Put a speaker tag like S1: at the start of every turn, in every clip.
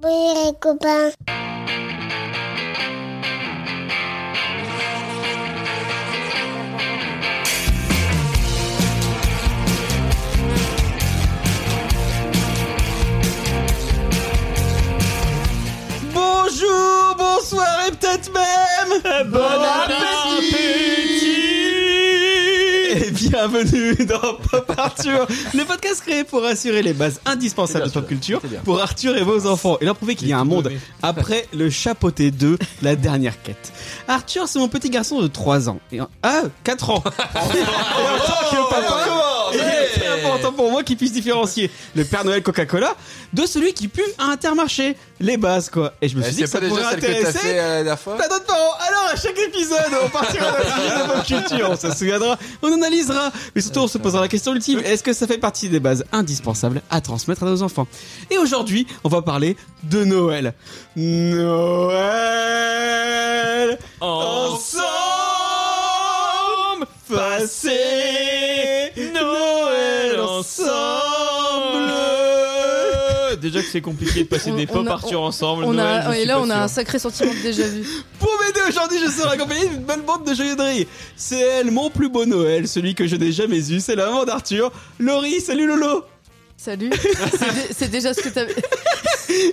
S1: Oui, les copains.
S2: Bonjour, bonsoir et peut-être même bon et bienvenue dans Pop Arthur, le podcast créé pour assurer les bases indispensables de pop culture pour Arthur et vos enfants et leur prouver qu'il y a un monde après le chapeauté 2, la dernière quête. Arthur, c'est mon petit garçon de 3 ans. Et en- Ah, 4 ans. Et en tant que
S3: Oh,
S2: papa, il est très important pour moi qu'il puisse différencier le Père Noël Coca-Cola de celui qui pue à Intermarché. Les bases, quoi. Et je me suis dit que
S3: Eh, C'est
S2: ça
S3: pas
S2: pourrait
S3: déjà celle que t'as
S2: intéresser
S3: fait euh, la dernière fois
S2: T'as d'autres parents Alors à chaque épisode, on partira dans le sujet de pop culture, on se souviendra, on analysera, mais surtout on se posera la question ultime, est-ce que ça fait partie des bases indispensables à transmettre à nos enfants Et aujourd'hui, on va parler de Noël. Noël Ensemble Passer Noël ensemble
S4: Déjà que c'est compliqué de passer
S5: On-
S4: des
S5: on
S4: pop
S5: a-
S4: Arthur ensemble.
S5: On
S4: Noël, je
S5: a, et
S4: suis
S5: là,
S4: pas
S5: on a
S4: sûr.
S5: un sacré sentiment de déjà vu.
S2: Pour m'aider aujourd'hui, je serai accompagné d'une belle bande de joyeux de riz. C'est elle, mon plus beau Noël, celui que je n'ai jamais eu, c'est la maman d'Arthur. Laurie, salut Lolo
S5: Salut. C'est dé- C'est déjà ce que t'avais.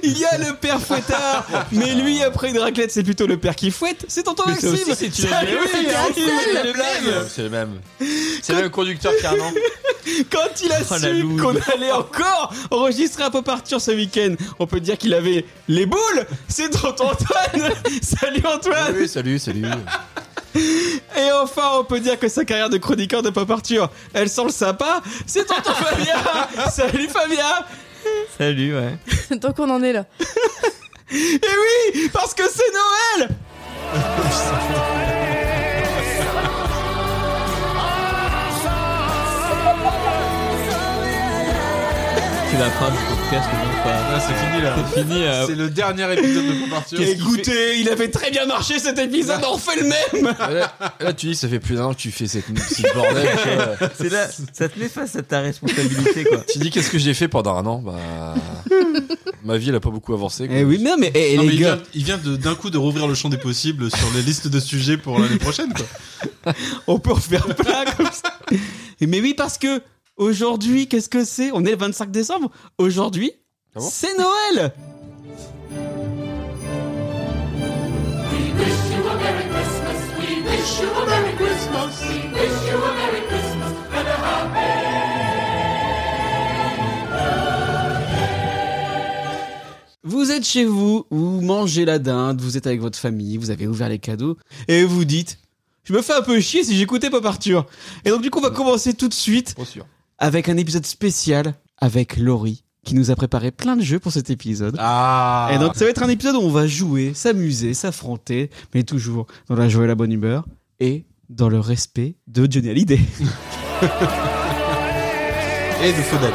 S2: Il y a le père fouettard, mais lui, après une raclette, c'est plutôt le père qui fouette. C'est tonton
S4: Mais ça
S2: Maxime
S4: aussi, c'est une
S2: Salut,
S4: blague.
S5: Oui,
S2: Maxime.
S5: c'est
S2: Le blague.
S3: C'est le même. C'est le même conducteur qu'Arnaud.
S2: Quand il a
S4: Oh, la
S2: su
S4: loose.
S2: qu'on allait encore enregistrer un pop Arthur ce week-end, on peut dire qu'il avait les boules C'est tonton Antoine Salut Antoine
S3: Oui, salut, salut.
S2: Et enfin, on peut dire que sa carrière de chroniqueur de Pop Arthur, elle sent le sympa. C'est tonton Fabien Salut Fabien
S4: Salut, ouais.
S5: Tant qu'on en est là.
S2: Et oui, parce que c'est Noël
S4: C'est la fin du podcast. non, pas-
S6: Ah,
S3: c'est fini là.
S4: C'est fini. euh,
S3: C'est le dernier épisode de Pop Arthur.
S4: Qu'est-ce qu'il
S2: Écoutez, il avait très bien marché cet épisode, on fait le même
S3: Là, là, tu dis, ça fait plus d'un an que tu fais cette ce bordel. tu vois.
S6: C'est là, ça te met face à ta responsabilité, quoi.
S3: Tu dis, qu'est-ce que j'ai fait pendant un an Bah. Ma vie, elle a pas beaucoup avancé. quoi.
S2: Eh oui, non mais, eh,
S7: Non,
S2: les
S7: mais il
S2: gars,
S7: vient, il vient de- d'un coup de rouvrir le champ des possibles sur les listes de sujets pour l'année prochaine. Quoi.
S2: on peut refaire plein comme ça. Mais oui, parce que aujourd'hui, qu'est-ce que c'est On est le 25 décembre. Aujourd'hui,
S3: Ah bon
S2: c'est Noël Vous êtes chez vous, vous mangez la dinde, vous êtes avec votre famille, vous avez ouvert les cadeaux, et vous dites Je me fais un peu chier si j'écoutais Pop Arthur. Et donc, du coup, on va commencer tout de suite
S3: Trop sûr.
S2: avec un épisode spécial avec Laurie, qui nous a préparé plein de jeux pour cet épisode.
S3: Ah
S2: Et donc, ça va être un épisode où on va jouer, s'amuser, s'affronter, mais toujours dans la joie et la bonne humeur, et dans le respect de Johnny Hallyday.
S7: Et de Faudel.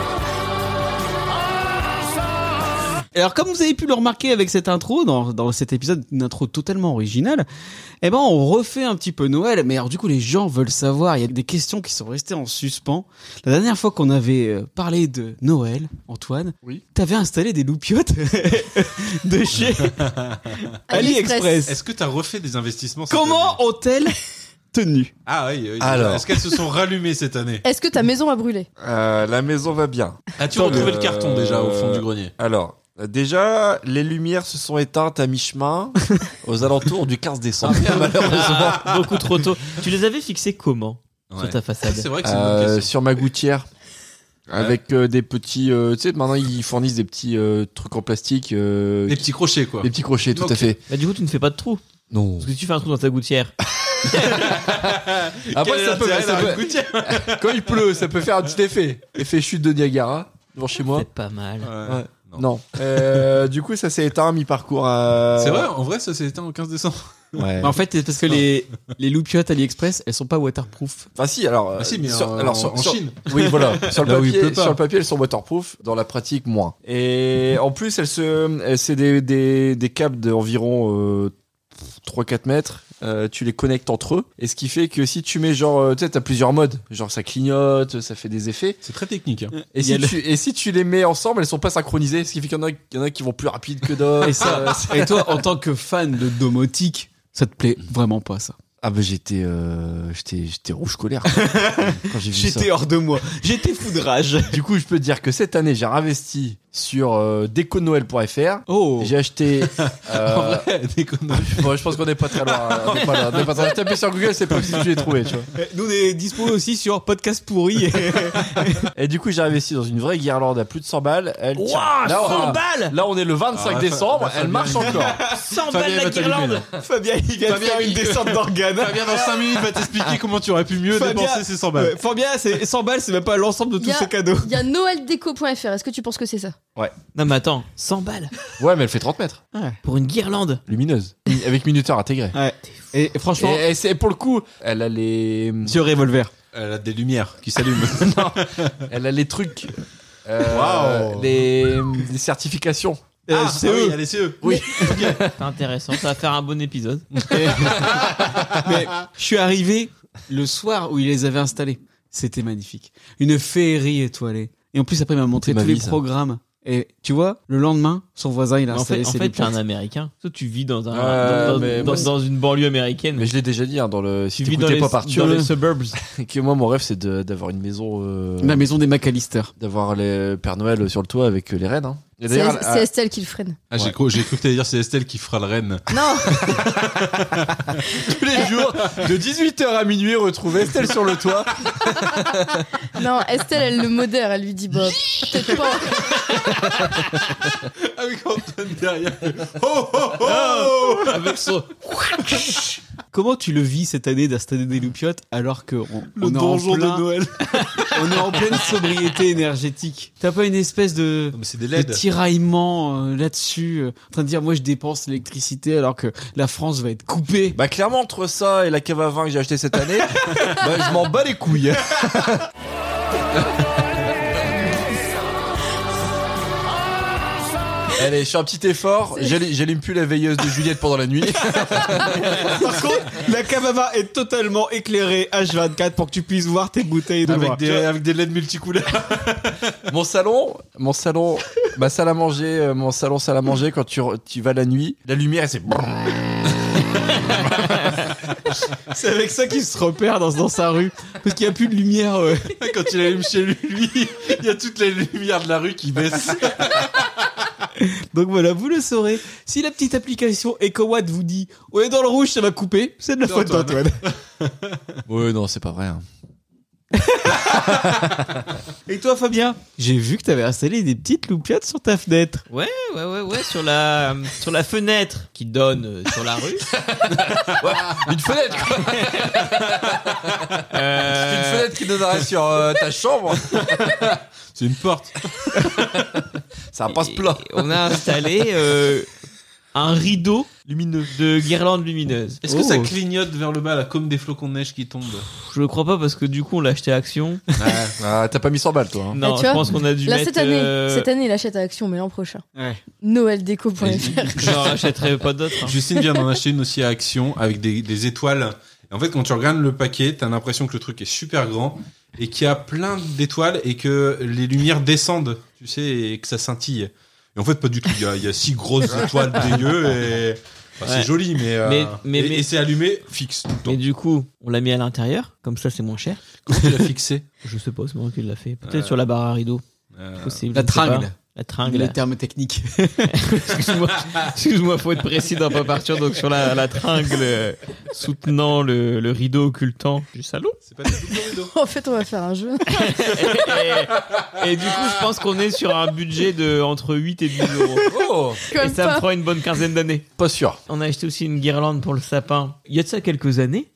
S2: Et Alors, comme vous avez pu le remarquer avec cette intro, dans, dans cet épisode, une intro totalement originale, eh ben, on refait un petit peu Noël. Mais alors, du coup, les gens veulent savoir. Il y a des questions qui sont restées en suspens. La dernière fois qu'on avait euh, parlé de Noël, Antoine,
S3: Oui.
S2: t'avais installé des loupiotes de chez AliExpress.
S7: Est-ce que t'as refait des investissements cette année
S2: Comment ont-elles tenu
S7: Ah oui, oui.
S3: Alors.
S7: Est-ce qu'elles se sont rallumées cette année
S5: Est-ce que ta maison a brûlé
S3: Euh, La maison va bien.
S7: As-tu
S3: Attends,
S7: retrouvé
S3: euh,
S7: le carton déjà au fond du grenier
S3: Alors, déjà, les lumières se sont éteintes à mi-chemin aux alentours du 15 décembre. malheureusement.
S6: Ah, beaucoup trop tôt. Tu les avais fixés comment
S7: Ouais.
S6: sur ta
S7: Ah,
S6: façade
S7: C'est vrai que c'est une bonne
S3: Euh,
S7: question.
S3: sur ma gouttière. Avec euh, des petits, euh, tu sais, maintenant ils fournissent des petits euh, trucs en plastique, euh,
S7: Les petits crochets, quoi.
S3: des petits crochets, tout
S7: Ok.
S3: à fait.
S6: Bah, du coup, tu ne fais pas de trou.
S3: Non.
S6: Parce que si tu fais un trou dans ta gouttière,
S3: Après,
S7: Quel
S3: ça
S7: est
S3: peut,
S7: l'intérêt
S3: ça
S7: d'un
S3: peut-
S7: gouttière
S3: quand il pleut, ça peut faire un petit effet, effet chute de Niagara devant chez moi.
S6: c'est pas mal.
S7: Ouais.
S3: Non. Euh, du coup, ça s'est éteint à mi-parcours. à-
S7: C'est vrai, hein. en vrai, ça s'est éteint au 15 décembre.
S3: Ouais.
S2: En fait, c'est parce que les, les loupiotes AliExpress, elles sont pas waterproof.
S3: Enfin, si, alors.
S7: Ah si, mais
S3: euh, sur-
S7: en,
S3: alors,
S7: en
S3: sur- sur-
S7: Chine.
S3: Oui, voilà. Sur le,
S7: Là où il
S3: papier,
S7: pleut pas.
S3: sur le papier, elles sont waterproof. Dans la pratique, moins. Et en plus, elles se, elles- c'est des, des, des câbles d'environ euh, 3-4 mètres, euh, tu les connectes entre eux. Et ce qui fait que si tu mets genre, euh, tu sais, t'as plusieurs modes, genre ça clignote, ça fait des effets.
S7: C'est très technique. hein.
S3: Et
S2: Il y
S3: si,
S2: a le-
S3: tu, et si tu les mets ensemble, elles sont pas synchronisées, ce qui fait qu'il y en a, il y en a qui vont plus rapide que d'autres.
S2: Et, ça, et toi, en tant que fan de domotique, ça te plaît vraiment pas ça
S3: Ah bah j'étais, euh, j'étais, j'étais rouge colère quoi, quand j'ai vu ça.
S2: J'étais hors de moi, j'étais fou de rage.
S3: Du coup, je peux te dire que cette année, j'ai investi sur euh, deconoël.fr.
S2: Oh,
S3: J'ai acheté. euh,
S7: Déconne.
S3: bon, je pense qu'on n'est pas très loin. euh, On n'est pas loin. on n'est pas très loin. Tapez sur Google, c'est possible que tu l'aies trouvé, tu vois.
S2: nous on est dispo aussi sur podcast pourri.
S3: Et du coup, j'ai investi dans une vraie guirlande à plus de 100 balles. Elle tient. là, on-
S6: Ah, balles
S3: là, on est le 25
S7: Ah, fa-
S3: décembre,
S7: bah,
S3: elle
S7: Fabien,
S3: marche
S7: il-
S3: encore.
S6: 100
S7: Fabien,
S6: balles la
S7: va t'allumer,
S6: guirlande
S7: là.
S2: Fabien, il vient de
S7: Fabien,
S2: faire une
S7: il-
S2: descente d'organes.
S7: Fabien, dans 5 minutes, va t'expliquer comment tu aurais pu mieux
S2: Fabien-
S7: dépenser ces 100 balles.
S2: Ouais, Fort bien, c'est 100 balles, c'est même pas l'ensemble de
S5: Y
S2: tous
S5: a-
S2: ces cadeaux.
S5: Il y a noeldeco.fr. Est-ce que tu penses que c'est ça
S6: Non mais attends, 100 balles
S3: Ouais, mais elle fait 30 mètres.
S6: pour une guirlande
S3: Lumineuse. Avec minuteur intégré.
S2: Et
S3: Et,
S2: franchement,
S3: et c'est- pour le coup, elle a les.
S2: sur Revolver.
S7: Elle a des lumières qui s'allument.
S3: Elle a les trucs. euh,
S7: Wow.
S3: les, les certifications.
S2: Euh,
S7: Ah,
S2: c'est
S7: ah oui,
S2: eux.
S7: allez, c'est eux.
S6: C'est intéressant, ça va faire un bon épisode.
S2: Mais je suis arrivé le soir où ils les avaient installés. C'était magnifique. Une féerie étoilée. Et en plus, après, il m'a montré
S3: C'est ma
S2: tous
S3: vie,
S2: les
S3: ça.
S2: programmes. Et tu vois, le lendemain, son voisin, il a
S6: En
S2: installé
S6: fait, en
S2: ses
S6: fait, t'es
S2: lipotes.
S6: un américain. Toi, tu vis dans, un,
S3: Ouais,
S6: dans, dans-
S3: mais
S6: dans-
S3: moi,
S6: dans une banlieue américaine.
S3: Mais je l'ai déjà dit hein, dans le. Si
S6: tu vis dans
S3: t'écoutais
S6: les,
S3: pas par
S6: dans les suburbs.
S3: que moi mon rêve c'est de- d'avoir une maison. euh,
S2: La maison des McAllister.
S3: D'avoir les Père Noël sur le toit avec euh, les rennes. Hein. Et
S5: C'est
S3: d'ailleurs,
S5: c'est Estelle qui le freine.
S7: Ah, j'ai cru, j'ai cru que t'allais dire c'est Estelle qui fera le reine.
S5: Non
S3: tous les jours, de 18h à minuit, retrouver Estelle sur le toit.
S5: Non, Estelle, elle le modère, elle lui dit bah, peut-être pas.
S7: Avec Antoine derrière. Oh, oh, oh
S6: Avec son-
S2: Comment tu le vis cette année d'installer des loupiottes alors que on,
S7: Le
S2: on est en
S7: donjon
S2: plein-
S7: de Noël.
S2: on est en pleine sobriété énergétique T'as pas une espèce de,
S7: Non, mais c'est des
S2: de
S7: LED.
S2: tiraillement euh, là-dessus, euh, en train de dire moi je dépense l'électricité alors que la France va être coupée.
S3: Bah clairement entre ça et la cave à vin que j'ai acheté cette année, bah, je m'en bats les couilles. Allez, je fais un petit effort. J'allume j'allume plus la veilleuse de Juliette pendant la nuit.
S2: Par contre, la cavava est totalement éclairée H24 pour que tu puisses voir tes bouteilles de
S7: Avec
S2: bois.
S7: des, avec des LED multicouleurs.
S3: Mon salon, mon salon, ma salle à manger, euh, mon salon salle à manger, quand tu, re- tu vas la nuit, la lumière, elle, c'est.
S2: C'est avec ça qu'il se repère dans, dans sa rue parce qu'il n'y a plus de lumière. euh.
S7: Quand il allume chez lui, il y a toutes les lumières de la rue qui baissent.
S2: Donc voilà, vous le saurez. Si la petite application EcoWatt vous dit on est dans le rouge, ça va couper, c'est de la faute
S7: Antoine.
S2: d'Antoine.
S3: Ouais, non, c'est pas vrai. hein.
S2: Et toi, Fabien J'ai vu que t'avais installé des petites loupiottes sur ta fenêtre.
S6: Ouais, ouais, ouais, sur la, sur la fenêtre qui donne euh, sur la rue.
S3: Une fenêtre, quoi.
S6: Euh,
S3: Une fenêtre qui donnerait sur euh, ta chambre.
S7: C'est une porte.
S3: Ça passe
S6: et-
S3: plat.
S6: et On a installé euh, un rideau lumineux de guirlande lumineuse.
S7: Est-ce que ça clignote vers le bas, là, comme des flocons de neige qui tombent
S6: Je le crois pas parce que du coup on l'a acheté à Action.
S3: Ah, T'as pas mis 100 balles, toi. hein.
S6: Non,
S5: Ah,
S6: je
S5: tu vois,
S6: pense qu'on a dû
S5: Là,
S6: mettre.
S5: cette année,
S6: euh,
S5: cette année, il achète à Action, mais l'an prochain.
S2: Ouais.
S5: Noeldeco.fr.
S6: Je n'en rachèterai pas d'autres. hein.
S7: Ah. Justine vient d'en acheter une aussi à Action avec des, des étoiles. Et en fait, quand tu regardes le paquet, t'as l'impression que le truc est super grand et qu'il y a plein d'étoiles et que les lumières descendent, tu sais, et que ça scintille. Et en fait, pas du tout. Il y a, il y a six grosses étoiles dégueu et. bah,
S6: Ouais.
S7: C'est joli, mais, euh,
S6: Mais- mais-
S7: et,
S6: mais-
S7: et c'est allumé fixe tout le temps.
S6: Mais du coup, on l'a mis à l'intérieur, comme ça c'est moins cher.
S7: Comment tu l'as fixé
S6: Je sais pas, c'est moi qui l'a fait. Peut-être
S7: Euh,
S6: sur la barre à rideau.
S7: Euh,
S6: possible,
S2: La
S6: je ne sais
S2: tringle.
S6: pas. La
S2: Les
S6: tringle.
S2: termes techniques.
S6: Excuse-moi, excuse-moi, faut être précis dans pas partir. Donc sur la, la tringle euh, soutenant le, le rideau occultant du salon.
S7: C'est pas des doubles rideaux.
S5: En fait, on va faire un jeu.
S6: Et du coup, je pense qu'on est sur un budget de entre 8 et 10 euros.
S3: Oh,
S5: Quand
S6: Et
S5: même
S6: ça me
S5: pas.
S6: prend une bonne quinzaine d'années.
S3: pas sûr.
S6: On a acheté aussi une guirlande pour le sapin. Il y a de ça quelques années.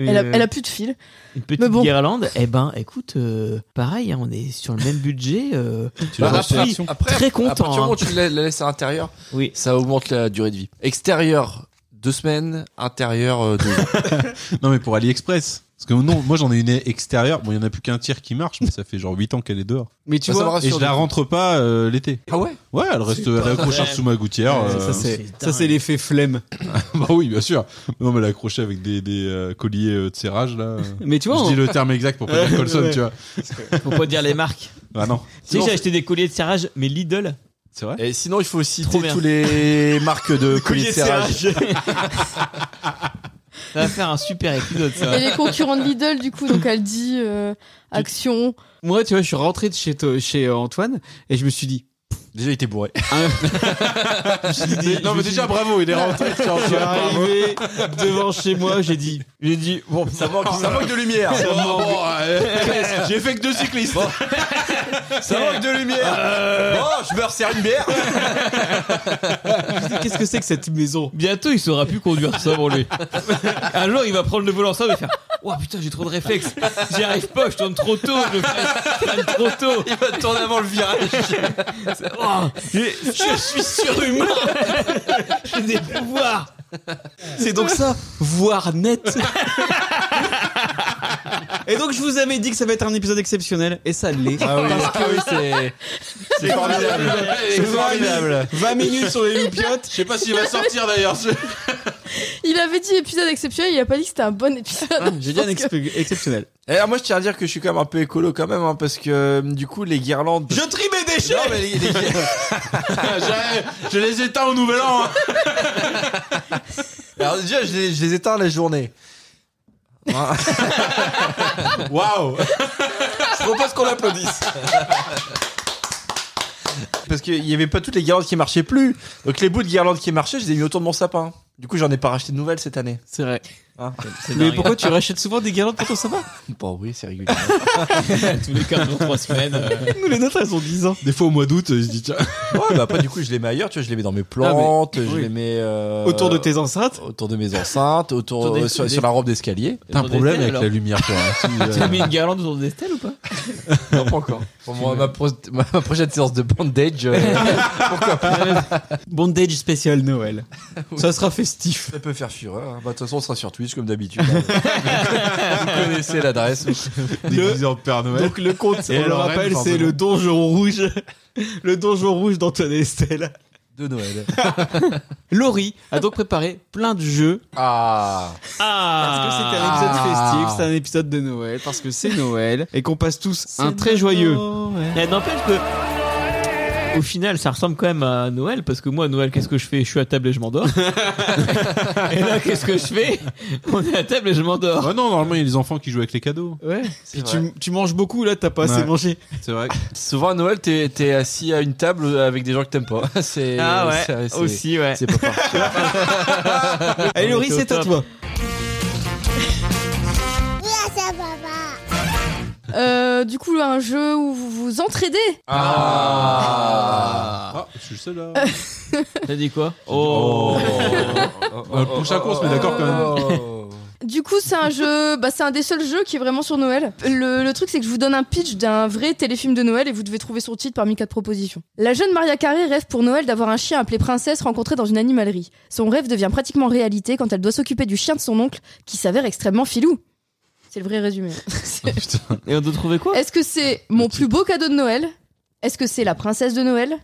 S5: Elle a,
S6: Une-
S5: elle a plus de fil.
S6: une petite
S5: mais bon.
S6: guirlande. Eh ben, écoute, euh, pareil, hein, on est sur le même budget. euh,
S7: Tu l'as
S6: Bah,
S7: reçu.
S6: après- très
S3: À partir
S6: content.
S3: du moment
S6: hein.
S3: où tu la, la laisses à l'intérieur,
S6: Oui.
S3: ça augmente la durée de vie. Extérieur, deux semaines. Intérieur, euh, deux ans.
S7: Non, mais pour AliExpress. Parce que non, moi j'en ai une extérieure. Bon, il y en a plus qu'un tiers qui marche, mais ça fait genre 8 ans qu'elle est dehors.
S2: Mais tu
S3: Bah, ça me
S2: vois,
S7: Et
S3: rassure
S7: je
S3: du
S7: la
S3: coup.
S7: rentre pas euh, l'été.
S3: Ah ouais
S7: Ouais, elle reste elle est accrochée sous ma gouttière.
S2: ça,
S7: euh,
S2: ça, c'est
S6: c'est
S2: ça
S6: dingue.
S2: c'est l'effet flemme.
S7: bah oui, bien sûr. Non, mais elle est accrochée avec des, des euh, colliers euh, de serrage là.
S2: Mais tu vois,
S7: je
S2: on-
S7: dis le terme exact pour pas dire Colson,
S2: Ouais.
S7: tu vois.
S6: Faut pas dire les marques.
S7: Ah non.
S6: Tu sais, j'ai acheté des colliers de serrage, mais Lidl.
S7: C'est vrai.
S3: Et sinon, il faut citer
S6: Trop bien.
S3: tous les marques de colliers de serrage.
S6: Ça va faire un super épisode, ça.
S5: Et les concurrents de Lidl, du coup, donc elle dit euh, action.
S2: moi, tu vois, je suis rentré de chez, to- chez euh, Antoine et je me suis dit.
S3: Déjà, il était bourré.
S7: Non, mais déjà, bravo, il est rentré.
S2: Je suis arrivé devant chez moi, j'ai dit.
S6: J'ai dit, bon, ça va.
S3: Ça manque de lumière.
S7: Oh, bon, euh, J'ai fait que deux cyclistes.
S3: Ça manque de lumière. Oh, je me resserre une bière.
S2: Qu'est-ce que c'est que cette maison
S6: Bientôt, il saura plus conduire ça pour lui. Un jour, il va prendre le volant ça et faire Oh putain, j'ai trop de réflexes. J'y arrive pas, je tourne trop tôt. Je freine trop tôt. Oh,
S3: Il va tourner avant le virage.
S6: Je suis surhumain. J'ai des pouvoirs.
S2: C'est donc ça, voir net. Et donc je vous avais dit que ça va être un épisode exceptionnel, et ça l'est.
S3: Parce que Ah oui, c'est. C'est formidable. C'est formidable.
S2: 20 minutes sur les loupiotes.
S7: Je sais pas s'il va sortir d'ailleurs. ce-
S5: Il avait dit épisode exceptionnel, il a pas dit que c'était un bon épisode.
S2: J'ai dit un
S5: Parce que-
S2: exp- exceptionnel.
S3: Et alors, moi, je tiens à dire que je suis quand même un peu écolo quand même, hein, parce que euh, du coup, les guirlandes.
S2: Je trie mes déchets
S3: Non, mais les, les-
S7: Je je les éteins au nouvel an. hein.
S3: Alors, déjà, je les, je les éteins la journée. Ah,
S7: Waouh.
S3: je propose qu'on l'applaudisse. Parce qu'il n'y avait pas toutes les guirlandes qui marchaient plus. Donc, les bouts de guirlandes qui marchaient, je les ai mis autour de mon sapin. Du coup, j'en ai pas racheté de nouvelles cette année.
S2: C'est vrai.
S3: Ah.
S2: Mais pourquoi tu rachètes souvent des guirlandes pour ton sapin
S3: Bon, Bah oui, c'est régulier.
S6: Tous les 4 jours, 3 semaines.
S2: Nous les nôtres elles ont 10 ans.
S7: Des fois au mois d'août, il se dit tiens.
S3: Ouais, bah après, du coup, je les mets ailleurs, tu vois, je les mets dans mes plantes, je
S2: oui.
S3: les mets. euh,
S2: Autour de tes enceintes
S3: Autour de mes enceintes, autour,
S6: Autour des-
S3: euh, sur,
S6: des-
S3: sur la robe d'escalier.
S7: T'as un problème avec la
S6: lumière.
S7: lumière, toi. hein. Si, euh,
S6: T'as mis une guirlande autour des stèles ou pas
S3: Non, pas encore. Pour moi, ma, pro- ma- ma prochaine séance de bandage, euh,
S2: Bondage spécial Noël. Ça sera festif.
S3: ça peut faire fureur. hein. Bah, De toute façon, on sera sur Twitch comme d'habitude. hein. Vous connaissez l'adresse.
S7: déguisé en Père Noël.
S2: Donc le compte,
S7: Et
S2: on le
S7: Lorraine,
S2: rappelle, c'est
S7: forcément.
S2: le donjon rouge. Le donjon rouge d'Antoine et Estelle.
S3: De Noël.
S2: Laurie a donc préparé plein de jeux
S3: Ah.
S2: Parce que c'est un épisode festif, c'est un épisode de Noël, parce que c'est Noël et qu'on passe tous un très joyeux.
S6: Eh, N'empêche que. Au final, ça ressemble quand même à Noël parce que moi, à Noël, qu'est-ce que je fais Je suis à table et je m'endors. et là, qu'est-ce que je fais On est à table et je m'endors.
S7: Ah non, normalement, il y a les enfants qui jouent avec les cadeaux.
S2: Ouais.
S3: C'est
S2: Puis
S3: vrai.
S2: tu, tu manges beaucoup là, t'as pas assez
S7: Ouais.
S2: mangé.
S7: C'est vrai.
S3: Souvent à Noël, t'es es assis à une table avec des gens que t'aimes pas. C'est
S6: euh,
S3: c'est- c'est-
S6: Ah ouais.
S3: C'est pas parfait.
S2: Allez Laurie, c'est à toi.
S5: Euh, du coup, un jeu où vous vous entraidez.
S3: Ah.
S7: Ah, je suis le seul là.
S6: T'as dit quoi Oh,
S3: oh,
S7: Euh, le prochain cours, on se met d'accord quand même.
S3: même.
S5: Du coup, c'est un jeu, bah, c'est un des seuls jeux qui est vraiment sur Noël. Le, le truc, c'est que je vous donne un pitch d'un vrai téléfilm de Noël et vous devez trouver son titre parmi quatre propositions. La jeune Maria Carré rêve pour Noël d'avoir un chien appelé Princesse rencontré dans une animalerie. Son rêve devient pratiquement réalité quand elle doit s'occuper du chien de son oncle, qui s'avère extrêmement filou. C'est le vrai résumé. C'est-
S6: Et on doit trouver quoi
S5: Est-ce que c'est mon plus beau cadeau de Noël Est-ce que c'est la princesse de Noël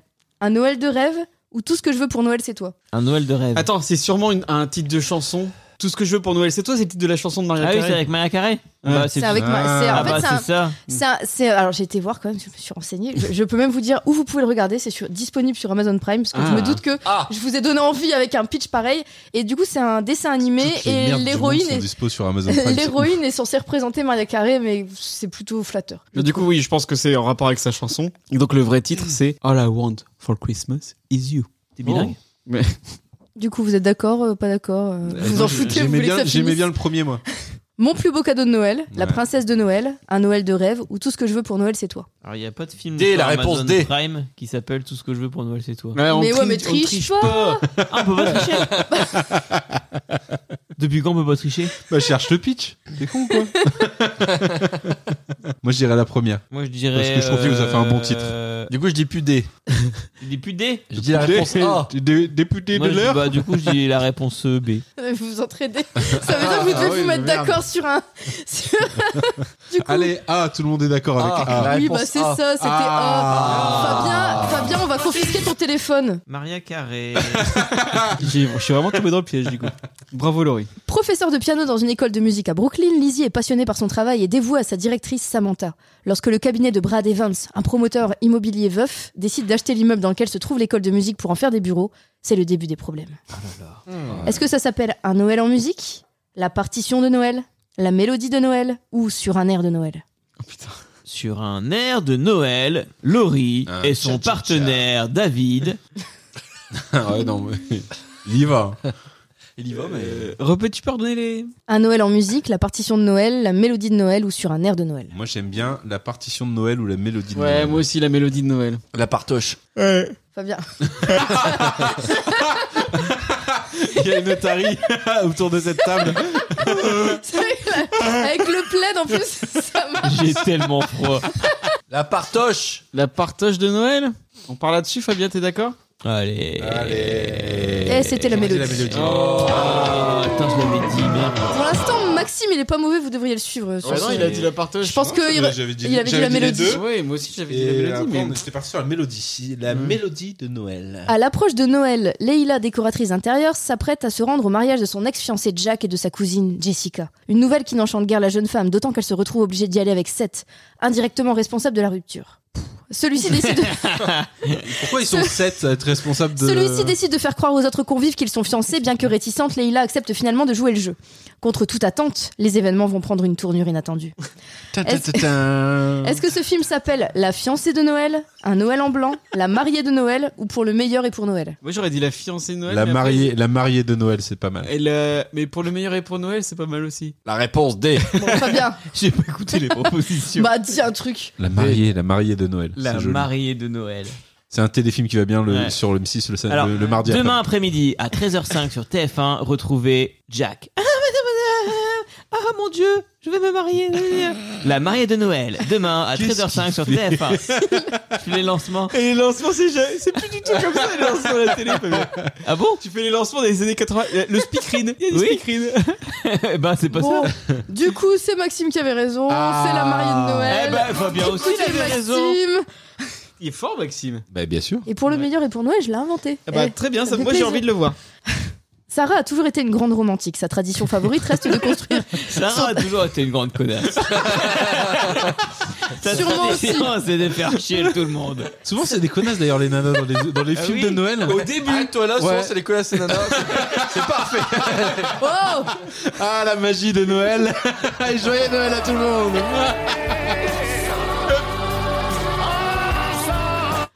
S5: Un Noël de rêve Ou tout ce que je veux pour Noël, c'est toi
S6: Un Noël de rêve.
S2: Attends, c'est sûrement une- un titre de chanson. Tout ce que je veux pour Noël, c'est toi, c'est le titre de la chanson de Maria
S6: ah oui,
S2: Carey.
S6: c'est avec Maria Carré
S2: Ouais.
S5: C'est avec ma- c'est- en
S6: Ah
S5: fait,
S6: bah,
S5: c'est un-
S6: c'est ça.
S5: C'est un- c'est- alors j'ai été voir quand même, je me suis renseignée. Je, je peux même vous dire où vous pouvez le regarder. C'est sur- disponible sur Amazon Prime parce que je
S2: Ah.
S5: me doute que
S3: Ah.
S5: je vous ai donné envie avec un pitch pareil. Et du coup, c'est un dessin animé
S7: Toutes les
S5: et
S7: merdes du
S5: l'héroïne
S7: monde sont
S5: est,
S7: dispo sur Amazon Prime.
S5: l'héroïne est censée représenter Maria Carré, mais c'est plutôt flatteur.
S2: Mais du coup, oui, je pense que c'est en rapport avec sa chanson. Et donc le vrai
S5: Mm.
S2: titre, c'est All I Want for Christmas is You.
S6: T'es bilingue
S5: Du coup, vous êtes d'accord, euh, pas d'accord euh, Vous vous en foutez vous
S7: Eh, J'aimais
S5: voulez que
S7: bien,
S5: ça
S7: j'aimais
S5: finisse
S7: bien le premier, moi.
S5: Mon plus beau cadeau de Noël, la
S7: Ouais.
S5: princesse de Noël, un Noël de rêve ou tout ce que je veux pour Noël, c'est toi.
S6: Alors, il n'y a pas de film
S3: D,
S6: sur
S3: la réponse
S6: Amazon
S3: D.
S6: Prime qui s'appelle Tout ce que je veux pour Noël, c'est toi.
S7: Eh,
S2: on
S5: mais ouais,
S2: triche-
S5: mais
S2: on
S5: triche, pas.
S6: Ah, on peut pas tricher Depuis quand on peut pas tricher
S7: Bah, cherche le pitch. T'es con ou quoi Moi, je dirais la première.
S6: Moi je dirais.
S7: Parce que je trouve que vous avez fait un bon titre.
S6: euh,
S3: Du coup, je dis plus D.
S6: Il dit plus D.
S3: Je dis la réponse A.
S7: Dé- Député
S6: Moi,
S7: de
S6: je dis-
S7: l'heure
S6: bah, du coup, je dis la réponse euh, B.
S5: Vous vous entraidez. Ça veut dire que vous devez
S3: Ah oui,
S5: vous mettre
S3: mais merde.
S5: d'accord sur un. sur- du coup,
S7: Allez, A, tout le monde est d'accord avec
S3: Ah.
S7: A.
S3: la
S5: oui,
S3: réponse
S5: bah c'est
S3: A.
S5: ça, c'était
S3: Ah.
S5: A. Fabien, Fabien, on va confisquer ton téléphone.
S6: Maria Carré.
S2: J'ai- Je suis vraiment tombé dans le piège du coup. Bravo Laurie.
S5: Professeur de piano dans une école de musique à Brooklyn, Lizzie est passionnée par son travail et dévouée à sa directrice Samantha. Lorsque le cabinet de Brad Evans, un promoteur immobilier veuf, décide d'acheter l'immeuble dans lequel se trouve l'école de musique pour en faire des bureaux, c'est le début des problèmes.
S3: Ah
S5: Est-ce que ça s'appelle un Noël en musique La partition de Noël La mélodie de Noël Ou sur un air de Noël
S6: Sur un air de Noël, Laurie
S7: Ah,
S6: et son
S7: tcha-tcha-tcha.
S6: partenaire David.
S7: Ah ouais, non, mais... Il y va. Euh,
S3: Il y va, mais.
S6: Reppeux-tu Euh, pardonner les.
S5: Un Noël en musique, la partition de Noël, la mélodie de Noël ou sur un air de Noël
S7: Moi, j'aime bien la partition de Noël ou la mélodie de
S2: Ouais,
S7: Noël.
S2: moi aussi la mélodie de Noël.
S3: La partoche.
S5: Fabien.
S3: Il y a une otarie autour de cette table.
S5: Avec le plaid en plus, ça marche.
S6: J'ai tellement froid.
S3: La partoche
S2: La partage de Noël On parle là-dessus, Fabien, t'es d'accord
S6: Allez.
S7: Allez.
S5: Eh, c'était la mélodie.
S6: Oh, attends, je l'avais dit, merde.
S5: Pour l'instant, Maxime, il est pas mauvais, vous devriez le suivre. euh, sur
S2: Ah
S5: ce-
S2: Non, il a dit la partage.
S5: Je pense que. il-
S7: J'avais dit,
S5: il avait dit
S7: j'avais
S5: la
S7: les
S5: mélodie.
S7: deux.
S2: Oui, moi aussi j'avais dit la
S7: Et
S2: mélodie,
S7: après,
S2: mais.
S7: on était parti sur la mélodie. La
S5: Hmm.
S7: mélodie de Noël.
S5: À l'approche de Noël, Leila, décoratrice intérieure, s'apprête à se rendre au mariage de son ex-fiancé Jack et de sa cousine Jessica. Une nouvelle qui n'enchante guère la jeune femme, d'autant qu'elle se retrouve obligée d'y aller avec Seth, indirectement responsable de la rupture. Pff, Celui-ci décide, de...
S7: Pourquoi ils sont sept à être responsables de...
S5: celui-ci décide de faire croire aux autres convives qu'ils sont fiancés, bien que réticente, Leila accepte finalement de jouer le jeu. Contre toute attente, les événements vont prendre une tournure inattendue. Est-ce- Est-ce que ce film s'appelle La fiancée de Noël, Un Noël en blanc, La mariée de Noël ou Pour le meilleur et pour Noël
S2: Moi j'aurais dit la fiancée de Noël.
S7: la,
S2: mais après-
S7: mariée, la mariée de Noël, c'est pas mal.
S2: Et le- Mais pour le meilleur et pour Noël, c'est pas mal aussi.
S3: La réponse D.
S5: Bon, Fabien,
S6: J'ai pas écouté les propositions.
S5: bah dis un truc.
S7: La mariée, la mariée de Noël.
S6: La
S7: c'est joli.
S6: mariée de Noël.
S7: C'est un téléfilm qui va bien le,
S6: Ouais.
S7: sur le M6 le, sam-
S6: Alors,
S7: le, le mardi
S6: Demain après-midi à 13h05 sur TF1, retrouvez Jack. Ah, madame, madame, ah mon dieu, je vais me marier. La mariée de Noël, demain à 13h05 sur TF1. Je fais les lancements.
S2: Et les lancements, c'est ja- c'est plus du tout comme ça les lancements à la télé, Fabien.
S6: Ah bon
S2: Tu fais les lancements des années 80. euh, Le speakerine. Il y a des
S6: Oui.
S2: speakerines.
S6: Eh ben c'est pas
S5: Bon,
S6: ça. Ah.
S5: du coup, c'est Maxime qui avait raison, c'est la mariée de Noël.
S6: Eh ben Fabien
S5: Du
S6: aussi
S5: coup, c'est
S6: avait
S5: Maxime.
S6: raison.
S2: Il est fort, Maxime.
S7: Bah, bien sûr.
S5: Et pour le meilleur et pour Noël, je l'ai inventé.
S2: Ah
S6: ben,
S2: bah,
S5: Eh.
S2: très bien, ça,
S5: fait
S2: moi j'ai
S5: plaisir.
S2: envie de le voir.
S5: Sarah a toujours été une grande romantique. Sa tradition favorite reste de construire.
S2: Ah,
S6: Sarah a toujours été une grande connasse. Ça
S5: Sûrement aussi.
S6: c'est de faire chier tout le monde.
S7: Souvent, c'est des connasses d'ailleurs, les nanas dans les, dans les
S6: Ah
S7: films
S6: oui.
S7: de Noël.
S3: Au début. toi là, souvent, c'est les colas, c'est nana. C'est parfait.
S5: Oh
S7: Ah, la magie de Noël. Et joyeux Noël à tout le monde.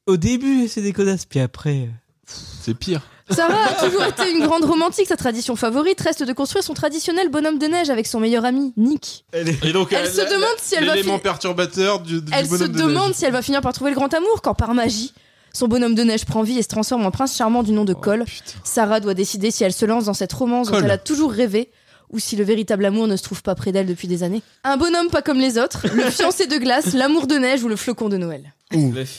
S6: Au début, c'est des connasses, puis
S5: euh,
S6: après.
S7: C'est pire.
S5: Sarah a toujours été une grande romantique. Sa tradition favorite reste de construire son traditionnel bonhomme de neige avec son meilleur ami, Nick.
S7: Et donc,
S5: Elle
S7: euh,
S5: se
S7: la-
S5: demande si elle va
S7: L'élément
S5: fi-
S7: perturbateur du, du
S5: Elle se
S7: bonhomme de
S5: demande
S7: neige.
S5: si elle va finir par trouver le grand amour quand par magie, son bonhomme de neige prend vie et se transforme en prince charmant du nom de
S7: Oh,
S5: Cole. Sarah doit décider si elle se lance dans cette romance dont
S7: Cole.
S5: elle a toujours rêvé ou si le véritable amour ne se trouve pas près d'elle depuis des années. Un bonhomme pas comme les autres, le fiancé de glace, l'amour de neige ou le flocon de Noël.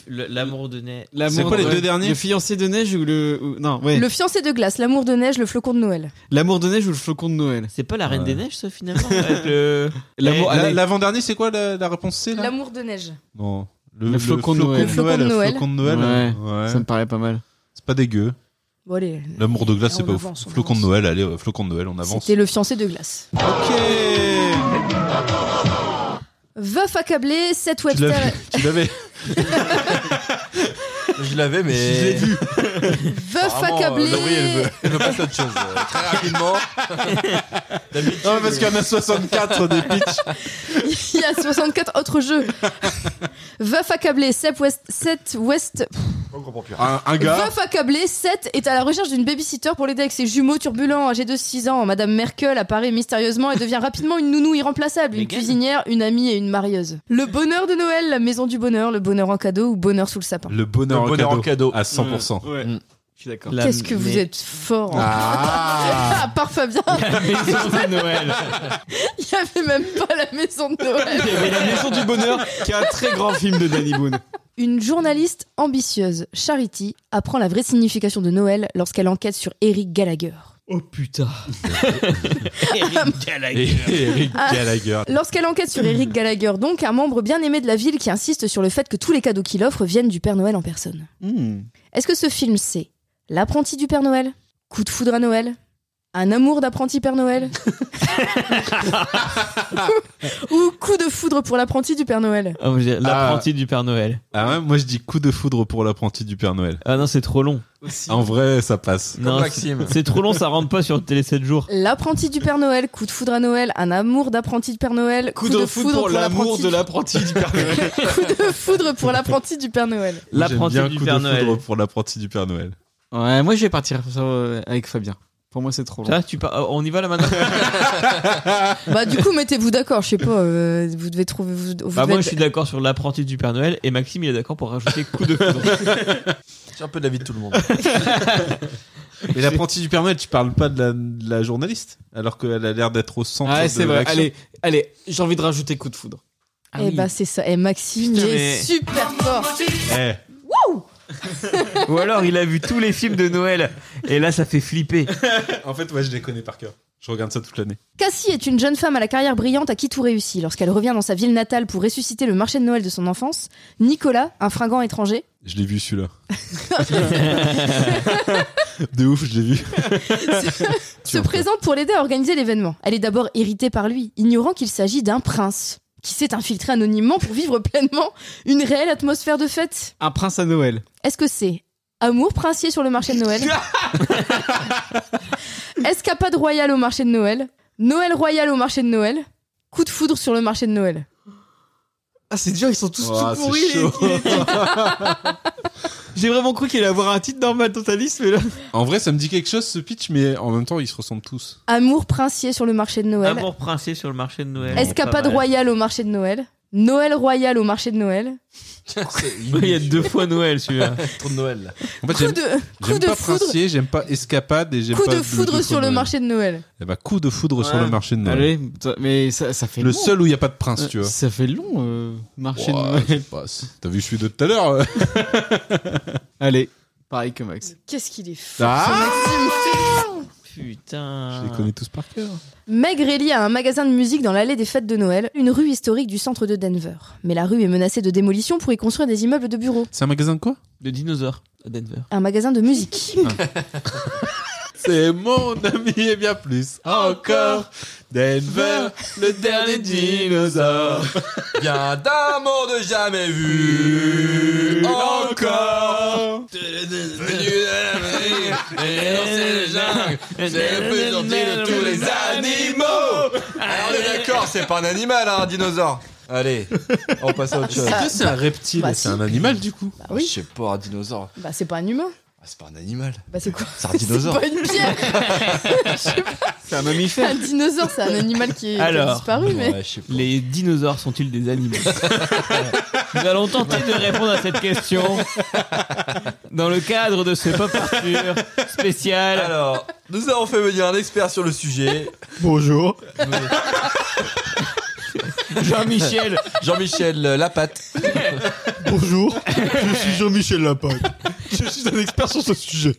S6: L'amour de nez.
S2: L'amour
S7: quoi les
S2: de-
S7: deux derniers
S2: Le fiancé de neige ou le. ou- Non, ouais.
S5: Le fiancé de glace, l'amour de neige, le flocon de Noël.
S2: L'amour de neige ou le flocon de Noël
S6: C'est pas la Reine
S7: Ouais.
S6: des Neiges, ça, finalement avec le...
S2: L'amour.
S6: Eh,
S2: allez.
S7: La- L'avant-dernier, c'est quoi la, la réponse C là
S5: L'amour de neige.
S7: Non.
S2: Le flocon de Noël.
S7: Le
S5: Flocon de Noël.
S7: flocon de Noël. Ouais.
S2: Ça me paraît pas mal.
S7: C'est pas dégueu.
S5: Bon allez,
S7: L'amour de glace,
S5: Ah,
S7: c'est
S5: on
S7: pas
S5: avance,
S7: ouf.
S5: on
S7: Flocon de
S5: avance.
S7: Noël, allez, ouais, flocon de Noël, on avance.
S5: c'était le fiancé de glace.
S7: Ok
S5: Veuf accablé, Seth
S7: Tu
S5: Webster...
S7: l'avais- Tu l'avais.
S3: Je l'avais, mais.
S7: Je l'ai vu.
S5: Veuf
S3: Apparemment, euh,
S5: accablé...
S3: Laurie, elle veut, elle veut passer à autre chose. euh, très rapidement. D'habitude.
S7: Non, parce qu'il y en a 64 des pitchs.
S5: Il y a 64 autres jeux. Veuf accablé, Seth West... Seth West...
S3: On comprend plus.
S7: Un, un gars.
S5: Veuf accablé, Seth est à la recherche d'une babysitter pour l'aider avec ses jumeaux turbulents âgés de 6 ans. Madame Merkel apparaît mystérieusement et devient rapidement une nounou irremplaçable, une
S6: Meghan.
S5: cuisinière, une amie et une marieuse. Le bonheur de Noël, la maison du bonheur, le bonheur en cadeau ou bonheur sous le sapin.
S7: Le bonheur,
S3: Le bonheur
S7: en,
S3: en
S7: cadeau. Mmh.
S3: cadeau.
S7: À 100%.
S2: Ouais.
S3: Mm.
S2: Je suis d'accord.
S6: La-
S5: Qu'est-ce que vous
S6: mais-
S5: êtes fort hein.
S3: Ah
S5: À part Fabien,
S6: La maison de Noël.
S5: il n'y avait même pas la maison de Noël.
S2: Il y avait La Maison du Bonheur, qui est un très grand film de Danny Boone.
S5: Une journaliste ambitieuse, Charity, apprend la vraie signification de Noël lorsqu'elle enquête sur Eric Gallagher.
S6: Oh putain.
S7: Et Eric Gallagher.
S5: Lorsqu'elle enquête sur Eric Gallagher, donc, un membre bien aimé de la ville qui insiste sur le fait que tous les cadeaux qu'il offre viennent du Père Noël en personne.
S7: Mm.
S5: Est-ce que ce film c'est L'apprenti du Père Noël Coup de foudre à Noël Un amour d'apprenti Père Noël Ou coup de foudre pour l'apprenti du Père Noël
S6: Ah, moi, j'ai L'apprenti du Père Noël.
S7: Ah ouais, moi je dis coup de foudre pour l'apprenti du Père Noël.
S6: Ah non, c'est trop long.
S7: En vrai, ça passe.
S3: Comme
S6: Non, c'est
S3: Maxime.
S6: c'est trop long, ça rentre pas sur le télé 7 jours.
S5: L'apprenti du Père Noël, coup de foudre à Noël, un amour d'apprenti du Père Noël,
S2: Coup de foudre pour l'amour de l'apprenti du Père Noël.
S5: coup de foudre pour l'apprenti du Père Noël.
S6: L'apprenti
S7: J'aime bien
S6: du
S7: coup
S6: Père
S7: de
S6: Noël.
S7: foudre pour l'apprenti du Père Noël.
S2: Ouais, moi je vais partir euh, avec Fabien. Pour moi, c'est trop
S6: Ça, tu par- euh, On y va là maintenant
S5: Bah du coup mettez-vous d'accord, je sais pas, euh, vous devez trouver. Vous, vous
S6: Bah,
S5: devez
S6: moi,
S5: être-
S6: je suis d'accord sur l'apprenti du Père Noël et Maxime, il est d'accord pour rajouter coup de foudre.
S3: C'est un peu de la vie de tout le monde.
S7: Mais l'apprenti du Père Noël, tu parles pas de la, de la journaliste Alors qu'elle a l'air d'être au centre
S2: Ouais,
S7: de
S2: c'est vrai.
S7: l'action.
S2: Allez, allez, j'ai envie de rajouter coup de foudre. Ah
S5: Eh bah c'est ça. Et Maxime
S6: Ah Putain,
S5: il est
S6: mais-
S5: super fort.
S7: Eh,
S6: Ou alors, il a vu tous les films de Noël et là, ça fait flipper.
S7: En fait, ouais, je les connais par cœur. Je regarde ça toute l'année.
S5: Cassie est une jeune femme à la carrière brillante à qui tout réussit. Lorsqu'elle revient dans sa ville natale pour ressusciter le marché de Noël de son enfance, Nicolas, un fringant étranger,
S7: Je l'ai vu celui-là. de ouf, je l'ai vu.
S5: se présente pour l'aider à organiser l'événement. Elle est d'abord irritée par lui, ignorant qu'il s'agit d'un prince qui s'est infiltré anonymement pour vivre pleinement une réelle atmosphère de fête.
S2: Un prince à Noël.
S5: Est-ce que c'est amour princier sur le marché de Noël Escapade royale au marché de Noël Noël royal au marché de Noël Coup de foudre sur le marché de Noël
S2: Ah, c'est dur, ils sont tous
S7: Ouah,
S2: tout
S7: c'est
S2: pourris.
S7: chaud.
S2: et qu'il est- J'ai vraiment cru qu'il allait avoir un titre normal totaliste, mais là.
S7: En vrai, ça me dit quelque chose ce pitch, mais en même temps, ils se ressemblent tous.
S5: Amour princier sur le marché de
S7: Ah
S5: Noël
S6: Amour princier sur le marché de Noël.
S5: Escapade
S6: Pas mal.
S5: royale au marché de Noël Noël royal au marché de Noël
S6: Il y a deux fois Noël celui-là.
S3: Trop de Noël. là.
S7: En fait,
S5: Coup
S7: j'aime
S5: de, coup
S7: j'aime
S5: de
S7: pas
S5: foudre
S7: princier, j'aime pas escapade et j'aime
S5: Coup
S7: pas
S5: de foudre
S7: truc
S5: sur
S7: au
S5: le
S7: Noël.
S5: marché de Noël.
S7: Eh bah, coup de foudre sur
S2: Ouais.
S7: le marché de Noël.
S2: Allez, toi- mais ça, ça fait
S7: Le
S2: long.
S7: seul où il n'y a pas de prince,
S2: Euh,
S7: tu vois.
S2: Ça fait long, euh, marché
S7: Ouah,
S2: de Noël.
S7: je sais pas, c'est- T'as vu celui de tout à l'heure
S2: Ah.
S7: euh
S2: Allez, pareil que Max.
S5: Qu'est-ce qu'il est fou
S7: Ah
S6: Putain.
S7: Je les connais tous par cœur.
S5: Meg relie à un magasin de musique dans l'allée des fêtes de Noël, une rue historique du centre de Denver. Mais la rue est menacée de démolition pour y construire des immeubles de bureaux.
S7: C'est un magasin de quoi
S6: De dinosaures à Denver.
S5: Un magasin de musique.
S7: C'est mon ami et bien plus encore.
S5: Bah,
S7: Denver, le dernier dinosaure.
S3: Bien d'un monde jamais vu. Encore. Venu de la mer et danser les jungles. C'est le plus gentil de tous les animaux. Alors, on est d'accord, c'est pas un animal, hein, un dinosaure. Allez, on passe à autre chose. Ah,
S5: Ça-
S7: C'est un reptile,
S5: Bah,
S7: c'est
S5: si.
S7: un animal du coup.
S5: bah
S3: Je
S5: oui,
S3: sais pas, un dinosaure.
S5: bah c'est pas un humain.
S3: Ah, c'est pas un animal.
S5: Bah c'est quoi
S3: C'est un dinosaure.
S5: C'est pas une pierre.
S2: C'est un mammifère.
S5: un dinosaure, c'est un animal qui est qui a
S6: Alors.
S5: disparu, mais.
S3: Ouais, je sais pas.
S6: Les dinosaures sont-ils des animaux Nous allons tenter de répondre à cette question dans le cadre de ce pop Arthur spécial.
S3: Alors, nous avons fait venir un expert sur le sujet,
S2: Bonjour.
S6: Jean-Michel,
S3: Jean-Michel euh, Lapatte.
S2: Bonjour. Je suis Jean-Michel Lapagne. Je suis un expert sur ce sujet.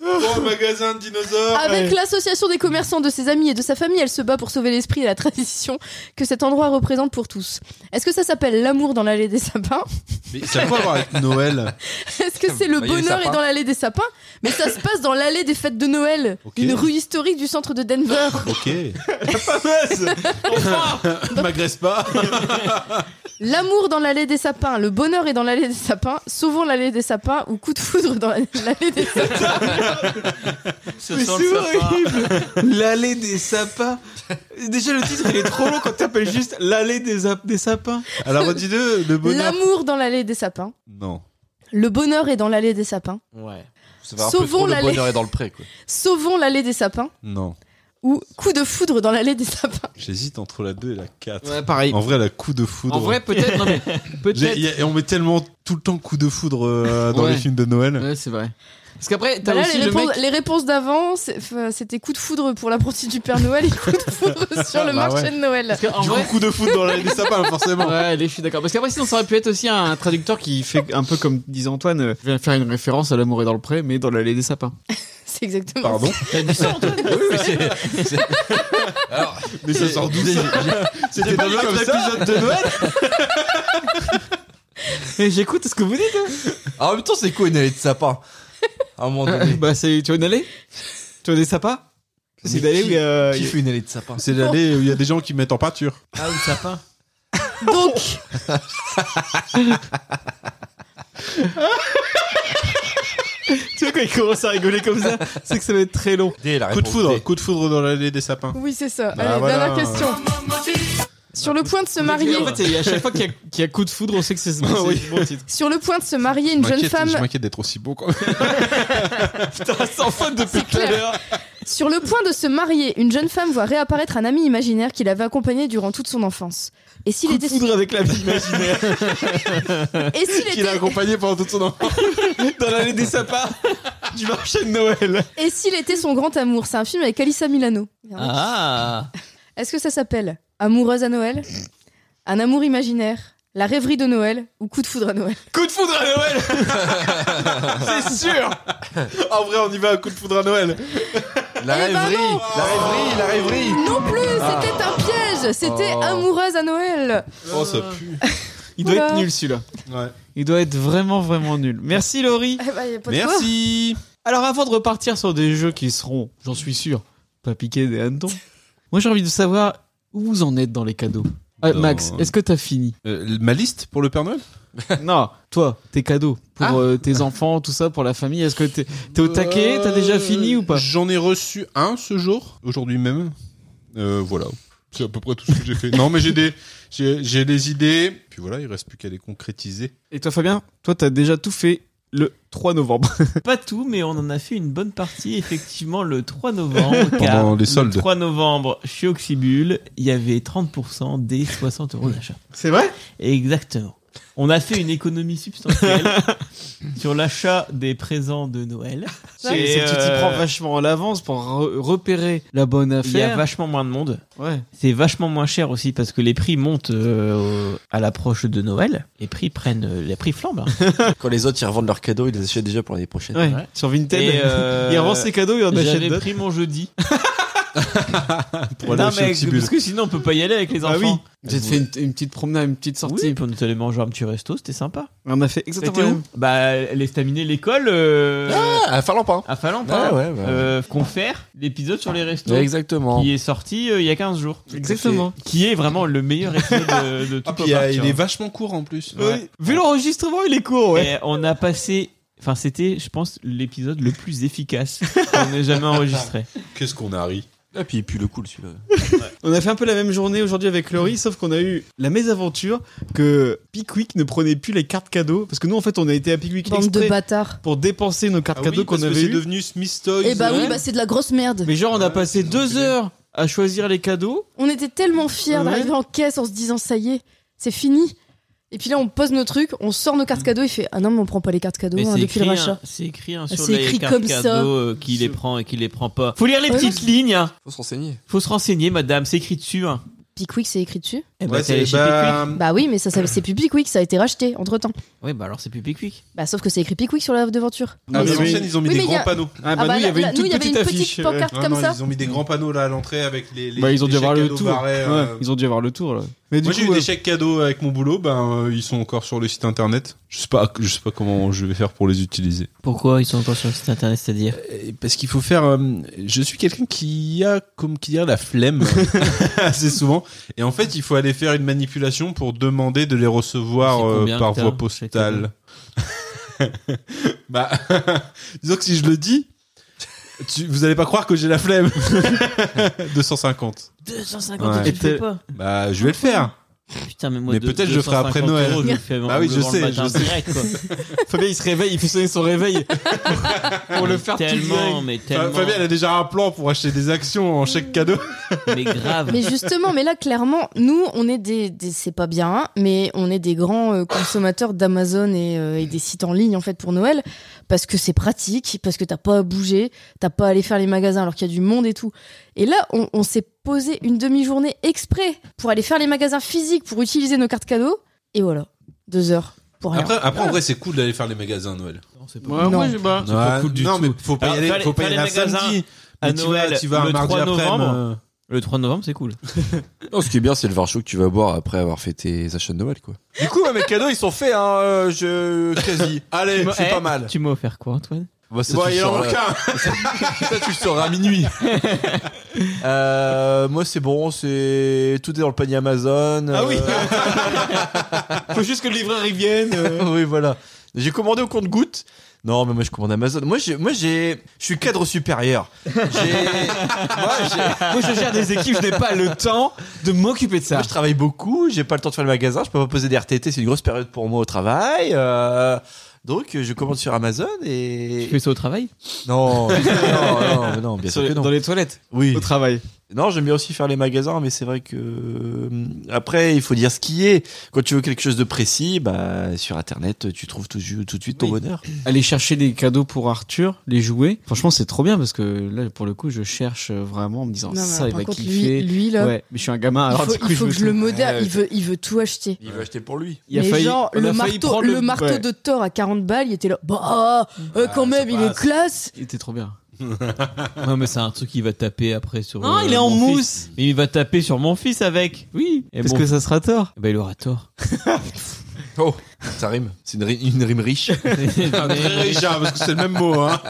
S7: Bon, magasin de dinosaures.
S5: Avec l'association des commerçants, de ses amis et de sa famille, elle se bat pour sauver l'esprit et la tradition que cet endroit représente pour tous. Est-ce que ça s'appelle l'amour dans l'allée des sapins
S7: Mais ça a quoi à voir avec Noël
S5: Est-ce que c'est le
S3: Bah, il y a les
S5: bonheur
S3: sapins.
S5: est dans l'allée des sapins Mais ça se passe dans l'allée des fêtes de Noël,
S7: Ok.
S5: une rue historique du centre de Denver.
S7: Ok.
S2: Fameuse.
S7: M'agresse pas.
S5: L'amour dans l'allée des sapins, le bonheur est dans l'allée des sapins, sauvons l'allée des sapins ou coup de foudre dans l'allée des sapins.
S6: ce
S2: Mais c'est
S6: sont le sapin.
S2: horrible L'allée des sapins Déjà le titre il est trop long quand t'appelles juste l'allée des, ap- des sapins.
S7: Alors redis-le, le bonheur.
S5: L'amour dans l'allée des sapins,
S7: Non.
S5: le bonheur est dans l'allée des sapins,
S3: Ouais. Ça va un peu
S5: Sauvons
S3: trop, le
S5: l'allée.
S3: bonheur est dans le pré, quoi.
S5: sauvons l'allée des sapins
S7: Non.
S5: ou Coup de foudre dans l'allée des sapins.
S7: J'hésite entre la 2 et la 4.
S2: Ouais, pareil.
S7: En vrai, la coup de foudre.
S2: En vrai, peut-être. Non, mais
S7: J'ai-
S2: peut-être.
S7: y a- et on met tellement tout le temps coup de foudre euh, dans
S2: Ouais.
S7: les films de Noël.
S2: Ouais, c'est vrai. Parce qu'après, t'as
S5: Bah là,
S2: aussi
S5: les,
S2: le mec.
S5: réponses, les réponses d'avant, c'est- enfin, c'était coup de foudre pour l'apprenti du Père Noël et coup de foudre sur le
S7: Bah
S5: marché
S7: ouais.
S5: de Noël.
S2: Parce qu'en
S7: Du
S2: vrai,
S7: coup, coup de foudre dans l'allée des sapins, hein, forcément.
S2: Ouais, allez, je suis d'accord. Parce qu'après, sinon, ça aurait pu être aussi un traducteur qui fait un peu comme disait Antoine, euh, je viens faire une référence à l'amour est dans le pré, mais dans l'allée des sapins.
S5: C'est exactement
S7: Pardon
S3: Alors,
S7: Mais ça sort d'où ça C'était dans l'autre épisode de Noël
S2: Et j'écoute ce que vous dites. hein.
S3: en même temps, c'est quoi une allée de sapin À un moment donné.
S2: bah, c'est, tu veux une allée Tu veux des sapins C'est
S3: Mais
S2: une allée où
S3: qui-
S2: il y a-
S3: Qui fait une allée de sapin
S7: C'est l'allée où il y a des gens qui mettent en peinture.
S6: Ah, ou le sapin.
S5: ça. Donc,
S2: Tu vois, quand il commence à rigoler comme ça, c'est que ça va être très long.
S3: D, la
S7: Coup de
S3: réponse
S7: foudre,
S3: D.
S7: coup de foudre dans l'allée des sapins.
S5: oui, c'est ça.
S7: Bah,
S5: Allez,
S7: voilà.
S5: dernière question. Sur le point de se marier,
S2: En fait, à chaque fois qu'il y, a- qu'il y a coup de foudre, on sait que c'est ce bon titre.
S5: sur le point de se marier, une
S7: Je
S5: jeune
S7: m'inquiète-
S5: femme
S7: Je m'inquiète d'être aussi beau quand même.
S2: Putain, sans faute depuis tout à
S5: clair.
S2: l'heure.
S5: Sur le point de se marier, une jeune femme voit réapparaître un ami imaginaire qui l'avait accompagné durant toute son enfance. Et s'il
S2: Coup de
S5: était,
S2: foudre avec la vie imaginaire
S5: et s'il
S7: Qui l'a
S5: était,
S7: accompagné pendant toute son enfance.
S2: dans l'allée des sapins du marché de Noël.
S5: et s'il était son grand amour, c'est un film avec Alyssa Milano. Merde.
S6: Ah
S5: Est-ce que ça s'appelle Amoureuse à Noël, Un amour imaginaire, La rêverie de Noël ou Coup de foudre à Noël
S2: Coup de foudre à Noël C'est sûr
S7: En vrai, on y va à coup de foudre à Noël.
S3: La
S5: Eh ben
S3: rêverie
S5: non.
S3: La rêverie La rêverie
S5: Non plus, c'était un piège. C'était
S3: Oh.
S5: Amoureuse à Noël.
S7: Oh, ça pue.
S2: Il doit
S5: Oula.
S2: être nul celui-là.
S7: Ouais.
S2: Il doit être vraiment vraiment nul. Merci Laurie.
S5: Eh ben, y a pas de quoi.
S7: Merci.
S2: Alors avant de repartir sur des jeux qui seront, j'en suis sûr, pas piqués des hannetons, moi j'ai envie de savoir où vous en êtes dans les cadeaux. Ah,
S7: Dans-
S2: Max, est-ce que t'as fini
S7: Euh, ma liste pour le Père Noël
S2: Non, toi, tes cadeaux pour
S7: Ah.
S2: euh, tes enfants, tout ça, pour la famille, est-ce que t'es t'es au taquet T'as déjà fini ou pas
S7: Euh, J'en ai reçu un ce jour, aujourd'hui même. Euh, voilà. C'est à peu près tout ce que j'ai fait. Non, mais j'ai des, j'ai, j'ai des idées. Puis voilà, il reste plus qu'à les concrétiser.
S2: Et toi Fabien, toi t'as déjà tout fait le 3 novembre.
S6: Pas tout, mais on en a fait une bonne partie, effectivement, le 3 novembre.
S7: Pendant
S6: car
S7: les soldes.
S6: Le 3 novembre, chez Oxybul, il y avait 30% des 60 euros d'achat.
S2: C'est vrai
S6: Exactement. On a fait une économie substantielle sur l'achat des présents de Noël.
S2: C'est c'est que tu t'y
S6: euh,
S2: prends vachement en avance pour re- repérer la bonne
S6: Il y a
S2: affaire.
S6: vachement moins de monde.
S2: Ouais.
S6: C'est vachement moins cher aussi parce que les prix montent euh, au- à l'approche de Noël. Les prix prennent, euh, les prix flambent. hein.
S3: Quand les autres ils revendent leurs cadeaux, ils les achètent déjà pour l'année prochaine.
S2: Ouais, sur Vinted.
S6: Et, euh,
S2: il revend ses cadeaux, il en achète
S6: J'avais
S2: d'autres.
S6: pris mon jeudi.
S7: Pour aller
S6: non
S7: chez
S6: mais
S7: Oxybul.
S6: parce que sinon on peut pas y aller avec les enfants.
S2: Ah oui. J'ai fait une, une petite promenade, une petite sortie.
S6: Oui, puis on est allé manger un petit resto, c'était sympa.
S2: On a fait exactement. la même.
S6: Bah, elle estaminé l'école euh,
S3: Ah, à Finlandpin.
S6: à Finlande,
S3: Ah
S6: hein.
S3: ouais, ouais.
S6: Euh, confère l'épisode sur les restos
S3: Ouais, exactement.
S6: qui est sorti euh, il y a 15 jours.
S2: Exactement.
S6: Qui est vraiment le meilleur épisode de, de tout
S7: Ah, puis il, y
S6: Pop
S7: a-
S6: Art,
S7: il
S6: hein.
S7: est vachement court en plus.
S2: Oui. Vu l'enregistrement, il est court, ouais.
S6: Et on a passé. Enfin, c'était, je pense, l'épisode le plus efficace qu'on ait jamais enregistré.
S7: Qu'est-ce qu'on a ri
S3: Et puis, puis le cool celui-là.
S2: On a fait un peu la même journée aujourd'hui avec Laurie, sauf qu'on a eu la mésaventure que Pickwick ne prenait plus les cartes cadeaux. Parce que nous, en fait, on a été à Pickwick
S5: Bande de
S2: exprès
S5: bâtards.
S2: pour dépenser nos cartes cadeaux qu'on avait
S7: c'est
S2: eues.
S7: devenu Smith Toys.
S5: Eh bah
S2: Ouais.
S5: oui, bah c'est de la grosse merde.
S2: Mais genre, on a passé
S7: c'est
S2: deux
S7: enculé.
S2: heures à choisir les cadeaux.
S5: On était tellement fiers
S2: Ouais.
S5: d'arriver en caisse en se disant ça y est, c'est fini. Et puis là, on pose nos trucs, on sort nos cartes cadeaux, il fait ah non mais on prend pas les cartes cadeaux
S6: Mais
S5: hein,
S6: c'est
S5: depuis le
S6: écrit,
S5: rachat.
S6: hein, c'est écrit hein,
S5: Ah,
S6: sur
S5: c'est
S6: les
S5: écrit
S6: cartes
S5: comme ça.
S6: cadeaux euh, qui les prend et qui les prend pas. Faut lire les
S5: Ouais,
S6: petites lignes. hein.
S3: Faut se renseigner.
S6: Faut se renseigner, madame. C'est écrit dessus. Hein.
S5: Pickwick, c'est écrit dessus.
S6: Eh ben,
S7: Ouais,
S6: t'es allé
S7: c'est
S6: chez Pickwick.
S7: bah,
S5: Bah oui, mais ça, ça- c'est plus Pickwick, ça a été racheté entre temps.
S6: Oui, bah alors c'est plus Pickwick.
S5: Bah sauf que c'est écrit Pickwick sur la devanture.
S7: à
S2: Oui,
S7: mes
S2: oui.
S7: anciennes, ils ont mis
S5: Oui,
S7: des
S5: mais il y
S7: grands
S5: a-
S7: panneaux.
S2: Ah
S5: bah, là, là, nous, il y avait une petite
S2: ouais.
S5: pancarte.
S7: Non,
S5: Comme
S7: non,
S5: ça
S7: ils ont mis des grands panneaux là à l'entrée avec les. les
S2: Bah, ils ont
S7: euh, les
S2: dû avoir
S7: chèques
S2: le
S7: cadeaux
S2: tour.
S7: barrés,
S2: Ouais,
S7: euh,
S2: Ils ont dû avoir le tour là. Mais du
S7: Moi j'ai eu
S2: coup,
S7: des
S2: ouais.
S7: chèques cadeaux avec mon boulot, ben euh, ils sont encore sur le site internet. Je sais pas, je sais pas comment je vais faire pour les utiliser.
S6: Pourquoi ils sont encore sur le site internet, c'est-à-dire
S7: Parce qu'il faut faire. euh, je suis quelqu'un qui a comme qui a la flemme assez souvent, et en fait il faut aller faire une manipulation pour demander de les
S6: C'est
S7: recevoir euh,
S6: combien
S7: par
S6: que t'as,
S7: voie
S6: chèques cadeaux
S7: postale. bah, disons que si je le dis, tu- vous allez pas croire que j'ai la flemme. 250.
S6: 250
S7: Ouais.
S6: tu le fais pas.
S7: Bah, je vais le faire.
S6: Putain, mais moi,
S7: Mais
S6: de-
S7: peut-être je ferai après
S6: 250
S7: Noël.
S6: euros, je le fais
S7: Bah oui,
S6: le
S7: je
S6: vends le
S7: sais,
S6: matin
S7: je sais.
S6: direct, quoi.
S2: Fabien, il se réveille, il fait sonner son réveil pour le faire tout
S6: Tellement,
S2: direct.
S6: mais
S7: Fa-
S6: tellement.
S7: Fabien, elle a déjà un plan pour acheter des actions en chèque cadeau.
S6: Mais grave.
S5: Mais justement, mais là, clairement, nous, on est des, des- c'est pas bien, hein, mais on est des grands euh, consommateurs d'Amazon et, euh, et des sites en ligne, en fait, pour Noël, parce que c'est pratique, parce que t'as pas à bouger, t'as pas à aller faire les magasins alors qu'il y a du monde et tout. Et là, on, on s'est posé une demi-journée exprès pour aller faire les magasins physiques, pour utiliser nos cartes cadeaux, et voilà, deux heures pour rien.
S7: Après, après en vrai, c'est cool d'aller faire les magasins à Noël.
S2: Ouais,
S5: Non.
S2: ouais, je- bah,
S7: C'est pas cool du non, mais faut pas
S6: Alors,
S7: y aller,
S6: faire les-
S7: faut pas y
S6: faire
S7: aller
S6: les
S7: un
S6: magasins
S7: samedi.
S6: à
S7: Mais tu vas-
S6: Noël,
S7: tu vas un
S6: le
S7: mardi
S6: 3
S7: après,
S6: novembre.
S7: euh,
S6: Le 3 novembre, c'est cool.
S1: Non, ce qui est bien, c'est le varchou que tu vas boire après avoir fait tes achats de Noël, quoi.
S3: Du coup, ouais, mes cadeaux, ils sont faits, hein, euh, je... quasi. Allez,
S6: Tu m'as-
S3: c'est
S6: eh,
S3: pas mal.
S6: Tu m'as offert quoi, Antoine
S1: Bah, ça,
S3: Bon,
S1: tu
S3: il en
S1: sors,
S3: manque
S1: euh,
S3: un. Ça, tu le sauras à minuit. Euh, moi, c'est bon, c'est... Tout est dans le panier Amazon.
S2: Ah oui.
S3: euh,
S2: Faut juste que le livreur il vienne. euh.
S3: oui, voilà. J'ai commandé au compte goutte. Non, mais moi je commande Amazon. Moi, j'ai, moi, j'ai, je suis cadre supérieur. J'ai, moi, j'ai-
S2: Moi, je gère des équipes, je n'ai pas le temps de m'occuper de ça.
S3: moi, je travaille beaucoup. J'ai pas le temps de faire le magasin. Je peux pas poser des RTT. C'est une grosse période pour moi au travail. euh, donc, je commande sur Amazon
S6: Tu
S3: et
S6: fais ça au travail
S3: non, non, non, mais non, bien
S2: Sur
S3: sûr que
S2: les-
S3: non.
S2: dans les toilettes,
S3: Oui.
S2: au travail.
S3: Non, j'aime bien aussi faire les magasins, mais c'est vrai que euh, après, il faut dire ce qui est. Quand tu veux quelque chose de précis, bah sur Internet, tu trouves tout, ju- tout de suite ton
S2: Oui.
S3: bonheur.
S2: Aller chercher des cadeaux pour Arthur, les jouets. Franchement, c'est trop bien parce que là, pour le coup, je cherche euh, vraiment en me disant
S5: Non, mais
S2: ça, il
S5: par
S2: va
S5: contre,
S2: kiffer.
S5: lui, lui, là,
S2: Ouais, mais je suis un gamin, alors
S5: il faut,
S2: du coup,
S5: il faut
S2: me
S5: que je le
S2: dis-
S5: modère,
S2: Ouais,
S5: il, veut, il veut tout acheter.
S3: Il veut acheter pour lui.
S2: il a
S5: mais
S2: failli-
S5: genre,
S2: on
S5: le
S2: a failli
S5: marteau,
S2: prendre
S5: le marteau
S2: ouais.
S5: de Thor à 40 balles, il était là. Bah, euh, quand
S7: ça
S5: même, il est
S7: passe.
S5: classe.
S2: Il était trop bien.
S6: Non, mais c'est un truc qu'il va taper après sur.
S2: Non,
S6: euh,
S2: il est en
S6: mon fils.
S2: mousse.
S6: Mais il va taper sur mon fils avec.
S2: Oui.
S6: Et
S2: Parce
S6: bon.
S2: que ça sera tort.
S6: Eh ben, il aura tort.
S1: Ça rime. C'est une, ri- une rime riche.
S6: Ah,
S7: Très riche, hein, parce que c'est le même mot. Hein.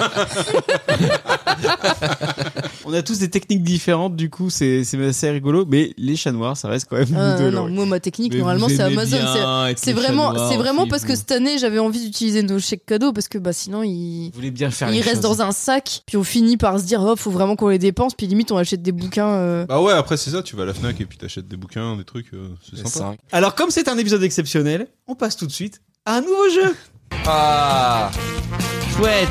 S2: On a tous des techniques différentes, du coup, c'est c'est assez rigolo, mais les chats noirs, ça reste quand même
S5: Ah,
S2: de
S5: non,
S2: l'or.
S5: moi, ma technique,
S6: Mais
S5: normalement,
S6: vous
S5: c'est
S6: aimez
S5: Amazon.
S6: bien
S5: c'est-
S6: être
S5: C'est
S6: le chat
S5: vraiment,
S6: noir,
S5: c'est vraiment
S6: aussi,
S5: parce que
S6: vous.
S5: cette année, j'avais envie d'utiliser nos chèques cadeaux parce que bah, sinon, ils,
S2: Vous voulez bien faire
S5: ils
S2: les
S5: restent
S2: choses.
S5: dans un sac. Puis on finit par se dire, oh, faut vraiment qu'on les dépense. Puis limite, on achète des bouquins. euh.
S7: Bah ouais, après c'est ça, tu vas à la Fnac et puis t'achètes des bouquins, des trucs, euh, c'est
S1: C'est
S7: sympa.
S1: ça.
S2: Alors, comme c'est un épisode exceptionnel, on passe tout de suite à un nouveau jeu.
S3: Ah,
S6: Chouette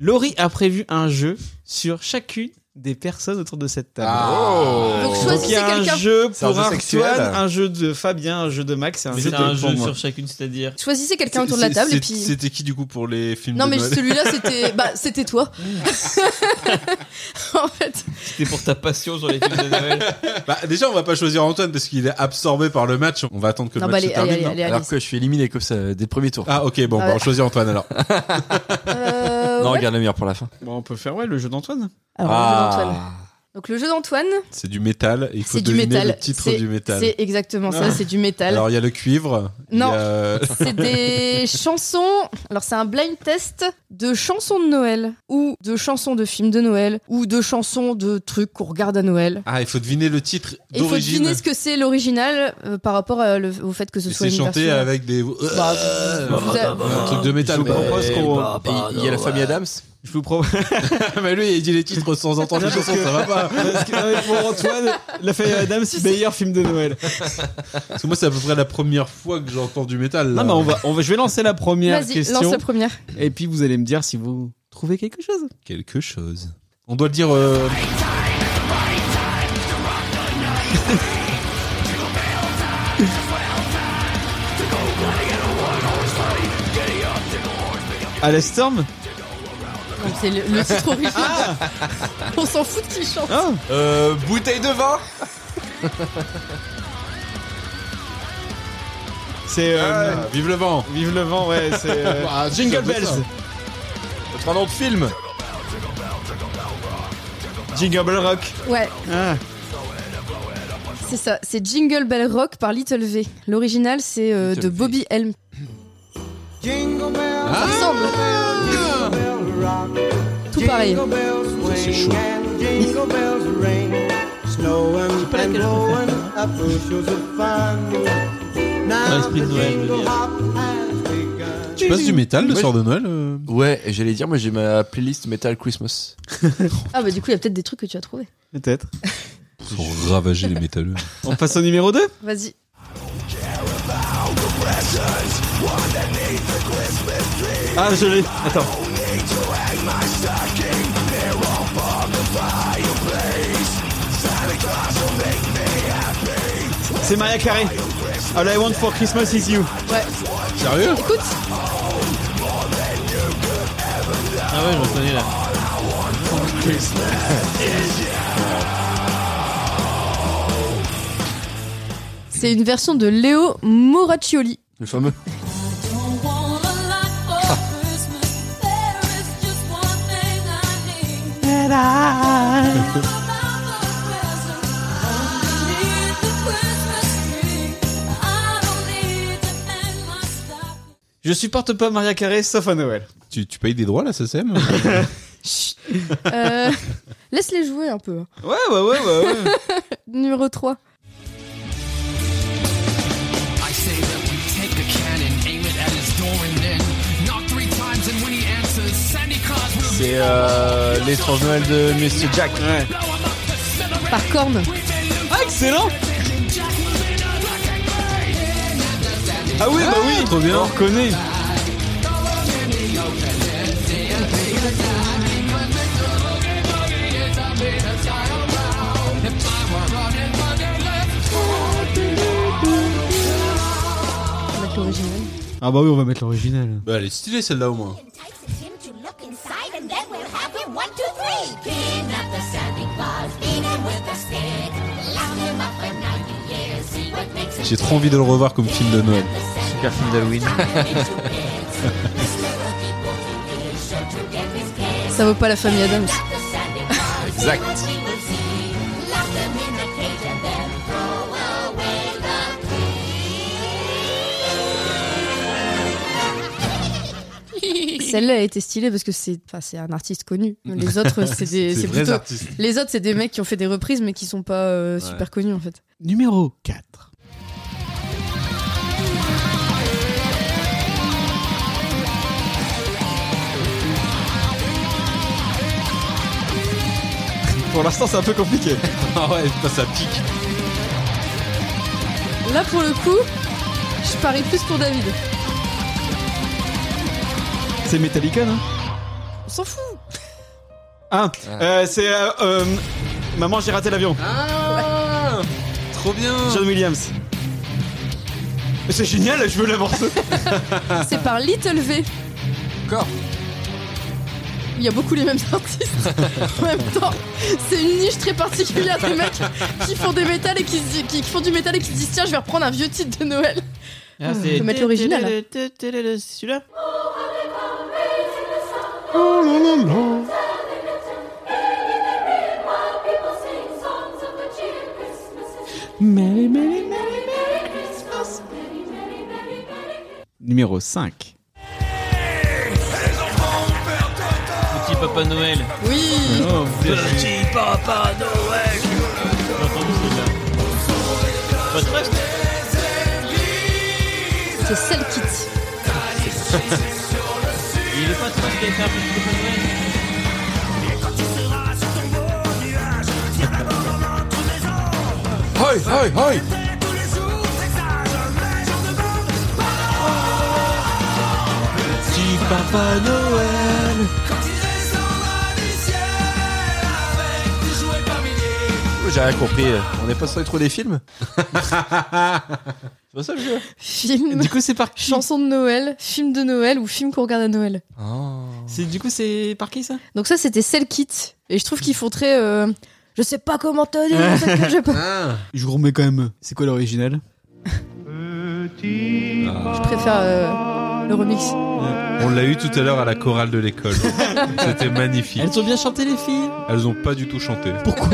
S2: Laurie a prévu un jeu sur chacune des personnes autour de cette table.
S7: Ah.
S5: Oh. Donc,
S2: Donc, il y
S5: choisissez
S2: a un
S5: quelqu'un.
S2: jeu
S3: C'est un
S2: pour
S3: jeu sexuel.
S2: Antoine, un jeu de Fabien, un jeu de Max et un
S6: Mais
S2: jeu
S6: C'est
S2: de
S6: un
S2: pour
S6: jeu
S2: moi.
S6: sur chacune, c'est-à-dire.
S5: Choisissez quelqu'un autour de
S7: C'est-
S5: la table
S7: c'est-
S5: et puis.
S7: C'était qui du coup pour les films
S5: Non,
S7: de
S5: mais
S7: Noël
S5: celui-là, c'était, bah, c'était toi. en fait,
S6: C'était pour ta passion sur les films de Noël.
S7: Bah, déjà, on va pas choisir Antoine parce qu'il est absorbé par le match. On va attendre que le
S5: non, bah,
S7: match
S5: allez,
S7: se
S5: allez,
S7: termine.
S5: allez,
S7: non
S3: hein.
S5: allez,
S1: Alors
S5: allez.
S1: que je suis éliminé comme ça dès le premier tour.
S7: Ah, ok, bon,
S5: Ah
S7: bah, on
S5: ouais.
S7: choisit Antoine alors.
S5: Euh,
S1: non,
S5: ouais.
S1: regarde le meilleur pour la fin.
S2: Bon, on peut faire ouais, le jeu d'Antoine.
S5: Alors,
S1: Ah.
S5: le jeu
S3: Ah.
S5: d'Antoine. Donc, le jeu d'Antoine,
S7: C'est du métal. et Il faut
S5: c'est du
S7: deviner
S5: métal.
S7: le titre
S5: C'est-
S7: du métal.
S5: C'est exactement ça, c'est du métal.
S7: Alors, il y a le cuivre. il y
S5: Non.
S7: a-
S5: C'est des chansons. Alors, c'est un blind test de chansons de Noël, ou de chansons de films de Noël, ou de chansons de trucs qu'on regarde à Noël.
S7: Ah, il faut deviner le titre
S5: Et il faut
S7: d'origine.
S5: deviner ce que c'est l'original euh, par rapport à le- au fait que ce
S7: Et
S5: soit
S7: c'est
S5: une
S7: chanté
S5: version-
S7: avec des.
S5: Bah,
S7: Euh,
S5: vous- vous- vous-
S7: Un truc de métal.
S2: Je vous
S7: quoi.
S2: propose
S6: Oh.
S2: qu'on-
S1: Et il y a la famille Adams.
S2: Je vous propose.
S7: Ah, Mais lui, il dit les titres sans entendre les chansons, ça va pas.
S2: Parce que, euh, pour Antoine, La Feuille Adam, c'est le meilleur film de Noël.
S7: Parce que moi, c'est à peu près la première fois que j'entends du métal. là.
S2: Non, mais on va, on va, je vais lancer la première
S5: Vas-y,
S2: question.
S5: lance la première.
S2: Et puis vous allez me dire si vous trouvez quelque chose.
S7: Quelque chose. On doit le dire. euh,
S2: À la Storm
S5: Donc, C'est le, le titre original. On s'en fout de qui chante.
S2: Ah
S3: euh, bouteille de vin.
S2: C'est. euh,
S7: Ah, Vive le vent.
S2: Vive le vent, ouais, c'est. euh,
S7: Ah,
S2: Jingle
S7: c'est
S2: Bells
S7: ça.
S3: Votre nom de film.
S2: Jingle Bell Rock
S5: Ouais,
S2: Ah.
S5: c'est ça. C'est Jingle Bell Rock par Little V. L'original, c'est euh, de Bobby Helm. Ça ressemble.
S7: Ah.
S5: Tout pareil.
S7: C'est chaud.
S6: Dans l'esprit de Noël, je veux dire.
S7: Tu passes du métal le
S1: Ouais.
S7: soir de Noël euh
S1: Ouais, et j'allais dire, moi j'ai ma playlist Metal Christmas.
S5: Ah bah du coup, il y a peut-être des trucs que tu as trouvé.
S2: Peut-être.
S7: Pour ravager les métalleux.
S2: On passe au numéro 2
S5: Vas-y.
S2: Ah, je l'ai. Attends. C'est Maria Carey. All I want for Christmas is you.
S5: Ouais.
S7: Sérieux
S5: Écoute,
S4: Ah ouais, je reconnais là.
S5: c'est une version de Léo Moraccioli.
S1: Le fameux.
S2: Je supporte pas Maria Carey sauf à Noël.
S7: Tu, tu payes des droits, la SSM
S5: Euh, Laisse-les jouer un peu. hein.
S2: Ouais, ouais, ouais, ouais. ouais.
S5: Numéro 3.
S8: I say that we take a cannon, aim it at his door, and then knock three times. And when he answers, Santa Claus will
S1: C'est euh, l'étrange Noël de Monsieur Jack.
S2: Ouais.
S8: blow him up the center.
S5: Par corne.
S8: We may lose
S2: Ah, excellent
S8: and Jack will end up like a great
S2: Ah oui, bah oui. Trop bien. On reconnaît.
S5: On va mettre l'original.
S2: Ah bah oui, on va mettre l'original.
S7: Bah, elle est stylée, celle-là, au moins.
S9: entices him to look inside, and then we'll have him one, two, three. Pin up the Santa Claus, beat him with a stick, lock him up for 90 years, see what makes him
S7: J'ai trop envie de le revoir comme film de Noël.
S9: Super film d'Halloween.
S5: Ça vaut pas la famille Adams.
S9: exact.
S5: Celle-là a été stylée parce que c'est enfin, c'est un artiste connu. Les autres, c'est des. c'est plutôt-
S7: artistes.
S5: Les autres, c'est des mecs qui ont fait des reprises mais qui sont pas euh, super connus en fait.
S4: Numéro 4.
S2: Pour l'instant, c'est un peu compliqué.
S7: Ah ouais, putain, ça pique.
S5: Là, pour le coup, je parie plus pour David.
S2: C'est Metallica, non
S5: On s'en fout.
S2: Ah, euh, c'est euh, euh, Maman, j'ai raté l'avion.
S7: Ah Trop bien
S2: John Williams. C'est génial, je veux la morceau.
S5: C'est par Little V.
S1: Encore.
S5: Il y a beaucoup les mêmes artistes. en même temps, c'est une niche très particulière des mecs qui font des métal et qui, se- qui font du métal et qui se disent tiens, je vais reprendre un vieux titre de Noël.
S6: Ah,
S5: On peut mettre l'original. là.
S6: C'est celui-là
S2: Numéro 5.
S6: Petit Papa Noël.
S5: Oui.
S6: Petit Papa Noël. J'ai entendu celui-là. Pas de reste.
S5: C'est celle kit.
S6: Il est pas trop ce qu'il a fait un petit Papa Noël.
S1: Hoi, hoi, hoi.
S6: Petit Papa Noël.
S1: J'ai rien compris. euh. On n'est pas sur les trous des films C'est pas ça le jeu
S5: Film.
S2: Du coup, c'est par qui
S5: Chanson de Noël, film de Noël ou film qu'on regarde à Noël.
S2: C'est- Du coup, c'est par qui ça
S5: Donc ça, c'était celle kit. Et je trouve qu'ils font très. euh, je sais pas comment te dire. c'est que je peux-
S2: Je vous remets quand même. C'est quoi l'original
S5: Je préfère euh, le remix.
S7: On l'a eu tout à l'heure à la chorale de l'école. C'était magnifique.
S4: Elles ont bien chanté les filles.
S7: Elles ont pas du tout chanté. Pourquoi